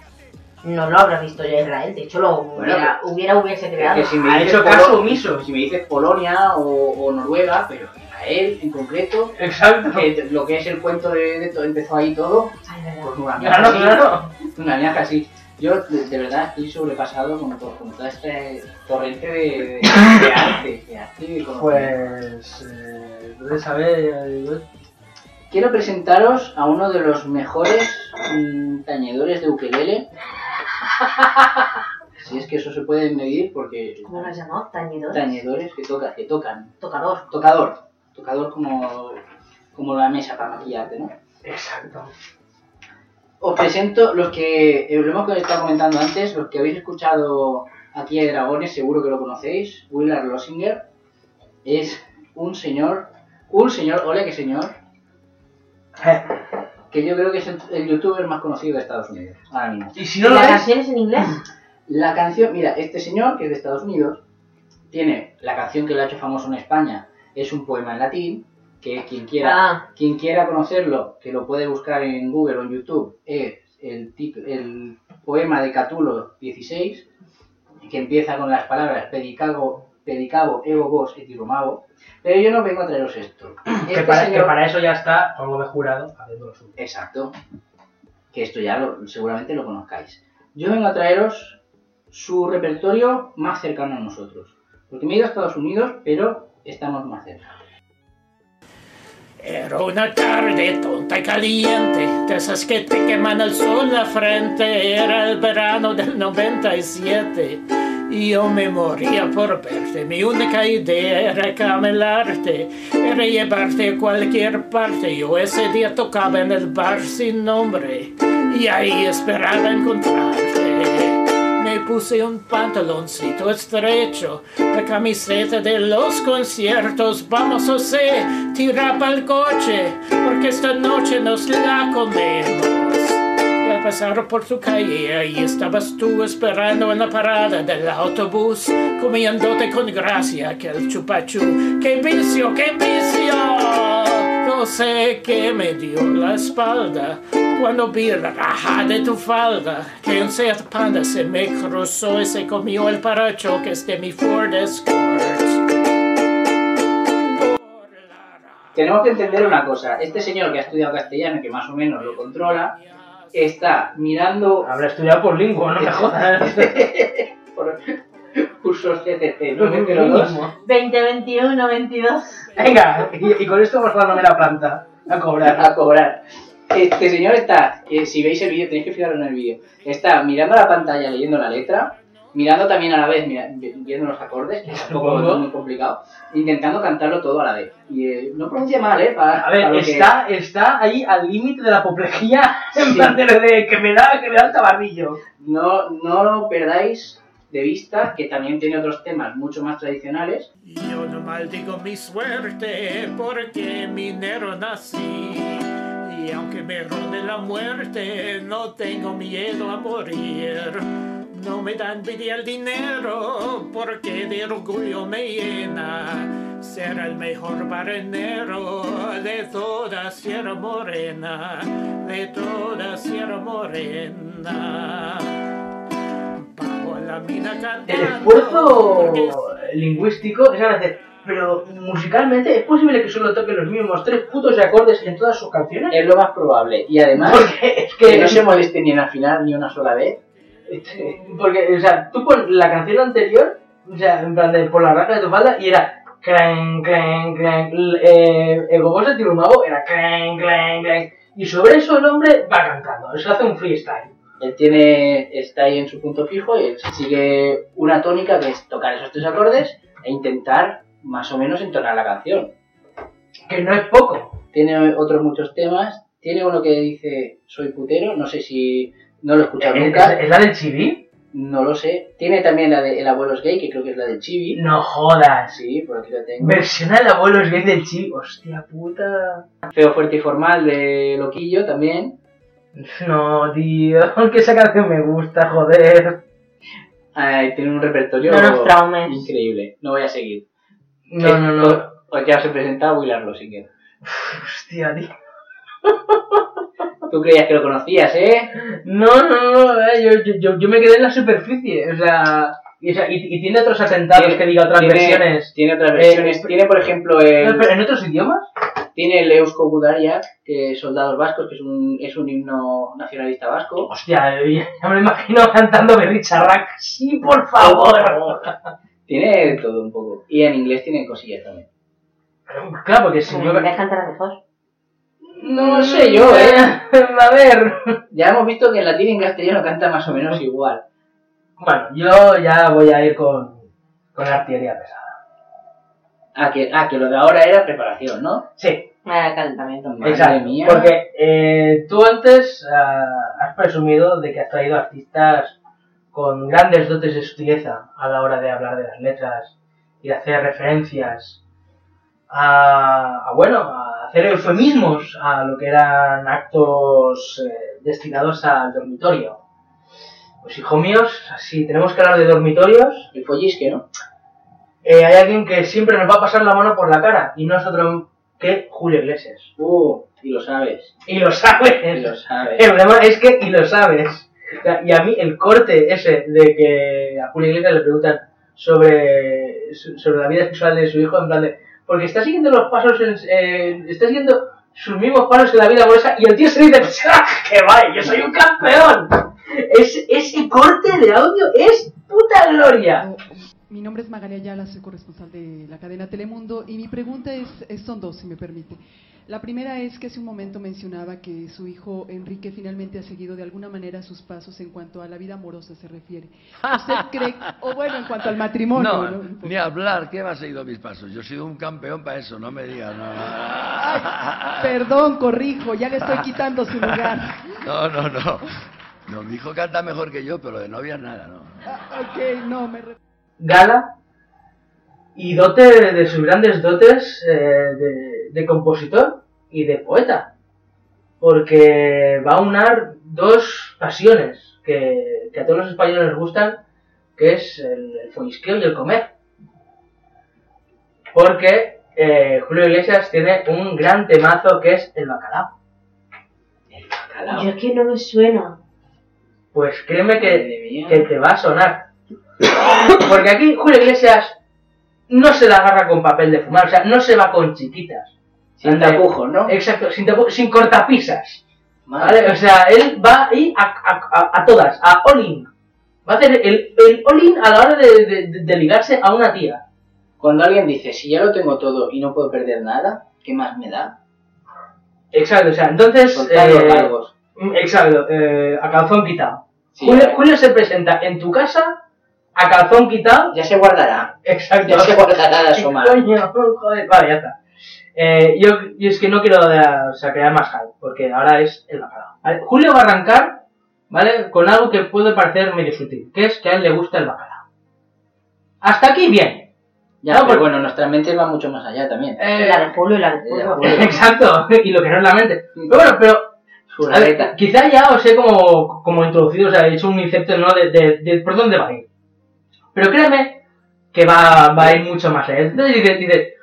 Speaker 1: no lo habrá visto ya Israel. De hecho, lo hubiera, hubiera, hubiese
Speaker 2: Es
Speaker 1: creado.
Speaker 2: que si me
Speaker 3: Ha
Speaker 2: dices
Speaker 3: hecho caso
Speaker 2: Polo-
Speaker 3: omiso.
Speaker 2: Si me dices Polonia o, o Noruega, pero Israel en concreto,
Speaker 3: Exacto.
Speaker 2: que te- lo que es el cuento de, de todo, empezó ahí todo,
Speaker 1: Ay, verdad.
Speaker 2: pues una mierda
Speaker 3: Claro,
Speaker 2: así.
Speaker 3: claro.
Speaker 2: Una mierda así. Yo, de, de verdad, estoy sobrepasado con, to- con todo este torrente de, de- de arte, de arte y de conocimiento.
Speaker 3: Pues. Eh, entonces, a ver. eh,
Speaker 2: Quiero presentaros a uno de los mejores mm, tañedores
Speaker 1: <laughs>
Speaker 2: de ukelele. si es que eso se puede medir porque
Speaker 1: ¿Cómo lo has llamado? ¿Tañedor?
Speaker 2: tañedores que tocan, que tocan.
Speaker 1: Tocador.
Speaker 2: Tocador. Tocador como, como la mesa para maquillarte, ¿no?
Speaker 3: Exacto.
Speaker 2: Os presento los que, eh, lo hemos estado comentando antes, los que habéis escuchado aquí de Dragones, seguro que lo conocéis. Willard Lossinger es un señor, un señor, ole que señor, que yo creo que es el, el youtuber más conocido de Estados Unidos, ahora mismo.
Speaker 3: Y si
Speaker 1: ¿Y
Speaker 3: no lo
Speaker 1: las
Speaker 3: ves.
Speaker 1: canciones en inglés?
Speaker 2: <laughs> La canción, mira, este señor, que es de Estados Unidos, tiene la canción que le ha hecho famoso en España, es un poema en latín, que quien quiera,
Speaker 1: Ah,
Speaker 2: quien quiera conocerlo, que lo puede buscar en Google o en YouTube, es el, tip- el poema de Catulo 16, que empieza con las palabras pedicago, pedicabo, ego vos et irumago, pero yo no vengo a traeros esto.
Speaker 3: que,
Speaker 2: Este
Speaker 3: para,
Speaker 2: señor-
Speaker 3: que para eso ya está Juan Gómez Jurado haciendo lo suyo.
Speaker 2: Exacto. Que esto ya lo- seguramente lo conozcáis. Yo vengo a traeros su repertorio más cercano a nosotros. Porque me he ido a Estados Unidos, pero estamos más cerca.
Speaker 22: Era una tarde tonta y caliente, de esas que te queman el sol la frente. Era el verano del 97 y yo me moría por verte. Mi única idea era camelarte, era llevarte a cualquier parte. Yo ese día tocaba en el bar sin nombre y ahí esperaba encontrarte. Me puse un pantaloncito estrecho, la camiseta de los conciertos. Vamos, José, tira el coche, porque esta noche nos la comemos. Y al pasar por tu calle, ahí estabas tú esperando en la parada del autobús, comiéndote con gracia aquel chupachú. ¡Qué vicio, qué vicio! No sé que me dio la espalda cuando vi la raja de tu falda. Que un Seat Panda se me cruzó y se comió el parachoques de mi Ford Escort.
Speaker 2: Tenemos que entender una cosa. Este señor que ha estudiado castellano, que más o menos lo controla, está mirando... Habrá estudiado por lingua,
Speaker 3: no me jodas.
Speaker 2: <laughs> por cursos CCC, ¿no? Pero dos.
Speaker 6: 20, 21, 22.
Speaker 2: Venga, y, y con esto vamos a la novena planta. A cobrar. A cobrar. Este señor está, que si veis el vídeo, tenéis que fijaros en el vídeo, está mirando la pantalla leyendo la letra, mirando también a la vez, mira- viendo los acordes, que tampoco es muy complicado, intentando cantarlo todo a la vez. Y eh, no pronuncia mal, ¿eh? Para-
Speaker 3: A ver,
Speaker 2: para lo que-
Speaker 3: está, está ahí al límite de la apoplejía. <laughs> En
Speaker 2: Sí.
Speaker 3: plan de, de que me da, que me da el tabarrillo.
Speaker 2: No, no perdáis de vista que también tiene otros temas mucho más tradicionales.
Speaker 22: Yo no maldigo mi suerte porque minero nací. Y aunque me rode la muerte, no tengo miedo a morir. No me da envidia el dinero porque de orgullo me llena. Ser el mejor barenero de toda Sierra Morena, de toda Sierra Morena. Bajo la mina
Speaker 3: El
Speaker 22: cantando.
Speaker 3: esfuerzo lingüístico es agradecer. Pero musicalmente es posible que solo toque los mismos tres putos acordes en todas sus canciones.
Speaker 2: Es lo más probable. Y
Speaker 3: <laughs>
Speaker 2: además,
Speaker 3: es que-
Speaker 2: que no se moleste ni en afinar ni una sola vez.
Speaker 3: Este, Porque, o sea, tú pon la canción anterior, o sea, en plan de por la raja de tu falda, y era clan, clan, clan. l- Eh, el gogoso tiene un mago, era clan, clan, clan. Y sobre eso el hombre va cantando, eso hace un freestyle.
Speaker 2: Él tiene, está ahí en su punto fijo y él sigue una tónica que es tocar esos tres acordes e intentar más o menos entonar la canción.
Speaker 3: Que no es poco.
Speaker 2: Tiene otros muchos temas. Tiene uno que dice soy putero, no sé si no lo he escuchado
Speaker 3: ¿Es-
Speaker 2: nunca.
Speaker 3: es- es la del Chibi?
Speaker 2: No lo sé. Tiene también la de El abuelo es gay, que creo que es la del Chibi.
Speaker 3: No jodas.
Speaker 2: Sí, por aquí lo tengo.
Speaker 3: Versiona el abuelo es gay del chico. Hostia puta.
Speaker 2: Feo, fuerte y formal de Loquillo también.
Speaker 3: <laughs> No, tío, <laughs> que esa canción me gusta, joder.
Speaker 2: Ay, tiene un repertorio
Speaker 3: No nos traumes.
Speaker 2: increíble. No voy a seguir. Eh,
Speaker 3: No, no, no.
Speaker 2: Os ya os he presentado a Willarlo, si quieres.
Speaker 3: Hostia, tío.
Speaker 2: Tú creías que lo conocías, ¿eh?
Speaker 3: No, no, no, eh, yo, yo- yo, yo me quedé en la superficie, o sea, y, o sea, y- y tiene otros atentados que diga otras
Speaker 2: tiene-
Speaker 3: versiones.
Speaker 2: Tiene otras
Speaker 3: Eh,
Speaker 2: versiones. tiene, por ejemplo, el-
Speaker 3: No, pero ¿En otros idiomas?
Speaker 2: tiene el Eusko Gudaria, que es Soldados Vascos, que es un, es un himno nacionalista vasco.
Speaker 3: Hostia, eh, ya me lo imagino cantando Berricha Rack. Sí, por favor.
Speaker 2: <laughs> Tiene de todo un poco. Y en inglés tiene cosillas también.
Speaker 3: Claro, porque si no...
Speaker 6: ¿Me cantará mejor?
Speaker 2: No lo
Speaker 3: <laughs>
Speaker 2: sé yo, ¿eh?
Speaker 3: A ver.
Speaker 2: Ya hemos visto que en latín y en castellano canta más o menos igual.
Speaker 3: Bueno, yo ya voy a ir con, con la artillería pesada.
Speaker 2: Ah que, ah, que lo de ahora era preparación, ¿no?
Speaker 3: Sí,
Speaker 6: Ah, calentamiento.
Speaker 2: Madre
Speaker 3: exacto.
Speaker 2: mía.
Speaker 3: Porque eh, tú antes ah, has presumido de que has traído artistas con grandes dotes de sutileza a la hora de hablar de las letras y de hacer referencias a, a, bueno, a hacer eufemismos a lo que eran actos eh, destinados al dormitorio. Pues hijos míos, si tenemos que hablar de dormitorios,
Speaker 2: El follisque, ¿no?
Speaker 3: eh, hay alguien que siempre nos va a pasar la mano por la cara y no es otro que Julio Iglesias.
Speaker 2: Uh, y lo sabes.
Speaker 3: Y lo sabes.
Speaker 2: Y lo sabes.
Speaker 3: El problema es que, y lo sabes. O sea, Y a mí el corte ese de que a Julio Iglesias le preguntan sobre, su- sobre la vida sexual de su hijo, en plan de, porque está siguiendo los pasos, en- eh, está siguiendo sus mismos pasos en la vida bolsa, y el tío se dice, "Ah, que vaya, yo soy un campeón. Es, ese corte de audio es puta gloria.
Speaker 18: Mi nombre es Magalia Ayala, soy corresponsal de la cadena Telemundo y mi pregunta es, es- son dos, si me permite. La primera es que hace un momento mencionaba que su hijo Enrique finalmente ha seguido de alguna manera sus pasos en cuanto a la vida amorosa se refiere. ¿Usted cree, o bueno, en cuanto al matrimonio?
Speaker 23: No,
Speaker 18: ¿no?
Speaker 23: ni hablar. ¿Quién ha seguido mis pasos? Yo he sido un campeón para eso, no me digas. No,
Speaker 18: Perdón, corrijo, ya le estoy quitando su lugar.
Speaker 23: no, no. no. No, mi hijo canta mejor que yo, pero de novia nada, no.
Speaker 18: Ok, no, me re-
Speaker 3: Gala y dote de, de sus grandes dotes eh, de, de compositor y de poeta. Porque va a unar dos pasiones que, que a todos los españoles les gustan, que es el, el follisqueo y el comer. Porque eh, Julio Iglesias tiene un gran temazo que es el bacalao.
Speaker 6: Yo es que no me suena.
Speaker 3: Pues créeme que, que te va a sonar. Porque aquí Julio Iglesias no se la agarra con papel de fumar, o sea, no se va con chiquitas.
Speaker 2: Sin
Speaker 3: Anda,
Speaker 2: tapujos, ¿no? Ah.
Speaker 3: Exacto, sin, tapu- sin cortapisas. ¿Vale? O sea, él va a ir a, a- a- a todas, a all-in. Va a hacer el, el all-in a la hora de, de- de- de ligarse a una tía.
Speaker 2: Cuando alguien dice, si ya lo tengo todo y no puedo perder nada, ¿qué más me da?
Speaker 3: Exacto, o sea, entonces...
Speaker 2: Soltar los
Speaker 3: eh,
Speaker 2: cargos.
Speaker 3: mm, Exacto, eh, a calzón quitado. Julio, Julio se presenta en tu casa a calzón quitado.
Speaker 2: Ya se guardará.
Speaker 3: Exacto.
Speaker 2: Ya se guardará
Speaker 3: <laughs>
Speaker 2: de asomar.
Speaker 3: Coño, joder, vale, ya está. Eh, yo, yo es que no quiero dar- o sea, crear más hype, porque ahora es el bacalao. Vale, Julio va a arrancar, ¿vale? Con algo que puede parecer medio sutil, que es que a él le gusta el bacalao. Hasta aquí bien.
Speaker 2: Ya,
Speaker 3: No,
Speaker 2: pero
Speaker 3: porque-
Speaker 2: bueno, nuestra mente va mucho más allá también.
Speaker 3: Eh,
Speaker 2: la de pueblo y la
Speaker 3: <laughs>
Speaker 2: de
Speaker 3: Exacto, y lo que no es la mente. Pero bueno, pero. a ver, quizá ya os he como, como introducido, o sea, he hecho un incepto ¿no? de, de- de por dónde va a ir. Pero créeme que va, va a ir mucho más allá. Entonces dice, dice,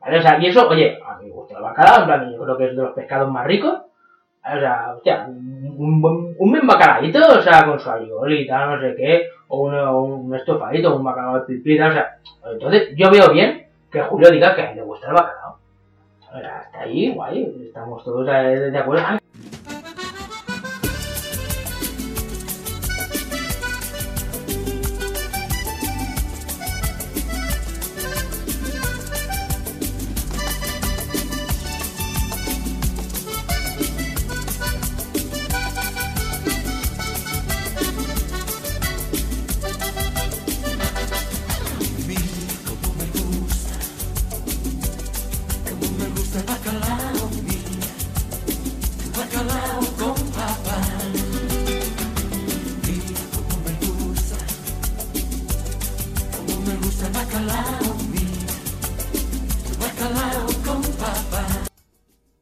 Speaker 3: ¿Vale? O sea, y eso, oye, a mí me gusta el bacalao, en plan, yo creo que es de los pescados más ricos. ¿Vale? O sea, hostia, un, un buen- un buen bacalaíto, o sea, con su alioli y tal, no sé qué, o un, o un estofadito, un bacalao de pipita, o sea, entonces yo veo bien que Julio diga que a él le gusta el bacalao. O sea, hasta ahí, guay, estamos todos eh, de acuerdo. Ah,
Speaker 20: Bacalao con papa. Mira cómo me gusta, cómo me gusta el bacalao. Mira, tu bacalao con papa.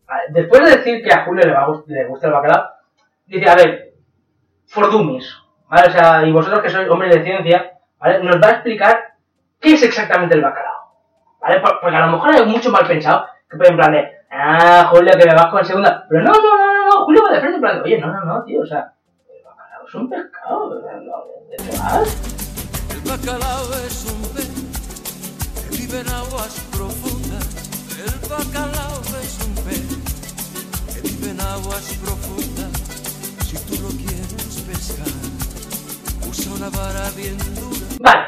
Speaker 3: vale, Después de decir que a Julio le, va a gust- le gusta el bacalao, dice, a ver, for dummies, ¿vale? O sea, y vosotros que sois hombres de ciencia, ¿vale? Nos va a explicar qué es exactamente el bacalao, ¿vale? Por- Porque a lo mejor hay mucho mal pensado, que puede en plan de, ah, Julio, que me vas con segunda, pero no, no, no, no, no, Julio va de frente en plan de, oye, no, no, no, tío, o sea, el bacalao es un pescado, o sea, no, ¿de qué vas?
Speaker 20: El bacalao es un pez que vive en aguas profundas. El bacalao es un pez que vive en aguas profundas. Si tú lo quieres pescar, usa una vara bien dura.
Speaker 3: Vale,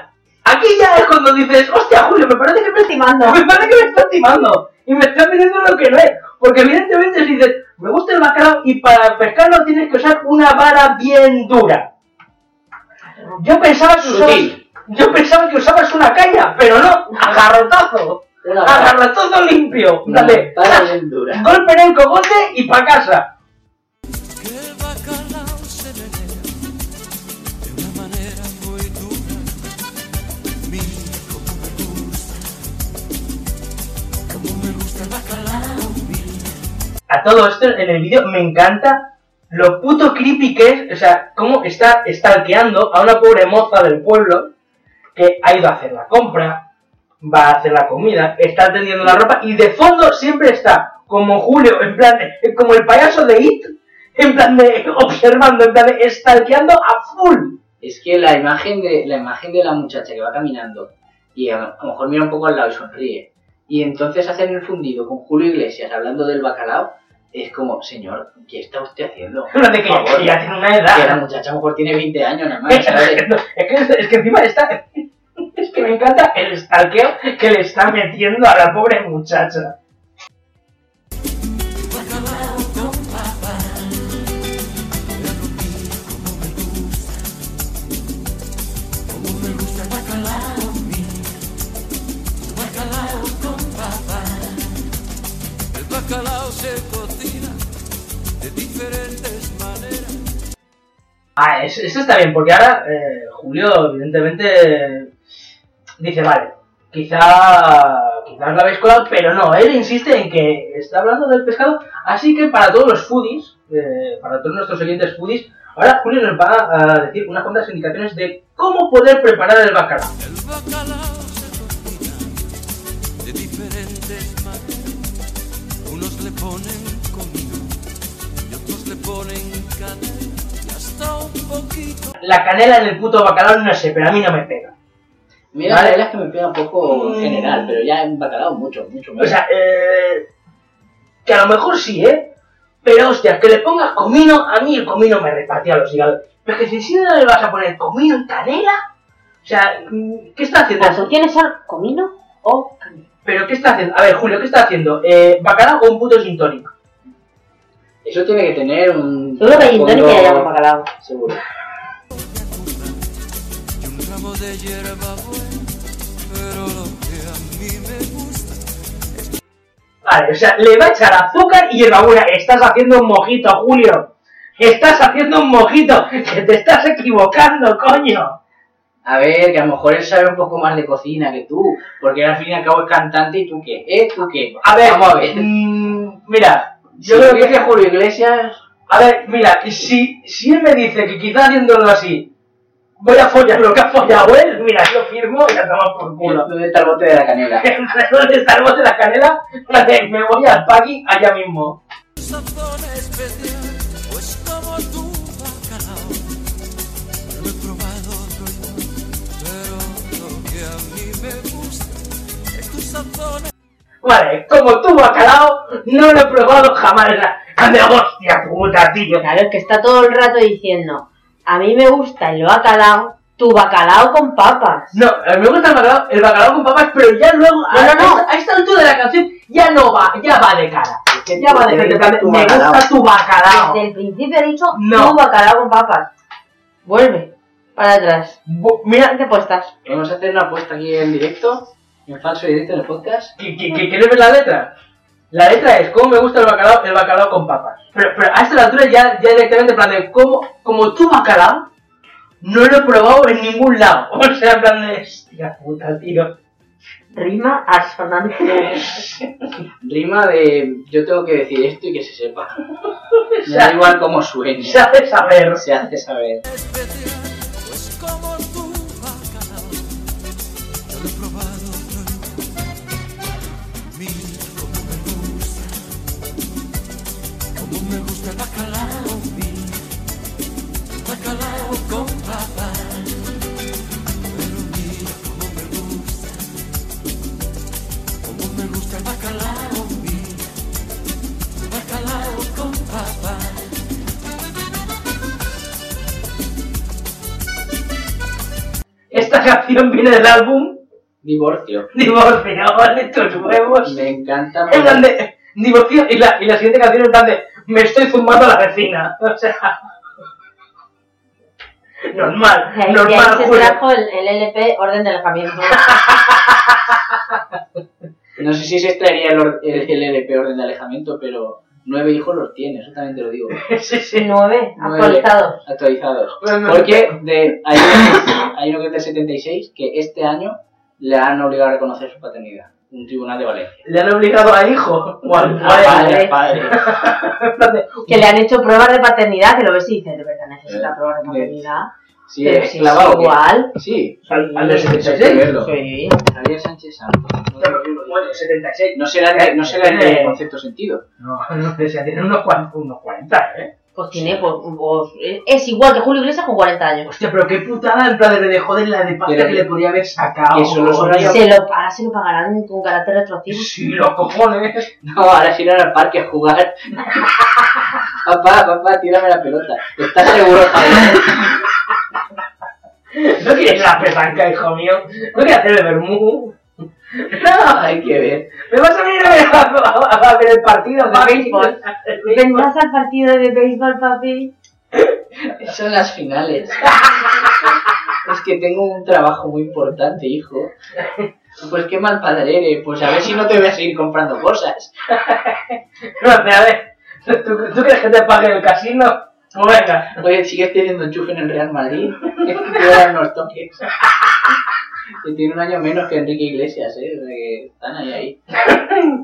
Speaker 3: aquí ya es cuando dices, hostia, Julio, me parece que me estás timando, me parece que me estás timando, y me estás diciendo lo que no es, porque evidentemente si dices, Me gusta el bacalao y para pescarlo tienes que usar una vara bien dura. Yo pensaba que usabas,
Speaker 2: Sutil.
Speaker 3: yo pensaba que usabas una caña, pero no, agarrotazo.
Speaker 2: Una vara.
Speaker 3: Agarrotazo limpio.
Speaker 2: Una
Speaker 3: Dale,
Speaker 2: vara
Speaker 3: ¡zas!
Speaker 2: bien dura.
Speaker 3: golpe en el cogote y pa' casa.
Speaker 20: bacalao se menea de una manera muy dura. Mi, como me gusta, como me gusta el bacalao.
Speaker 3: A todo esto en el vídeo me encanta lo puto creepy que es, o sea, cómo está stalkeando a una pobre moza del pueblo que ha ido a hacer la compra, va a hacer la comida, está tendiendo la ropa y de fondo siempre está como Julio, en plan, de- como el payaso de It, en plan de observando, en plan de stalkeando a full.
Speaker 2: Es que la imagen de la imagen de la muchacha que va caminando y a, a lo mejor mira un poco al lado y sonríe y entonces hacen el fundido con Julio Iglesias hablando del bacalao es como señor qué está usted
Speaker 3: <laughs>
Speaker 2: haciendo
Speaker 3: Pero de que-
Speaker 2: Por favor,
Speaker 3: que ya tiene una edad.
Speaker 2: que la muchacha a lo mejor tiene 20
Speaker 3: <laughs>
Speaker 2: años nada más ¿sabes?
Speaker 3: Es que, es que encima está. <laughs> Es que me encanta el stalkeo que le está metiendo a la pobre muchacha.
Speaker 20: Bacalao con papa, pero a mí como me gusta, como me gusta el bacalao a mí. Bacalao con papa, el bacalao se cocina de diferentes maneras.
Speaker 3: Ah, es- eso está bien, porque ahora eh, Julio, evidentemente, dice: Vale, quizá, quizás la habéis colado, pero no, él insiste en que está hablando del pescado. Así que para todos los foodies, eh, para todos nuestros siguientes foodies, ahora Julio nos va a decir unas cuantas indicaciones de cómo poder preparar el bacalao.
Speaker 20: El bacalao se cocina de diferentes maneras. Unos le ponen comino y otros le ponen canela y hasta un poquito.
Speaker 3: La canela en el puto bacalao, no sé, pero a mí no me pega.
Speaker 2: mira
Speaker 3: Vale.
Speaker 2: la verdad es que me pega un poco
Speaker 3: Mm.
Speaker 2: en general pero ya en bacalao mucho mucho
Speaker 3: O
Speaker 2: más
Speaker 3: sea, eh, que a lo mejor sí, ¿eh? Pero hostias, que le pongas comino, a mí el comino me repartía los hígados. Pero es que si siempre le vas a poner comino en canela, o sea, mm, ¿qué está haciendo?
Speaker 1: ¿Asociaciones son comino o canela?
Speaker 3: ¿Pero qué está haciendo? A ver, Julio, ¿qué está haciendo? Eh, ¿Bacalao o un puto gin tonic?
Speaker 2: eso tiene que tener un
Speaker 1: Seguro que hay gin tonic y hay algo
Speaker 2: trasfondo-
Speaker 1: bacalao.
Speaker 2: seguro
Speaker 20: Un ramo de hierba buena, pero lo que a mí me gusta
Speaker 3: Vale, o sea, le va a echar azúcar y hierbabuena. Estás haciendo un mojito, Julio. Estás haciendo un mojito. Que te estás equivocando, coño.
Speaker 2: A ver, que a lo mejor él sabe un poco más de cocina que tú, porque él al fin y al cabo es cantante y tú qué, ¿eh? ¿Tú qué?
Speaker 3: A ver,
Speaker 2: vamos a ver.
Speaker 3: mm, mira, yo
Speaker 2: Si
Speaker 3: creo que
Speaker 2: hubiese Julio Iglesias,
Speaker 3: A ver, mira, si, si él me dice que quizá haciéndolo así voy a follar lo que ha follado él, mira, yo firmo y a tomar por culo.
Speaker 2: ¿dónde está el bote de la canela?
Speaker 3: ¿Dónde está <laughs> el bote de la canela? Vale, Me voy al paqui allá mismo.
Speaker 20: sazón especial, pues como tu bacalao. Lo he probado otro igual, pero lo que a mí me gusta es tu sazón
Speaker 3: Vale, como tú, bacalao, no lo he probado jamás. la- Ande, hostia puta, tío.
Speaker 1: Claro, es que está todo el rato diciendo, a mí me gusta el bacalao, tu bacalao con papas.
Speaker 3: No, a mí me gusta el bacalao, el bacalao con papas, pero ya luego, a,
Speaker 1: No, no, no.
Speaker 3: a esta- a esta altura de la canción, ya no va, ya va de cara. Ya va de
Speaker 2: Me
Speaker 3: cara.
Speaker 2: gusta tu
Speaker 3: Me gusta
Speaker 2: bacalao.
Speaker 3: tu bacalao.
Speaker 1: Desde el principio he dicho,
Speaker 3: No.
Speaker 1: tu bacalao con papas. Vuelve, para atrás.
Speaker 3: Bu- Oh, Mira,
Speaker 1: ¿Qué te puestas?
Speaker 2: Vamos a hacer una apuesta aquí en directo, en falso y directo en el podcast.
Speaker 3: ¿Qui- qui- qui- ¿Quieres ver la letra? La letra es ¿Cómo me gusta el bacalao? El bacalao con papas. Pero, pero a esta altura ya, ya directamente en plan de ¿cómo, Como tu bacalao no lo he probado en ningún lado. <laughs> O sea, en plan de hostia puta, tío.
Speaker 1: Rima asonante.
Speaker 3: <laughs>
Speaker 2: Rima de yo tengo que decir esto y que se
Speaker 3: <laughs>
Speaker 2: sepa. Me
Speaker 3: sea,
Speaker 2: da igual cómo suene.
Speaker 3: Se hace saber.
Speaker 2: Se hace saber.
Speaker 20: especial, pues como tu bacalao. Yo lo he probado otro igual. Mira cómo me gusta, cómo me gusta el bacalao. Mira, el bacalao con papas. Pero mira cómo me gusta, cómo me gusta el bacalao. Mira, el bacalao con papas.
Speaker 3: Esta canción viene del álbum
Speaker 2: Divorcio.
Speaker 3: Divorcio de tus huevos.
Speaker 2: Me encanta.
Speaker 3: En plan de Divorcio y la, y la siguiente canción en plan de me estoy zumbando a la vecina. <laughs> O sea. Normal,
Speaker 1: Y ahí, y ahí
Speaker 3: normal,
Speaker 1: se
Speaker 3: Julio.
Speaker 1: trajo el, el LP Orden del Alejamiento.
Speaker 2: No sé si se extraería el, or- el, el LP orden de alejamiento, pero nueve hijos los tiene, eso también te lo digo.
Speaker 3: <laughs> sí, sí.
Speaker 1: Nueve,
Speaker 2: Nueve
Speaker 1: actualizados.
Speaker 2: Actualizados.
Speaker 1: Bueno,
Speaker 2: Porque de, hay, uno que- hay uno que es del 76 que este año le han obligado a reconocer su paternidad. Un tribunal de Valencia.
Speaker 3: Le han obligado a
Speaker 2: <laughs>
Speaker 3: hijo o al
Speaker 2: A padre,
Speaker 3: padre.
Speaker 2: a padre.
Speaker 1: <laughs> Que le han hecho pruebas de paternidad, que lo ves y dices, de verdad necesita pruebas de paternidad.
Speaker 2: Sí,
Speaker 1: Pero
Speaker 2: es
Speaker 1: si
Speaker 2: clavado. ¿o qué?
Speaker 1: igual.
Speaker 2: Sí.
Speaker 3: Al, al del
Speaker 2: Sí, hay que
Speaker 3: 76.
Speaker 2: verlo.
Speaker 1: Sí.
Speaker 2: Javier Sánchez Santos.
Speaker 3: Bueno, 76.
Speaker 2: No será el, de- no será el de concepto sentido.
Speaker 3: No, no sé, tiene unos, cuan- unos 40, ¿eh?
Speaker 1: Pues tiene, pues, pues, es- es igual que Julio Iglesias con 40 años.
Speaker 3: Hostia, pero qué putada el padre de joder la de pasta
Speaker 2: Pero-
Speaker 3: que le podía haber sacado. <laughs>
Speaker 2: que solo son ellos.
Speaker 1: Se lo, ahora se lo pagarán con carácter retroactivo.
Speaker 3: Sí, los cojones.
Speaker 2: <laughs> No, ahora es ir al parque a jugar. <laughs> papá, papá, tírame la pelota. ¿Estás seguro, Javier?
Speaker 3: No quieres la petanca, hijo mío. No quieres hacer el vermú. <laughs> No,
Speaker 2: Hay que ver.
Speaker 3: me vas a venir a ver, a- a- a ver el partido, papi.
Speaker 1: béisbol. ¿Vendrás al partido de béisbol, papi?
Speaker 2: Son las finales. es que tengo un trabajo muy importante, hijo. Pues qué mal padre eres. Pues a ver si no te voy a seguir comprando cosas.
Speaker 3: <laughs> No, o sea, a ver, ¿tú, tú quieres que te pague el casino? Pues venga.
Speaker 2: Oye, sigues teniendo enchufe en el Real Madrid. <laughs> Te voy a dar unos toques. Que tiene un año menos que Enrique Iglesias, ¿eh? De que Están ahí, ahí.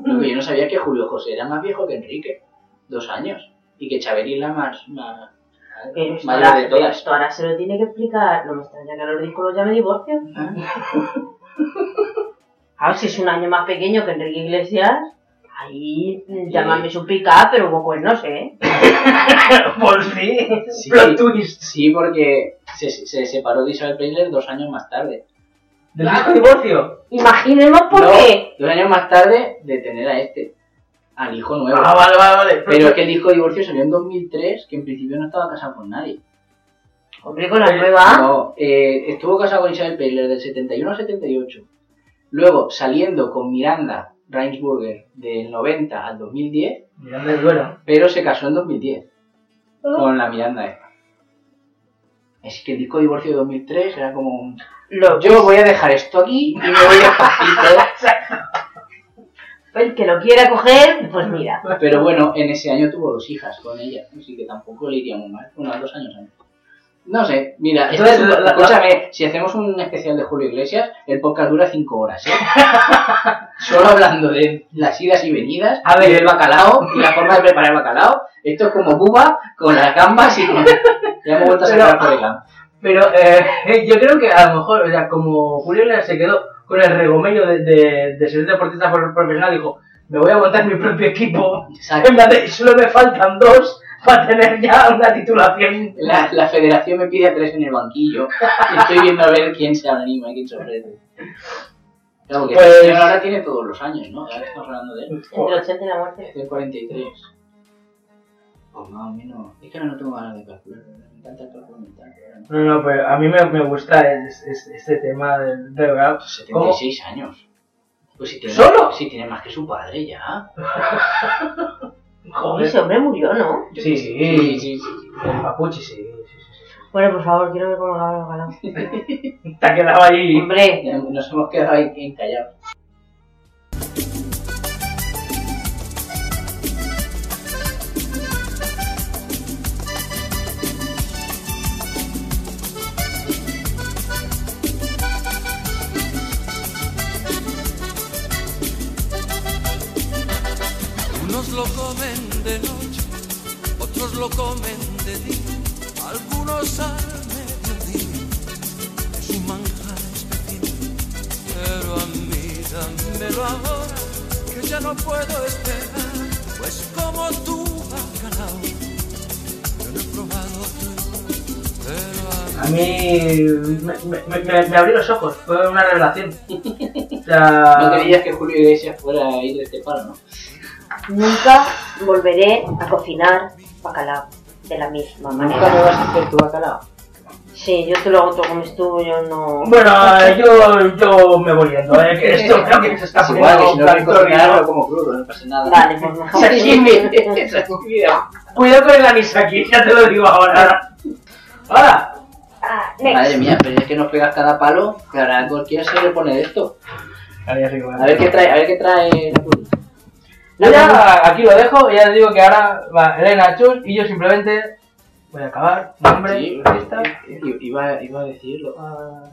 Speaker 2: Lo que yo no sabía es que Julio José era más viejo que Enrique. Dos años. Y que Chabeli la más, más
Speaker 1: Pero esto
Speaker 2: mayor
Speaker 1: ahora,
Speaker 2: de todas.
Speaker 1: esto ahora se lo tiene que explicar. No me extraña que a los discos ya me
Speaker 2: <laughs>
Speaker 1: divorcio. Claro, si es un año más pequeño que Enrique Iglesias, ahí mm, llámame su pica, pero hubo cuernos,
Speaker 2: <laughs>
Speaker 1: ¿eh?
Speaker 3: Por sí.
Speaker 2: Sí,
Speaker 3: Plot twist.
Speaker 2: sí, porque se, se separó de Isabel Preisler dos años más tarde.
Speaker 3: ¿Del disco divorcio?
Speaker 1: Imaginemos por
Speaker 2: No,
Speaker 1: qué.
Speaker 2: Dos años más tarde de tener a este, al hijo nuevo.
Speaker 3: Ah, vale, vale, vale.
Speaker 2: Pero es que el hijo divorcio salió en 2003, que en principio no estaba casado con nadie.
Speaker 1: Hombre, con la nueva.
Speaker 2: No, eh, estuvo casado con Isabel Preisler del 71 al 78. Luego, saliendo con Miranda Reinsburger del 90 al 2010,
Speaker 3: Miranda el duelo.
Speaker 2: pero se casó en 2010
Speaker 1: Ah.
Speaker 2: con la Miranda esta. Es que el disco divorcio de 2003 era como un...
Speaker 1: Lo,
Speaker 2: Yo voy a dejar esto aquí y me voy despacito.
Speaker 1: el que lo quiera coger, pues mira.
Speaker 2: Pero bueno, en ese año tuvo dos hijas con ella, así que tampoco le iría muy mal. Unos dos años antes. No sé, mira, esto
Speaker 3: Entonces,
Speaker 2: es-
Speaker 3: la- la-
Speaker 2: escúchame, si hacemos un especial de Julio Iglesias, el podcast dura cinco
Speaker 3: <laughs>
Speaker 2: horas, ¿eh? Solo hablando de las idas y venidas,
Speaker 3: A ver.
Speaker 2: y del bacalao, y la forma de preparar el bacalao. Esto es como Cuba, con las gambas
Speaker 3: <laughs>
Speaker 2: y con... Ya hemos vuelto a
Speaker 3: Pero-
Speaker 2: sacar por
Speaker 3: <laughs>
Speaker 2: el lado.
Speaker 3: Pero eh, yo creo que a lo mejor, o sea, como Julio Iglesias se quedó con el regomello de, de, de ser deportista pro- profesional, dijo, me voy a montar mi propio equipo.
Speaker 2: Exacto.
Speaker 3: En plan de, solo me faltan dos para tener ya una titulación.
Speaker 2: La, la federación me pide a tres en el banquillo. Estoy viendo a ver quién se anima y quién se ofrece. Claro que
Speaker 3: Pues-
Speaker 2: pues... ahora tiene todos los años, ¿no? Ahora estamos hablando de él.
Speaker 1: Entre 80 y la muerte.
Speaker 2: Del 43. Pues más o menos. Es que ahora no tengo ganas de calcular. Me encanta el cálculo mental. pero no.
Speaker 3: No, no, pero a mí me, me gusta es- es- este tema del de, verdad. ¿Cómo?
Speaker 2: 76 años. Pues si tiene,
Speaker 3: ¿Solo?
Speaker 2: Si tiene más que su
Speaker 3: <laughs>
Speaker 2: padre ya.
Speaker 1: Joder, ese hombre murió, ¿no?
Speaker 3: Sí, sí, sí, sí. El mapuche, sí. sí, sí,
Speaker 1: Bueno, por favor, quiero que coma el bacalao.
Speaker 3: sí. <laughs> Te ha quedado ahí.
Speaker 1: Hombre,
Speaker 2: Ya Nos hemos quedado ahí encallados.
Speaker 20: Unos lo comen de noche, otros lo comen de día, algunos al mediodía. Es un manjar especial, pero a mí dámelo ahora, que ya no puedo esperar. Pues como tu bacalao, yo no he probado tu igual, pero a
Speaker 3: A mí me, me, me, me abrí los ojos, fue una
Speaker 2: <laughs>
Speaker 3: revelación. O sea,
Speaker 2: No querías que Julio Iglesias fuera a ir de este paro, ¿no?
Speaker 1: nunca volveré a cocinar bacalao de la misma
Speaker 2: Nunca me
Speaker 1: manera.
Speaker 2: vas a hacer tu bacalao.
Speaker 1: Sí, yo te lo hago todo como estuvo, yo no.
Speaker 3: Bueno, yo, yo me voy yendo, eh, que
Speaker 2: <laughs>
Speaker 3: esto creo que se está
Speaker 2: Es igual, que si no quiero cocinarlo,
Speaker 3: como crudo, no pasa nada.
Speaker 1: Vale, pues
Speaker 2: <laughs>
Speaker 1: mejor.
Speaker 3: Sashimi, Cuidado con el anisaki, ya te lo digo ahora. Ahora,
Speaker 2: Madre mía, pero es que nos pegas cada palo. Que ahora cualquiera se le pone de esto.
Speaker 3: A
Speaker 2: ver qué trae, a ver qué trae. la cruz.
Speaker 3: yo ya aquí lo dejo, ya te digo que ahora va Elena Chus y yo simplemente voy a acabar. Nombre, artista.
Speaker 2: Iba, iba a decirlo.
Speaker 1: Ah.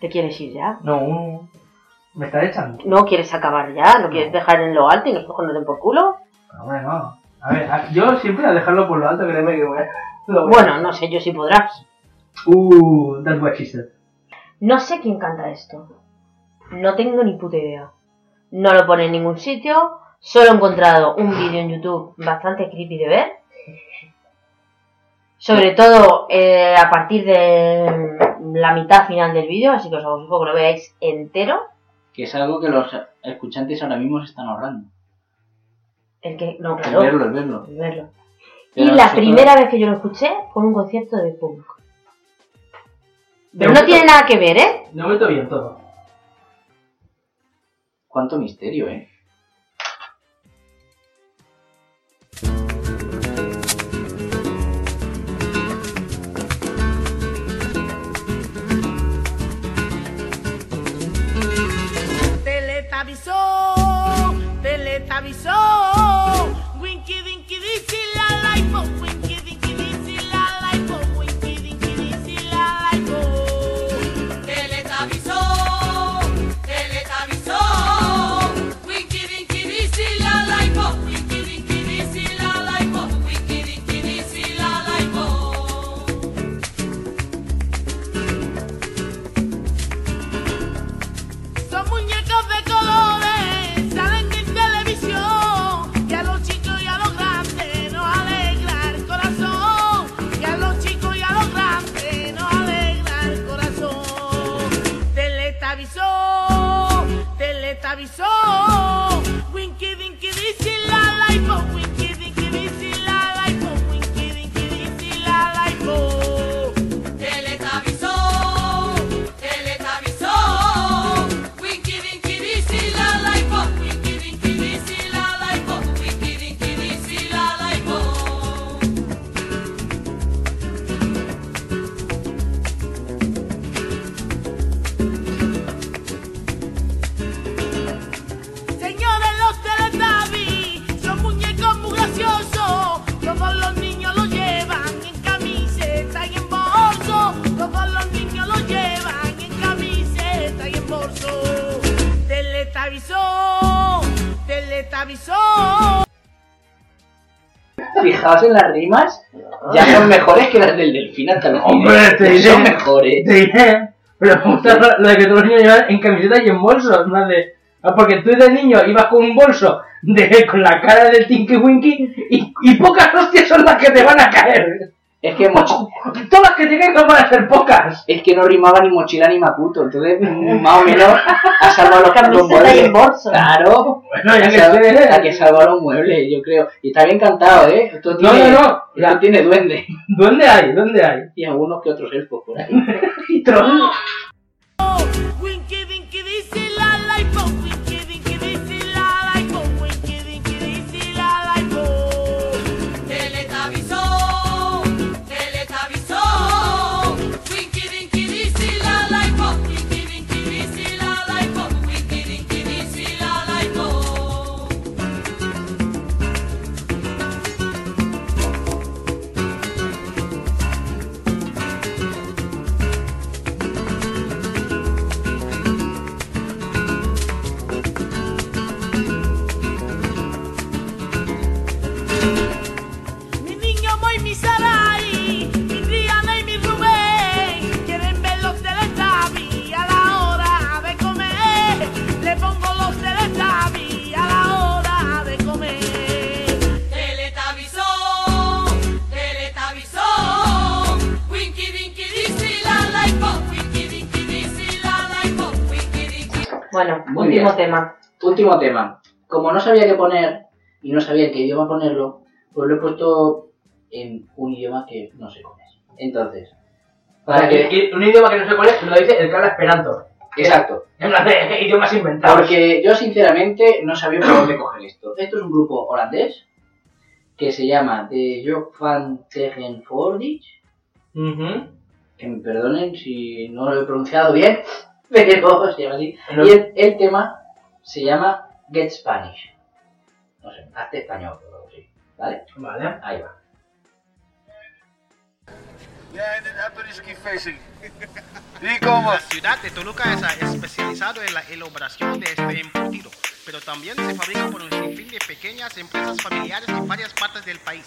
Speaker 1: ¿Te quieres ir ya?
Speaker 3: No, me está echando.
Speaker 1: ¿No quieres acabar ya? ¿No quieres dejar en lo alto y nosotros que nos den por culo?
Speaker 3: Pero Ah, bueno, a ver, a- yo siempre a dejarlo por lo alto, créeme que voy a- lo voy a-
Speaker 1: Bueno, no sé yo si podrás.
Speaker 3: Uh, that's what she said.
Speaker 1: No sé quién canta esto. No tengo ni puta idea. No lo pone en ningún sitio. Solo he encontrado un vídeo en YouTube bastante creepy de ver. Sobre todo eh, a partir de la mitad final del vídeo, así que os aconsejo que lo veáis entero.
Speaker 2: Que es algo que los escuchantes ahora mismo se están ahorrando.
Speaker 1: El que. No,
Speaker 2: El
Speaker 1: claro.
Speaker 2: verlo, el verlo.
Speaker 1: el verlo. Y
Speaker 2: Pero
Speaker 1: la
Speaker 2: nosotros-
Speaker 1: primera vez que yo lo escuché fue en un concierto de punk. Pero no
Speaker 2: Pero-
Speaker 1: tiene nada que ver, ¿eh?
Speaker 3: De momento bien todo.
Speaker 2: Cuánto misterio, eh.
Speaker 20: Teletabizó, teletabizó. Winky dinky dinky la laipo, winky dinky dinky la laipo, winky dinky dinky la oh. laipo. Teletabizó, teletabizó. Winky dinky dinky la laipo, winky dinky dinky la laipo, winky dinky dinky la oh. laipo. Son muñecos de colores, salen en televisión. Y a los chicos y a los grandes nos alegra el corazón. Y a los chicos y a los grandes nos alegra el corazón. Teletavisó, teletavisó. Winky dinky dici la laipo, winky dinky dici la laipo, winky dinky dici la laipo. Teletavisó. Teletabizó, Winky Dinky Dici la laipo, Winky Dinky Dici la laipo, Winky Dinky Dici la laipo. Señores los Teletubbies son muñecos muy graciosos, todos los niños los llevan en camiseta y en bolso, todos los niños los llevan en camiseta y en bolso. Teletabizó, teletabizó.
Speaker 2: Fijaos en las rimas, ya son mejores que las del delfín hasta
Speaker 3: Hombre, te diré.
Speaker 2: Son mejores.
Speaker 3: Te diré. Pero me gusta lo- lo de que todos los niños llevan en camiseta y en bolsos, ¿no? De, ah, porque tú de niño ibas con un bolso de, con la cara del Tinky Winky y, y pocas hostias son las que te van a caer.
Speaker 2: Es que moch-
Speaker 3: <laughs> Todas las que te caigan van a ser pocas.
Speaker 2: Es que no rimaba ni mochila ni
Speaker 3: <laughs>
Speaker 2: maputo, entonces mm, más o menos ha salvado los los muebles. Claro,
Speaker 3: Bueno, ya
Speaker 2: ha
Speaker 3: que
Speaker 2: salvado-
Speaker 3: sé.
Speaker 2: la que salva los muebles, yo creo. Y está bien cantado, ¿eh? Esto
Speaker 3: No,
Speaker 2: tiene,
Speaker 3: no, no.
Speaker 2: esto tiene duende.
Speaker 3: <laughs> ¿Dónde hay? ¿Dónde hay?
Speaker 2: Y algunos que otros elfos por ahí.
Speaker 3: <laughs> Y troll.
Speaker 20: Winky Dinky Dici la laipo, Winky Dinky Dici la laipo, Winky Dinky Dici la laipo. Teletabizó, teletabizó. Winky Dinky Dici la laipo, Winky Dinky Dici la laipo, Winky Dinky Dici la laipo. Mi niño Moy, mi Sarai, mi Rihanna y mi Rubén quieren ver los Teletubbies a la hora de comer. Le pongo los Teletubbies a la hora de comer. Teletabizó, teletabizó, Winky Dinky Dici la laipo, Winky Dinky Dici la laipo, Winky Dinky.
Speaker 1: Bueno,
Speaker 2: Muy
Speaker 1: último
Speaker 2: bien.
Speaker 1: tema.
Speaker 2: Último tema. Como no sabía qué poner y no sabía en qué idioma ponerlo, pues lo he puesto en un idioma que no sé cómo es. Entonces,
Speaker 3: Para que- un idioma que no sé cuál es, lo dice el que habla esperanto.
Speaker 2: Exacto.
Speaker 3: En plan <laughs> de idiomas inventados.
Speaker 2: Porque yo sinceramente no sabía por dónde coger esto. Esto es un grupo holandés que se llama The Jok van Tegen Voordijk. Que me perdonen si no lo he pronunciado bien, <laughs> pero se llama así.
Speaker 3: No.
Speaker 2: Y el, el tema se llama Get Spanish. No sé, hazte español o algo así. ¿Vale?
Speaker 3: Vale.
Speaker 2: Ahí va.
Speaker 24: La ciudad de Toluca es ah, especializado en la elaboración de este embutido, pero también se fabrica por un sinfín de pequeñas empresas familiares en varias partes del país.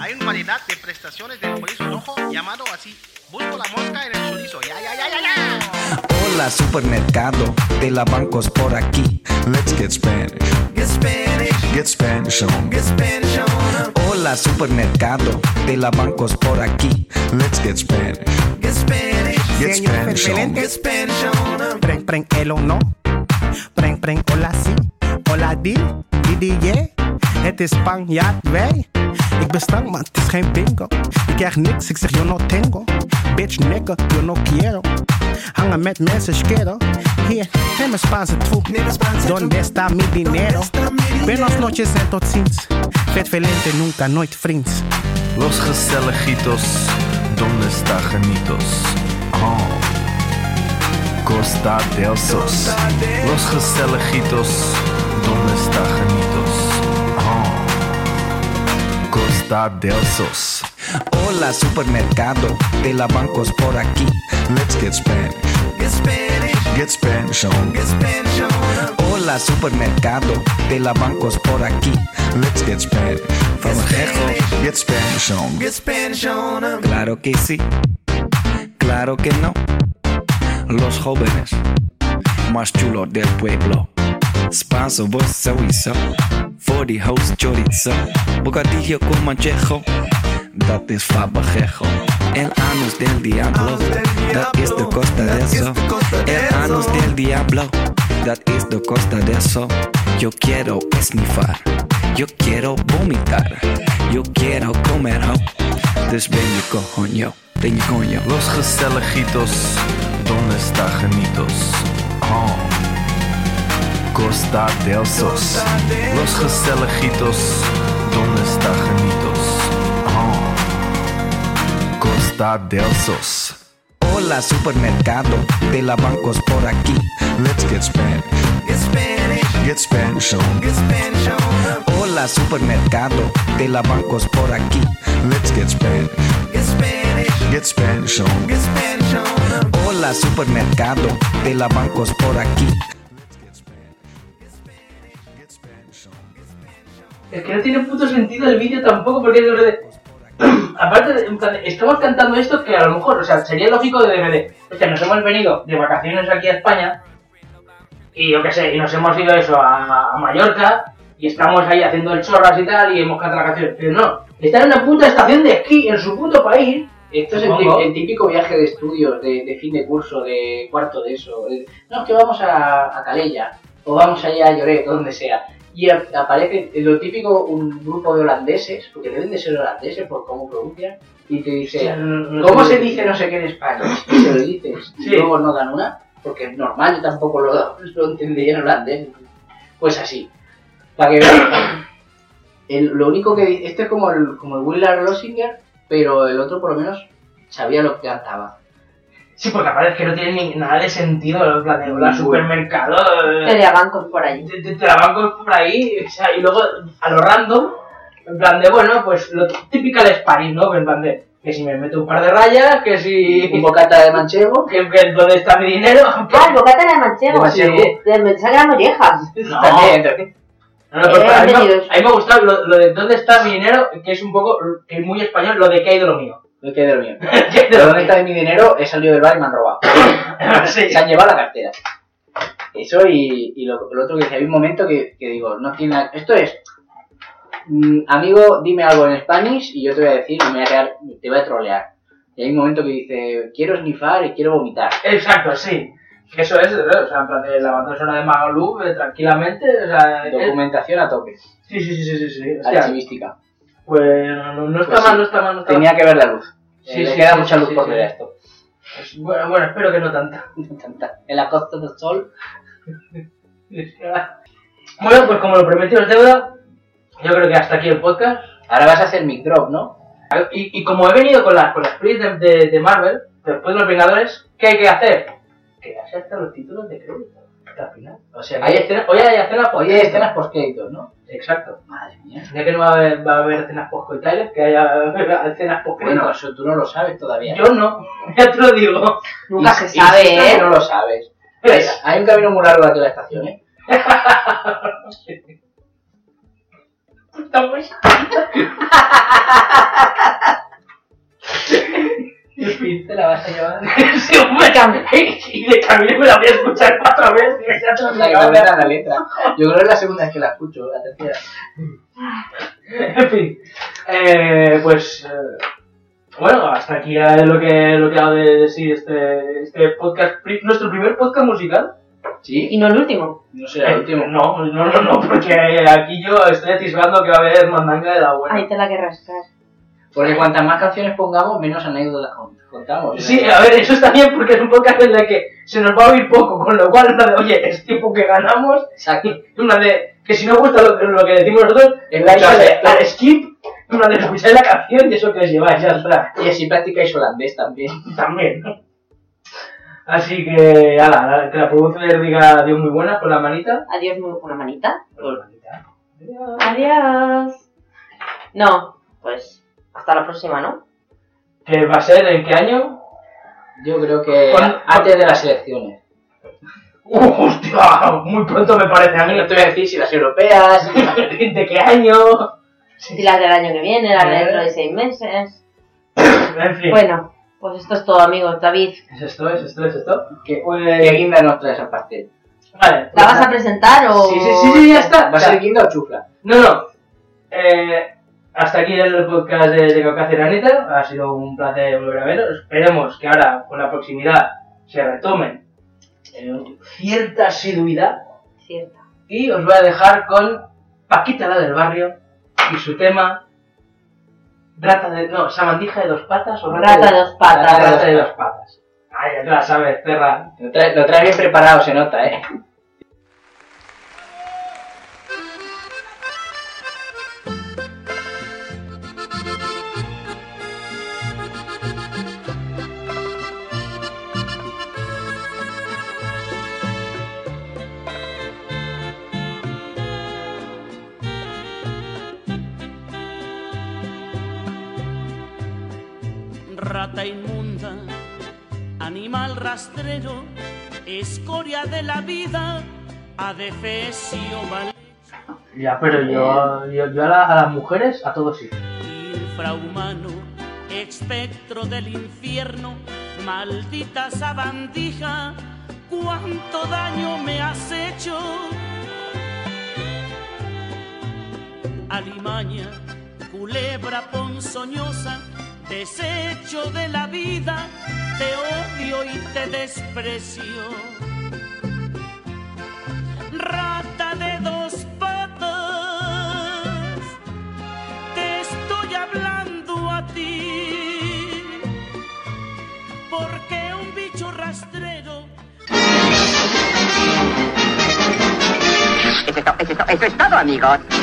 Speaker 24: Hay una variedad de prestaciones del chorizo rojo llamado así. Busco la mosca en el chorizo. ¡Ya, ya, ya, ya, ya!
Speaker 25: Hola supermercado de la bancos por aquí. Let's get Spanish. Get Spanish. Get Spanish on. Get Spanish on. Hola supermercado de la bancos por aquí. Let's get Spanish. Get Spanish. Get Spanish on. Get Spanish on.
Speaker 26: Pren, pren, el o no. Pren, pren, hola sí. Hola die, die, die, je. Het is Spanjaard, wij. Ik ben stank, maar het is geen bingo. Ik krijg niks, ik zeg yo no tengo. Bitch nigga, yo no quiero. Hangen met mensen, schero. Hier, neem een Spaanse troep. Donde está mi dinero? Buenos noches en tot ziens. Vet velente, nunca, nooit vriends.
Speaker 4: Los Gestelejitos, ¿dónde está Janitos? Oh, Costa del Sos. Los Gestelejitos, ¿dónde está Janitos? Oh, Costa del Sos.
Speaker 25: Hola supermercado de la bancos por aquí. Let's get Spanish. Get Spanish. Get Spanish on. Get Spanish on. Hola supermercado de la bancos por aquí. Let's get Spanish. From Ajejo. Get Spanish on.
Speaker 4: Get Spanish on 'em.
Speaker 25: Claro que sí. Claro que no. Los jóvenes más chulos del pueblo. Spanso vos sowieso. Voor die host chorizo. Bocadillo con manchejo. Dat is fabajejo. El anus del diablo. Dat is de costa de eso. El anus del diablo. Dat is de costa de eso. Yo quiero esnifar. Yo quiero vomitar. Yo quiero comer ho. Dus ben je coño. Ben je coño.
Speaker 4: Los Gestelejitos, ¿dónde está Janitos? Oh, Costa del Sos. Los Gestelejitos, ¿dónde está Janitos? Oh, Costa del Sos.
Speaker 25: Hola supermercado de la bancos por aquí. Let's get Spanish. Get Spanish. Get Spanish on. Get Spanish on. Hola supermercado de la bancos por aquí. Let's get Spanish. Get Spanish. Get Spanish on. Get Spanish on. Hola supermercado de la bancos por aquí.
Speaker 3: Es que no tiene puto sentido el vídeo tampoco, porque es de verdad- <clears throat> Aparte, de- en plan, estamos cantando esto que a lo mejor, o sea, sería lógico de DVD. O sea, nos hemos venido de vacaciones aquí a España, y yo qué sé, y nos hemos ido eso a, a Mallorca, y estamos ahí haciendo el chorras y tal, y hemos cantado la canción. Pero no, está en una puta estación de esquí en su puto país.
Speaker 2: Esto es el,
Speaker 3: Supongo.
Speaker 2: tí- el típico viaje de estudios, de, de fin de curso, de cuarto de eso. de- no, es que vamos a, a Calella, o vamos allá a Lloret, o donde sea. Y a- aparece lo típico un grupo de holandeses, porque deben de ser holandeses por cómo pronuncian, y te
Speaker 3: Sí, no-
Speaker 2: dicen,
Speaker 3: no- no
Speaker 2: ¿cómo
Speaker 3: sé
Speaker 2: se
Speaker 3: qué
Speaker 2: dice no sé qué en España? Y te lo dices, y
Speaker 3: Sí.
Speaker 2: luego no dan una, porque es normal, yo tampoco lo, lo entendería en holandés. Pues así, para que veas. El- lo único que di- este es como el, como el Willard Lossinger, pero el otro por lo menos sabía lo que cantaba.
Speaker 3: Sí, porque aparte es que no tiene ni- nada de sentido, en plan de hola, supermercado. eh,
Speaker 1: Te la bancos por ahí.
Speaker 3: te, te- te la bancos por ahí, o sea, y luego a lo random, en plan de, bueno, pues lo típico es París, ¿no? En plan de, que si me meto un par de rayas, que si...
Speaker 2: Un bocata de
Speaker 3: <laughs>
Speaker 2: manchego.
Speaker 3: Que, que dónde está mi
Speaker 2: <laughs>
Speaker 3: dinero.
Speaker 1: Ah, el bocata de manchego.
Speaker 3: De manchego.
Speaker 1: De me salen las mollejas.
Speaker 3: No. No, no, pero,
Speaker 1: Eh,
Speaker 3: a, mí, me-
Speaker 1: bienvenidos.
Speaker 3: a mí me ha gustado lo, lo de dónde está mi dinero, que es un poco, que es muy español, lo de que hay de lo mío.
Speaker 2: Lo que hay de
Speaker 3: <laughs>
Speaker 2: lo mío. Pero ¿Dónde está mi dinero? He salido del bar y me
Speaker 3: <coughs>
Speaker 2: han robado. Se han llevado la cartera. Eso y, y lo, lo otro que decía, hay un momento que, que digo, no tiene nada- Esto es, mm, amigo, dime algo en Spanish y yo te voy a decir, y me voy a quedar- te voy a trolear. Y hay un momento que dice, quiero snifar y quiero vomitar. Eh,
Speaker 3: Exacto, sí. Que eso es, ¿no? o sea, en plan de la banda sonora de Magaluf, eh, tranquilamente, o sea... eh,
Speaker 2: Documentación a tope.
Speaker 3: Sí, sí, sí, sí, sí, sí. hostia.
Speaker 2: Archivística.
Speaker 3: Pues no, no está
Speaker 2: Pues sí.
Speaker 3: mal, no está mal, no está mal.
Speaker 2: Tenía que ver la luz. Eh, le queda mucha luz por <laughs> ver a
Speaker 3: esto. Bueno, bueno, espero que no tanta.
Speaker 2: En la costa del sol.
Speaker 3: <laughs> bueno, pues como lo prometido es deuda, yo creo que hasta aquí el podcast.
Speaker 2: Ahora vas a hacer mic drop, ¿no?
Speaker 3: Y, y como he venido con las, con las pelis de, de- de Marvel, después de los Vengadores, ¿qué hay que hacer? Que aceptan los títulos de crédito. Al final. O sea, que hay escenas, hoy hay escenas
Speaker 2: Hoy hay escenas post-créditos, ¿no?
Speaker 3: Exacto.
Speaker 2: Madre mía.
Speaker 3: Ya que no va a haber, va a haber escenas post-coitales, que haya <laughs> escenas post-créditos.
Speaker 2: Bueno, eso tú no lo sabes todavía.
Speaker 3: Yo no, <laughs> ya te lo digo.
Speaker 2: Nunca se sabe, ¿eh? No lo sabes.
Speaker 1: Pues,
Speaker 2: Hay,
Speaker 3: Es-
Speaker 2: hay un camino muy largo aquí a la estación, ¿eh?
Speaker 3: Estamos.
Speaker 2: Te la vas
Speaker 3: <laughs>
Speaker 2: a llevar.
Speaker 3: Sí, hombre, <laughs> y de camino me la voy a escuchar cuatro
Speaker 2: <laughs>
Speaker 3: veces. que ya te lo
Speaker 2: La
Speaker 3: digo.
Speaker 2: que la letra. Yo creo que es la segunda vez que la escucho, la tercera.
Speaker 3: En fin, eh, pues eh, bueno, hasta aquí eh, lo que lo que ha de decir este, este podcast, pri- nuestro primer podcast musical.
Speaker 2: Sí.
Speaker 1: Y no el último.
Speaker 2: No será el
Speaker 3: Eh,
Speaker 2: último.
Speaker 3: No, no, no, no, porque aquí yo estoy atisbando que va a haber mandanga de la buena.
Speaker 1: Ahí te la que rascar.
Speaker 2: Porque cuantas más canciones pongamos, menos anécdotas cont- contamos.
Speaker 3: Sí, a ver, eso está bien porque es un podcast en el que se nos va a oír poco, con lo cual, una de, oye, es tiempo que ganamos,
Speaker 2: Exacto.
Speaker 3: una de, que si no os gusta lo, lo que decimos nosotros, la
Speaker 2: Escuchad
Speaker 3: isla de
Speaker 2: esto.
Speaker 3: al skip, una de escucháis la canción y eso que os lleváis, ya está,
Speaker 2: Y así practicáis holandés también.
Speaker 3: <laughs> también. Así que, ala, la- que la producción diga adiós muy buenas con la manita.
Speaker 1: Adiós, muy- una manita.
Speaker 3: Con la manita.
Speaker 1: Adiós. No, pues hasta la próxima, ¿no?
Speaker 3: Que va a ser en qué año?
Speaker 2: Yo creo que
Speaker 3: Con-
Speaker 2: a- antes de las elecciones.
Speaker 3: <laughs> ¡Uh, hostia! Muy pronto me parece a mí.
Speaker 2: No te voy a decir si las europeas.
Speaker 3: ¿De qué año? Ah, pues
Speaker 1: Y las del año que viene, las de dentro de seis meses.
Speaker 3: En fin.
Speaker 1: Bueno, pues esto es todo, amigos. David,
Speaker 3: Es esto, es esto, es esto. Pues-
Speaker 2: que, que guinda nos traes al pastel.
Speaker 3: Vale.
Speaker 1: ¿la vas a presentar o.?
Speaker 3: Sí, sí, sí, sí, ya está.
Speaker 2: ¿Va a ser guinda o chufla?
Speaker 3: No, no. Eh, hasta aquí el podcast de, de Caucasia Anita. Ha sido un placer volver a veros. Esperemos que ahora, con la proximidad, se retomen eh, cierta asiduidad.
Speaker 1: Cierto.
Speaker 3: Y os voy a dejar con Paquita la del barrio y su tema. Rata de. No, samandija de dos patas o
Speaker 1: Rata de dos patas.
Speaker 3: Rata, de dos patas. Ay, ya te la sabes, perra.
Speaker 2: Lo traes lo traes bien preparado, se nota, ¿eh?
Speaker 27: rata inmunda, animal rastrero, escoria de la vida, adefesio mal
Speaker 3: Ya, pero yo, yo, yo a, la- a las mujeres, a todos sí.
Speaker 27: infrahumano, espectro del infierno, maldita sabandija, cuánto daño me has hecho. Alimaña, culebra ponzoñosa, desecho de la vida, te odio y te desprecio. Rata de dos patas, te estoy hablando a ti, porque un bicho rastrero
Speaker 28: Eso es, to- eso es to- eso es todo, amigos.